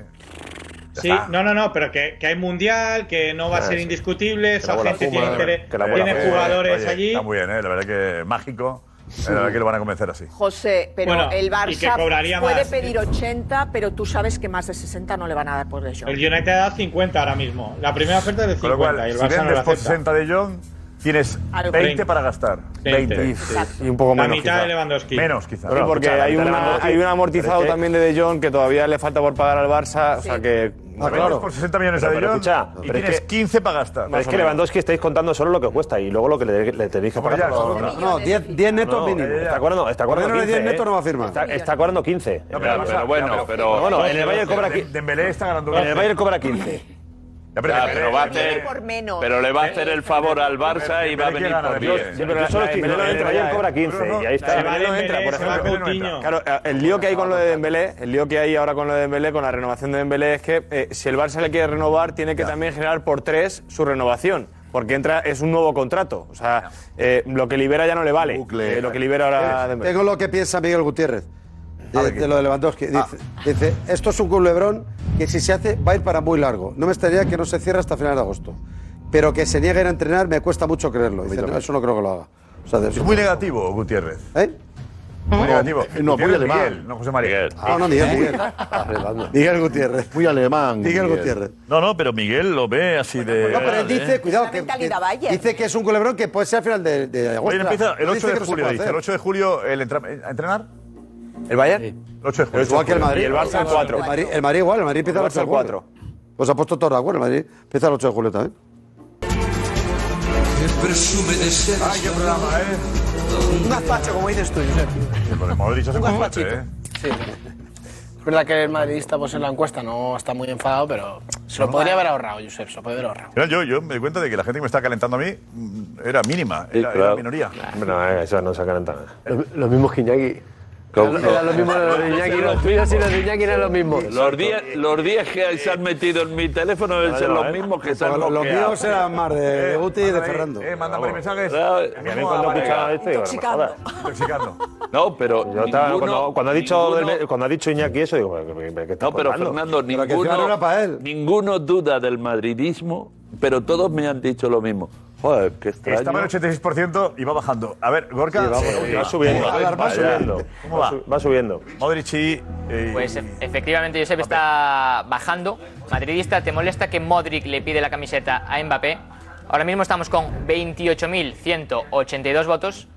Ya
Sí,
está.
no, no, no, pero que, que hay mundial, que no va a
Ah,
ser
sí.
indiscutible, su
la bola
gente
fuma,
tiene, interés-
que la bola
tiene
fuma. eh,
jugadores
Oye,
allí.
Está muy bien, ¿eh? la verdad que mágico. La verdad que lo van a convencer así.
José, pero
Bueno,
el
y que
Barça
cobraría
puede
más.
pedir 80, pero tú sabes que más de 60 no le van a dar por eso.
El United ha dado 50 ahora mismo. La primera oferta es de 50
Con lo cual,
y el
si
Barça no
vendes
la
por
acepta.
60 de Young, tienes
Algo.
20 para gastar.
20.
20.
Exacto.
Y un poco
La
menos.
mitad
quizá.
de Lewandowski.
Menos, quizá.
Sí, porque hay, una, hay un amortizado también de De Jong que todavía le falta por pagar al Barça. O sea que.
Ah, claro. por 60 millones
Pero,
a De
pero
Jong
escucha,
y
pero es
tienes
que-
15 para gastar.
Pero
más
es
o
que
menos.
Lewandowski estáis contando solo lo que cuesta y luego lo que le, le tenéis que
Como
pagar.
ya,
por la
eso
otra.
es otra. No,
10, 10 netos mínimo.
Está acordando, está acordando
Por menos de
15,
10 netos
¿eh?
no va a firmar.
Está, está acordando 15.
No, pero, pero bueno, pero.
Pero bueno, en el Bayern cobra
De-
15.
Dembélé está ganando.
En el Bayern cobra 15.
Ya,
Ya, pero va a hacer-
Por menos.
pero le va a hacer el favor al Barça y va a venir por bien.
Sí, pero yo solo estoy diciendo que el Bayern cobra 15 y ahí está.
Dembélé no entra, por ejemplo. Claro, eh, el lío que hay con lo de Dembélé, el lío que hay ahora con lo de Dembélé, con la renovación de Dembélé, es que eh, si el Barça le quiere renovar, tiene que también generar por tres su renovación. Porque entra, es un nuevo contrato. O sea, eh, lo que libera ya no le vale. eh, lo que libera ahora Dembélé.
Tengo lo que piensa Miguel Gutiérrez de, de lo de Lewandowski.
Ah.
Dice, dice, esto es un culebrón que si se hace va a ir para muy largo. No me estaría que no se cierre hasta final de agosto. Pero que se nieguen a entrenar me cuesta mucho creerlo. Dice, no, eso no creo que lo haga. O sea, de-
Es muy negativo, Gutiérrez.
¿Eh?
Muy negativo.
Eh, no, muy
Gutiérrez
alemán.
Miguel, no José María. ¿Eh?
Ah, no, Miguel, Miguel. Miguel Gutiérrez.
Muy alemán.
Miguel Gutiérrez.
No, no, pero Miguel lo ve así de.
No, pero él
Vale,
dice,
¿eh?
cuidado, que, que- dice que es un culebrón que puede ser a final de, de agosto.
Oye, empieza el
Eh, Dice
8 de
que no se
julio,
puede
dice.
hacer.
El 8 de julio, el entra- ¿a entrenar?
¿El Bayern?
El 8 de julio.
igual que el Madrid.
Y el Barça el 4.
El Madrid, el Madrid igual, el Madrid empieza el
El
8 de
Barça el
julio. Pues ha puesto todo de acuerdo, el Madrid empieza el 8 de julio también.
Presume de ser.
Ay, qué programa, ¿eh?
Un gazpacho, como dices tú, Josep.
Con el Madrid se hace
Un
un
gazpachito.
fuerte, ¿eh?
Sí. Es verdad que el madridista pues, en la encuesta no está muy enfadado, pero se lo
eh.
podría haber ahorrado, Josep, se lo podría haber ahorrado.
Mira, Yo, yo me di cuenta de que la gente que me estaba calentando a mí mm, era mínima,
Sí,
era, era
claro.
minoría.
No, eh, eso no se calenta nada.
Los lo mismos que Iñaki. Era, era lo mismo los de Iñaki, los tuyos y los de Iñaki eran los mismos.
Los 10 los 10 que se han metido en mi teléfono deben ser los mismos que se han
Los
bloqueado.
míos eran más de Guti y de Ah, Ferrando.
Eh, mandan varios mensajes.
A mí cuando escuchaba esto
digo,
digo,
no me jodas. Intoxicando.
No, pero
Yo estaba-
ninguno,
cuando, cuando ha dicho
ninguno-
del- cuando ha dicho Iñaki eso, digo, ¿qué, qué, qué está
No, pero
contando?
Fernando, ninguno, ninguno duda del madridismo, pero todos me han dicho lo mismo. Joder, qué extraño.
Estaba en el 86% y va bajando. A ver, Gorka.
Sí, va-
va subiendo.
A ver,
Va subiendo.
¿Cómo
Va
va?
su- va subiendo.
Modric y. eh,
Pues e- efectivamente Josep está bajando. Madridista, ¿te molesta que Modric le pide la camiseta a Mbappé? Ahora mismo estamos con 28.182 votos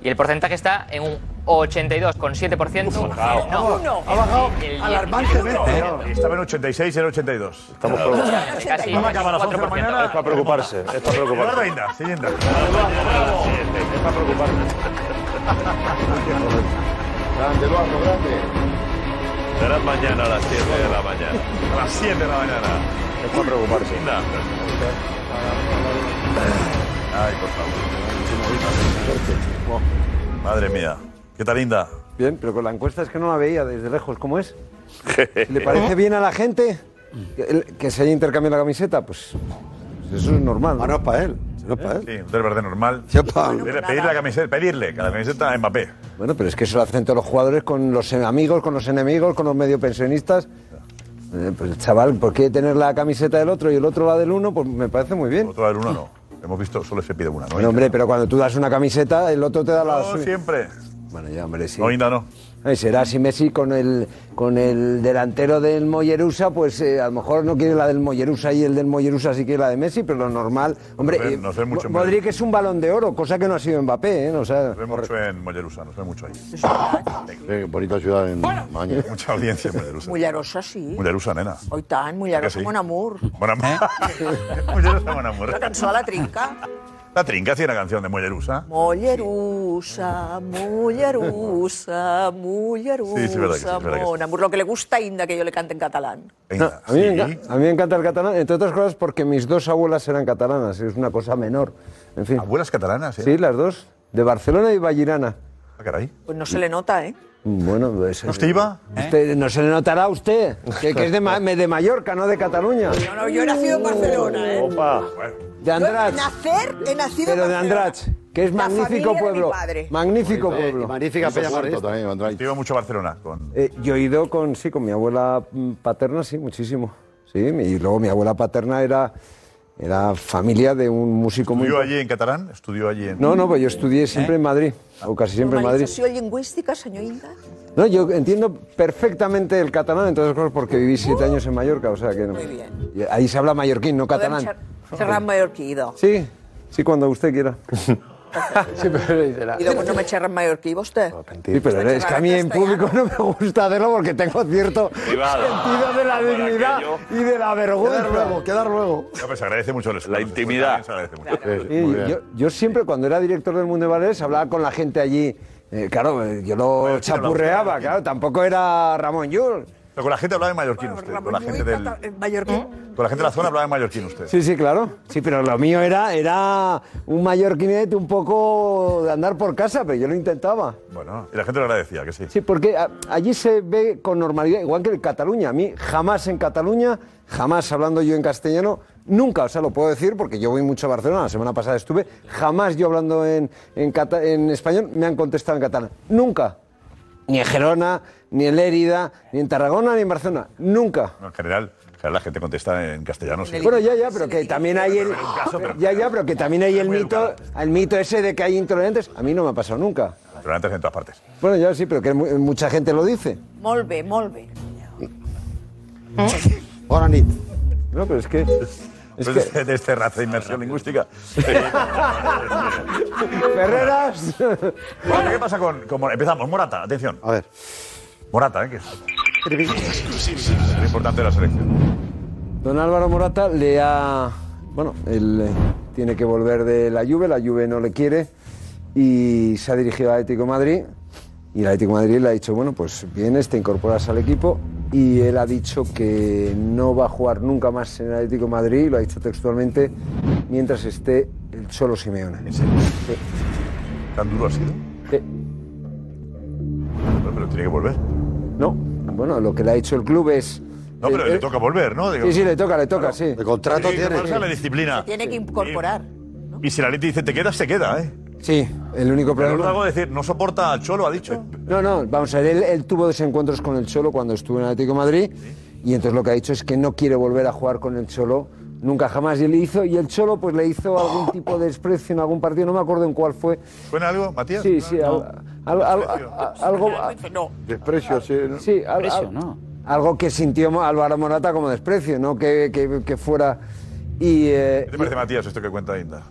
y el porcentaje está en un 82,7%. No,
Ha bajado alarmantemente.
Estaba en 86 y en 82. Estamos
casi
Vamos a acabar a las 11 de la mañana.
Es para preocuparse, es para
Eduardo
preocuparse.
Ainda, siguiente.
Es para preocuparse.
Grande, Eduardo, grande.
Será mañana a las 7 de la mañana.
A las 7 de la mañana.
Es para preocuparse.
No.
Ay, por favor. Madre mía. ¿Qué tal, Inda?
Bien, pero con la encuesta es que no la veía desde lejos. ¿Cómo es?
Eh,
¿Le parece bien a la gente que, el- que se haya intercambiado la camiseta? Pues eso es normal.
Ah, no, es para él.
Eh,
Sí, un tres verde normal. Pedirle, pedirle la camiseta, pedirle que la camiseta a Mbappé.
Bueno, pero es que eso lo hacen todos los jugadores con los amigos, con los enemigos, con los medio pensionistas. Eh, pues chaval, ¿por qué tener la camiseta del otro y el otro la del uno? Pues me parece muy bien.
Otra del uno no. Hemos visto, solo se pide una, ¿no?
Bueno, hombre, pero cuando tú das una camiseta, el otro te da la
No,
suya.
siempre.
Bueno, ya, hombre, sí.
No, ainda no.
Ay, será así Messi con el, con el delantero del Mollerusa, pues eh, a lo mejor no quiere la del Mollerusa y el del Mollerusa sí quiere la de Messi, pero lo normal. Hombre,
Nos ve-
eh,
nos ve mucho en
Mo- Modric es un balón de oro, cosa que no ha sido Mbappé, ¿eh? O sea,
Nos ve mucho en Mollerusa, nos ve mucho ahí.
Qué bonita ciudad en Maña.
Mucha audiencia en Mollerusa.
Mullerosa, sí.
Mollerusa, nena.
Hoy tan, mullerosa,
¿A que sí?
buen amor.
Bueno, Mollerusa, buen amor.
La cançó a la trinca.
La trinca hacía una canción de Mollerusa.
Mollerusa, mullerusa, mullerusa,
Sí, sí, verdad que sí, verdad que sí.
mon amor. Lo que le gusta a Inda que yo le cante en catalán.
No, a, mí me enca- a mí me encanta el catalán, entre otras cosas porque mis dos abuelas eran catalanas, es una cosa menor. En fin.
¿Abuelas catalanas? eh?
Sí, las dos, de Barcelona y Vallirana.
Ah, caray.
Pues no se le nota, ¿eh?
Bueno, pues,
¿Usted iba?
Usted, no se le notará a usted, que, que es de, Ma- de Mallorca, no de Cataluña.
No, yo he nacido en Barcelona, ¿eh?
Opa. De Andrach.
Nacer, he nacido en
Pero de
Barcelona.
Andrach, que es
La familia
magnífico
de mi
pueblo.
padre.
Magnífico
Bonito,
pueblo.
y magnífica Hizo Peña puerto Marista. también,
Yo
iba mucho a Barcelona. Con...
Eh, yo he ido con, sí, con mi abuela mm, paterna, sí, muchísimo. Sí, mi- y luego mi abuela paterna era, era familia de un músico muy...
¿Estudió allí en catalán? ¿Estudió allí en.?
No, no, pues yo estudié siempre en
¿Eh?
Madrid, o casi siempre en Madrid.
Normalització lingüística, senyor Inda.
No, yo entiendo perfectamente el catalán, entre otras cosas porque viví siete años en Mallorca, o sea que... no-
Muy bien.
Y Ahí se habla mallorquín, no
Podem
catalán.
xer- xerrar en mallorquí, Ido.
Sí, sí, cuando usted quiera. sí,
Ido, pues no me xerra en mallorquí, vostè.
pero es que a mí en público no me gusta hacerlo porque tengo cierto
¿Eh?
sentido de la dignidad y de la vergüenza.
quedar luego. No, pues se agradece mucho el La intimidad. Se agradece mucho.
Sí, yo, yo siempre, cuando era director del Mundo de Valores, hablaba con la gente allí. Eh, claro, eh, yo lo chapurreaba, claro, tampoco era Ramón Llull.
Pero con la gente hablaba en mallorquín usted. Con la gente, del, ¿Eh? con
Mallorquí.
la gente de la zona hablaba en mallorquín usted.
Sí, sí, claro. Sí, pero lo mío era, era un mallorquinete, un poco de andar por casa, pero yo lo intentaba.
Bueno, y la gente lo agradecía, que sí.
Sí, porque a- allí se ve con normalidad, igual que en Cataluña. A mí jamás en Cataluña, jamás hablando yo en castellano, nunca, o sea, lo puedo decir porque yo voy mucho a Barcelona, la semana pasada estuve, jamás yo hablando en, en, cata- en español me han contestado en catalán. Nunca. Ni en Gerona, ni en Lérida, ni en Tarragona, ni en Barcelona. Nunca.
No, en, general, en general la gente contesta en castellano. Sí.
Bueno, ya, ya, pero que también hay el, ya, ya, pero que también hay el mito, el mito ese de que hay intolerantes. A mí no me ha pasado nunca.
Pero antes en todas partes.
Bueno, ya sí, pero que mu- mucha gente lo dice.
Molt bé, molt bé.
Ahora ni. No, pero es que.
Es que... De este raza de inmersión lingüística.
Ferreras.
Bueno, ¿Qué pasa con, con Morata? Empezamos, Morata, atención. A ver. Morata, ¿eh? Que es lo importante de la selección.
Don Álvaro Morata le ha. Bueno, él eh, tiene que volver de la Juve, la Juve no le quiere y se ha dirigido al Atlético de Madrid. Y el Atlético de Madrid le ha dicho: bueno, pues vienes, te incorporas al equipo. Y él ha dicho que no va a jugar nunca más en el Atlético de Madrid, lo ha dicho textualmente, mientras esté el Cholo Simeone. Sí.
¿Tan duro ha sido?
Sí.
Pero, pero tiene que volver.
No, bueno, lo que le ha dicho el club es.
No, pero le toca volver, ¿no? Digo-
sí, sí, le toca, le toca, sí. El
contrato Tiene que tiene. tomarse la disciplina. Se
Tiene que incorporar.
Y si la Leti dice, te quedas, se queda, ¿eh?
Sí, el único
Pero
problema.
luego decir, no soporta al Cholo, ha dicho.
No, no, vamos a ver, él, él tuvo desencuentros con el Cholo cuando estuvo en Atlético de Madrid y entonces lo que ha dicho es que no quiere volver a jugar con el Cholo nunca jamás. Y, le hizo, y el Cholo pues le hizo algún tipo de desprecio en algún partido, no me acuerdo en cuál fue.
¿Suena algo, Matías?
Sí, sí,
No.
al- al- al- a- a- algo...
No.
Desprecio, sí. ¿no?
Sí, al- al- Algo que sintió Mo- Álvaro Morata como desprecio, no que, que- que fuera... Y, eh,
¿Qué te parece, Matías, esto que cuenta Inda?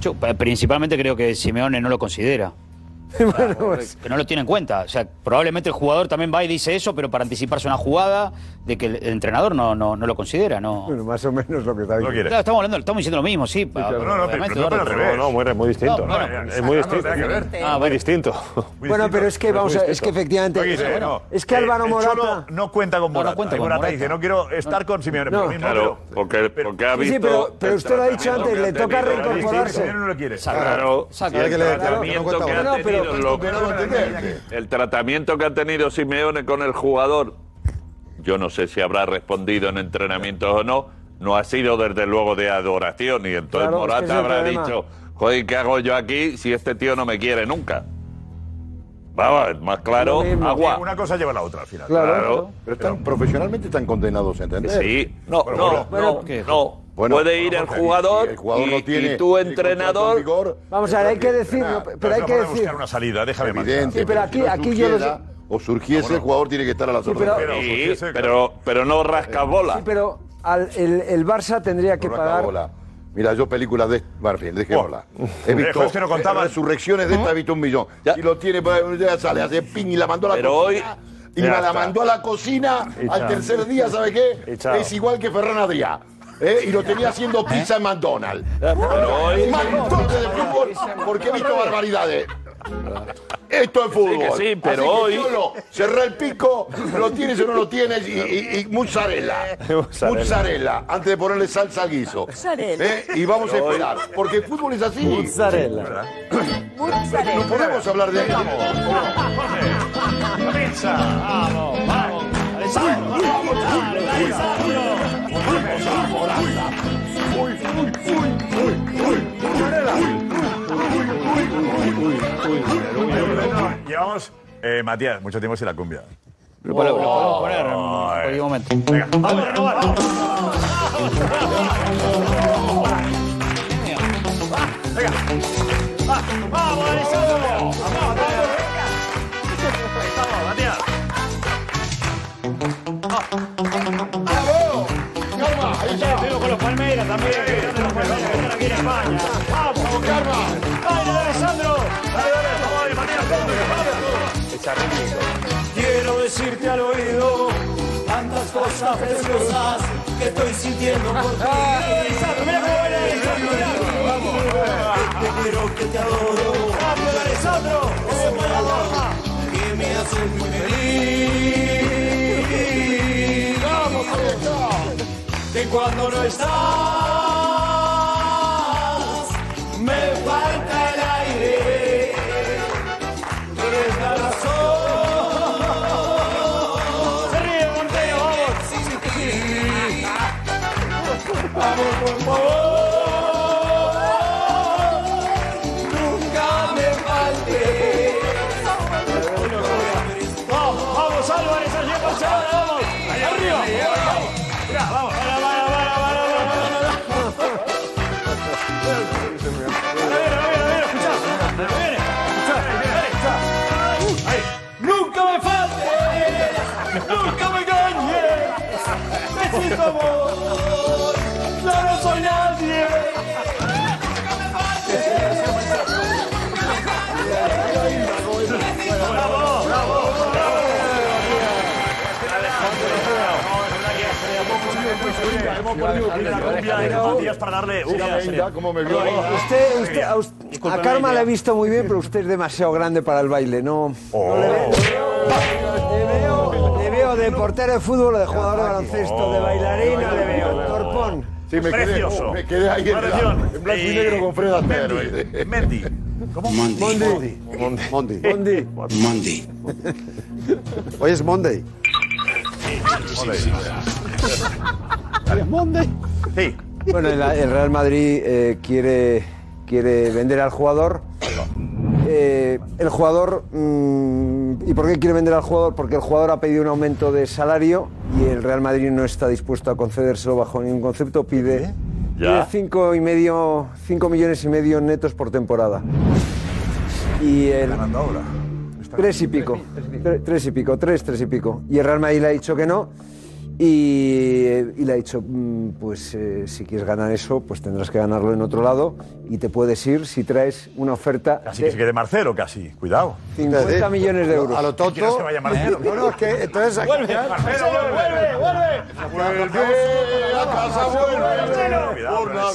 Yo eh, principalmente creo que Simeone no lo considera. Que no lo tiene en cuenta. O sea, probablemente el jugador también va y dice eso, pero para anticiparse una jugada de que el entrenador no, no, no lo considera. No.
bueno, más o menos lo que está diciendo.
Claro, estamos, hablando, estamos diciendo lo mismo, sí. pa- obviamente, Eduardo.
No, no, muy, muy distinto.
No, bueno,
¿no?
pues,
es muy
no,
distinto.
no tiene que ver.
muy distinto.
Bueno, pero es que, vamos a ver, es que efectivamente...
Oye, dice,
bueno,
no,
es que
eh,
Álvaro
el
Morata...
Cholo no cuenta con Morata.
cuenta
Y
con
Morata,
Morata.
dice, no quiero estar con Simeone.
No.
Por lo mismo,
Claro, porque, porque ha
Sí, sí,
visto.
pero- pero usted lo ha
el
dicho antes,
tratamiento
le
que ha
toca
tenido.
reincorporarse.
Simeone no lo quiere.
Claro,
Saca.
y el
Saca. Claro,
tratamiento que ha
no, pero-
tenido, lo- el tratamiento que ha tenido Simeone con el jugador, yo no sé si habrá respondido en entrenamientos o no, no ha sido desde luego de adoración y entonces
Claro, es que ese
Morata
es el
habrá
problema.
dicho, joder, ¿qué hago yo aquí si este tío no me quiere nunca? Vamos, más claro, agua.
Una cosa lleva a la otra al final.
Claro. Claro.
Pero están, profesionalmente están condenados, ¿entendés?
Sí, no, no, no, no.
Bueno,
Puede ir el
Jorge,
jugador,
y el jugador
y,
no tiene
y tú
el contrato en
entrenador.
vigor,
Vamos a ver, hay que decir, no, pero hay que decir.
una salida, déjame
Evidente,
Sí, pero aquí-
si no
aquí yo lo
surgiera O surgiese, el jugador tiene que estar a las
Sí,
órdenes.
pero-
Ah, Sí, pero, pero no rascas
Eh,
bola.
Sí, pero al- el, el Barça tendría que pagar.
Hola. Mira, yo películas de... Bueno, en fin, dejémosla. He visto
Lejos que no contaban.
resurrecciones de esta, he visto un millón. Y lo tiene, pues, ya sale, hace ping y la mandó a la
Pero
cocina.
hoy-
Y
Ya
la
está.
mandó a la cocina
Y
al
chao.
tercer día, ¿sabe qué?
Y chao.
Es igual que Ferran Adrià. ¿eh? Y lo tenía haciendo pizza en McDonald's.
Pero hoy...
McDonald's de fútbol, porque he visto barbaridades. Esto es fútbol.
Sí que sí, pero
Así que,
hoy-
Piolo, cerrá el pico, lo tienes o no lo tienes, y, y- y mozzarella.
Mozzarella.
Mozzarella, antes de ponerle salsa al guiso.
Mozzarella.
¿Eh? Y vamos a
Pero hoy-
esperar, porque el fútbol es así.
Mozzarella.
No podemos hablar de esto.
¡Vamos, vamos! Llevamos, eh, Matías, mucho tiempo sin la cumbia. Oh.
Lo, lo podemos poner en cualquier momento.
¡Vamos, Alessandro! ¡Vamos, Matías! Estoy con los Palmeiras también. que los Palmeiras que están aquí en España. ¡Vamos! ¡Vamos, Carma! ¡Dale, Alessandro! ¡Dale, dale! ¡Vamos, dale, Matías! ¡Vamos!
Quiero decirte al oído tantas cosas preciosas que estoy sintiendo por ti. Te quiero que te adoro. Que se muera Borja. Y me haces muy feliz. Vamos, Que cuando no estás, me falta el aire. Eres la razón. Se ríe, Monteo, vamos. Vamos, por favor. Nunca me falte.
¡Vamos, vamos, Álvarez! ¡Allí pasado! ¡Vamos! ¡Ahí arriba! ¡Vamos! Mira, ¡Vamos! ¡Para, para, para, para, para, para! ¡Mira, mira, mira! ¡Escuchá! ¡Viene! ¡Escuchá! ¡Viene! ¡Escuchá! ¡Ahí!
Nunca me faltes, nunca me engañes. Necesito amor, yo no soy nadie.
Hemos perdido la cumbia de Matías para darle...
Sí,
Uf,
sí.
mira,
cómo me vio.
Usted, usted, a, us-
Discúlpame,
a Karma la he
Adrián.
visto muy bien, pero usted es demasiado grande para el baile, ¿no? no le, veo, le veo de portero de fútbol, de jugador de baloncesto,
Oh,
de bailarín, no le veo. Torpón.
Sí, me quedé,
Precioso.
me quedé ahí en, la-
Atención.
en blanco y
Eh,
negro con Fred Astero.
Mendy. ¿Cómo?
Monday.
Monday.
Monday. Monday. Hoy es Monday.
Sí.
Bueno, el, el Real Madrid eh, quiere, quiere vender al jugador. Eh, el jugador. mm, ¿Y por qué quiere vender al jugador? Porque el jugador ha pedido un aumento de salario y el Real Madrid no está dispuesto a concedérselo bajo ningún concepto. Pide. pide
Ya.
cinco y medio, cinco millones y medio netos por temporada. Y el, Tres y pico. Tre- Tres y pico, tres, tres y pico. Y el Real Madrid le ha dicho que no. Y, y le ha dicho, "Mm, pues eh, si quieres ganar eso, pues tendrás que ganarlo en otro lado y te puedes ir si traes una oferta
Casi que
de
se quede Marcelo, casi. Cuidado.
eh,
50 millones de euros.
A lo tonto. Que no se vaya Marcelo.
No, no, es que entonces aquí-
Vuelve, Marcelo, vuelve, vuelve. Vuelve a casa, vuelve. Por la
No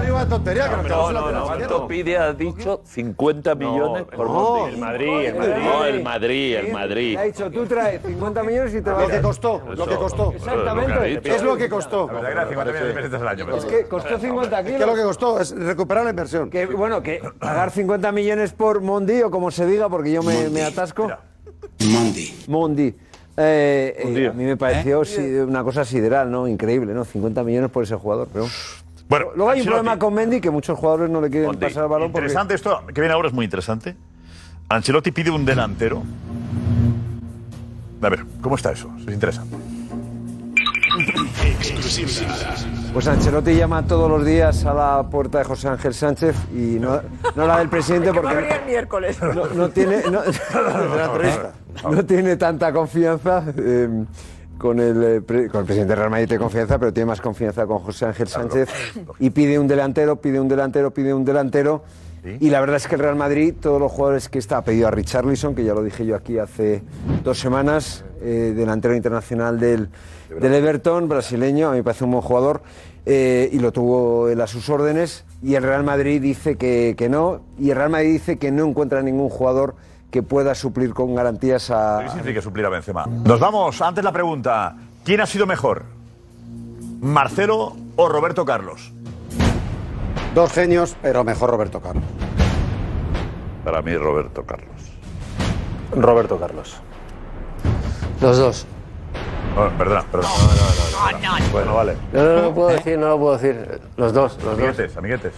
digo una tontería, que nos quedamos
No,
en la
no, no.
pelota.
¿Cuánto pide? Ha dicho 50 millones por
no,
El
Madrid, el Madrid.
No, el Madrid, el Madrid.
Le ha dicho, tú traes 50 millones y te vas.
Lo que costó,
Eso,
lo que costó.
eso es lo que ha dicho.
Es lo que costó.
La verdad que era 50 millones de pesetas al año. pero-
Es que costó 50
¿Qué es lo
kilos.
que costó? Es recuperar la inversión.
Que, bueno, que pagar 50 millones por Mondi o como se diga, porque yo me, me atasco. Mondi. Mondi. Eh, eh, a mí me pareció sí, una cosa sideral, ¿no? Increíble, ¿no? 50 millones por ese jugador, pero...
Bueno,
Luego hay un
Ancelotti.
problema con Mendy que muchos jugadores no le quieren
Conti,
pasar el balón porque...
interesante esto que viene ahora es muy interesante. Ancelotti pide un delantero. A ver, ¿cómo está eso? Es interesante.
Pues Ancelotti llama todos los días a la puerta de José Ángel Sánchez y no, no la del presidente
Porque abrir
porque
el miércoles.
no, no tiene no,
Será turista.
no tiene tanta confianza eh, con, el, eh, pre- con el presidente del Real Madrid tiene confianza, pero tiene más confianza con José Ángel Sánchez y pide un delantero, pide un delantero, pide un delantero. Y la verdad es que el Real Madrid, todos los jugadores que está, ha pedido a Richarlison, que ya lo dije yo aquí hace dos semanas, eh, delantero internacional del, del Everton, brasileño, a mí me parece un buen jugador, eh, y lo tuvo él a sus órdenes. Y el Real Madrid dice que, que no, y el Real Madrid dice que no encuentra ningún jugador que pueda suplir con garantías a.
Sí, sí, que suplir a Benzema. Nos vamos. Antes la pregunta. ¿Quién ha sido mejor? ¿Marcelo o Roberto Carlos?
Dos genios, pero mejor Roberto Carlos.
Para mí, Roberto Carlos.
Roberto Carlos.
Los dos.
Bueno, Oh, perdona, perdona. Bueno, vale.
No, no, no lo puedo decir, no lo puedo decir. Los dos, los dos.
Amiguetes, amiguetes.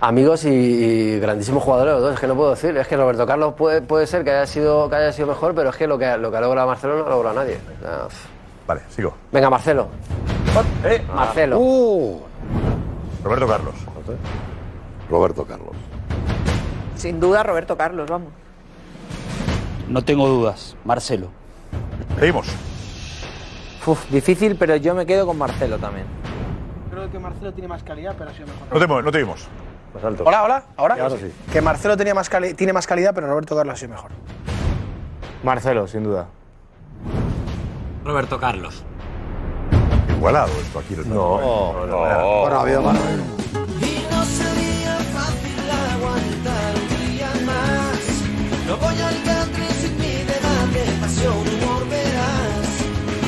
Amigos y, y grandísimos jugadores los dos, es que no puedo decir. Es que Roberto Carlos puede, puede ser que haya, sido, que haya sido mejor, pero es que lo que, lo que ha logrado Marcelo no lo ha logrado nadie. O sea, pff.
Vale, sigo.
Venga, Marcelo. Marcelo.
Roberto Carlos.
Roberto Carlos.
Sin duda, Roberto Carlos, vamos.
No tengo dudas, Marcelo.
Seguimos.
Uf, difícil, pero yo me quedo con Marcelo también.
Creo que Marcelo tiene más calidad, pero ha sido mejor.
No te, mueves, no te vimos.
Hola, hola, ahora.
Y ahora sí.
Que Marcelo tenía más cali- tiene más calidad, pero Roberto Carlos ha sido mejor.
Marcelo, sin duda.
Roberto Carlos.
Igualado esto aquí. No, no, no.
Bueno, ha habido más.
Y no sería fácil aguantar un día más. No voy al country sin mi debate, pasión, humor, verás.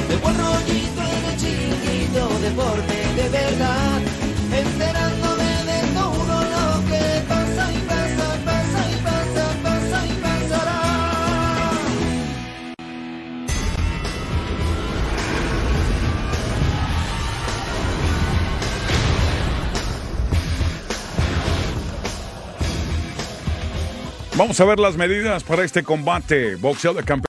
De buen rollito en el chiquito, deporte de verdad. Enterándome de todo lo que pasa y pasa, pasa y pasa, pasa y pasará.
Vamos a ver las medidas para este combate. Boxeo de campeón.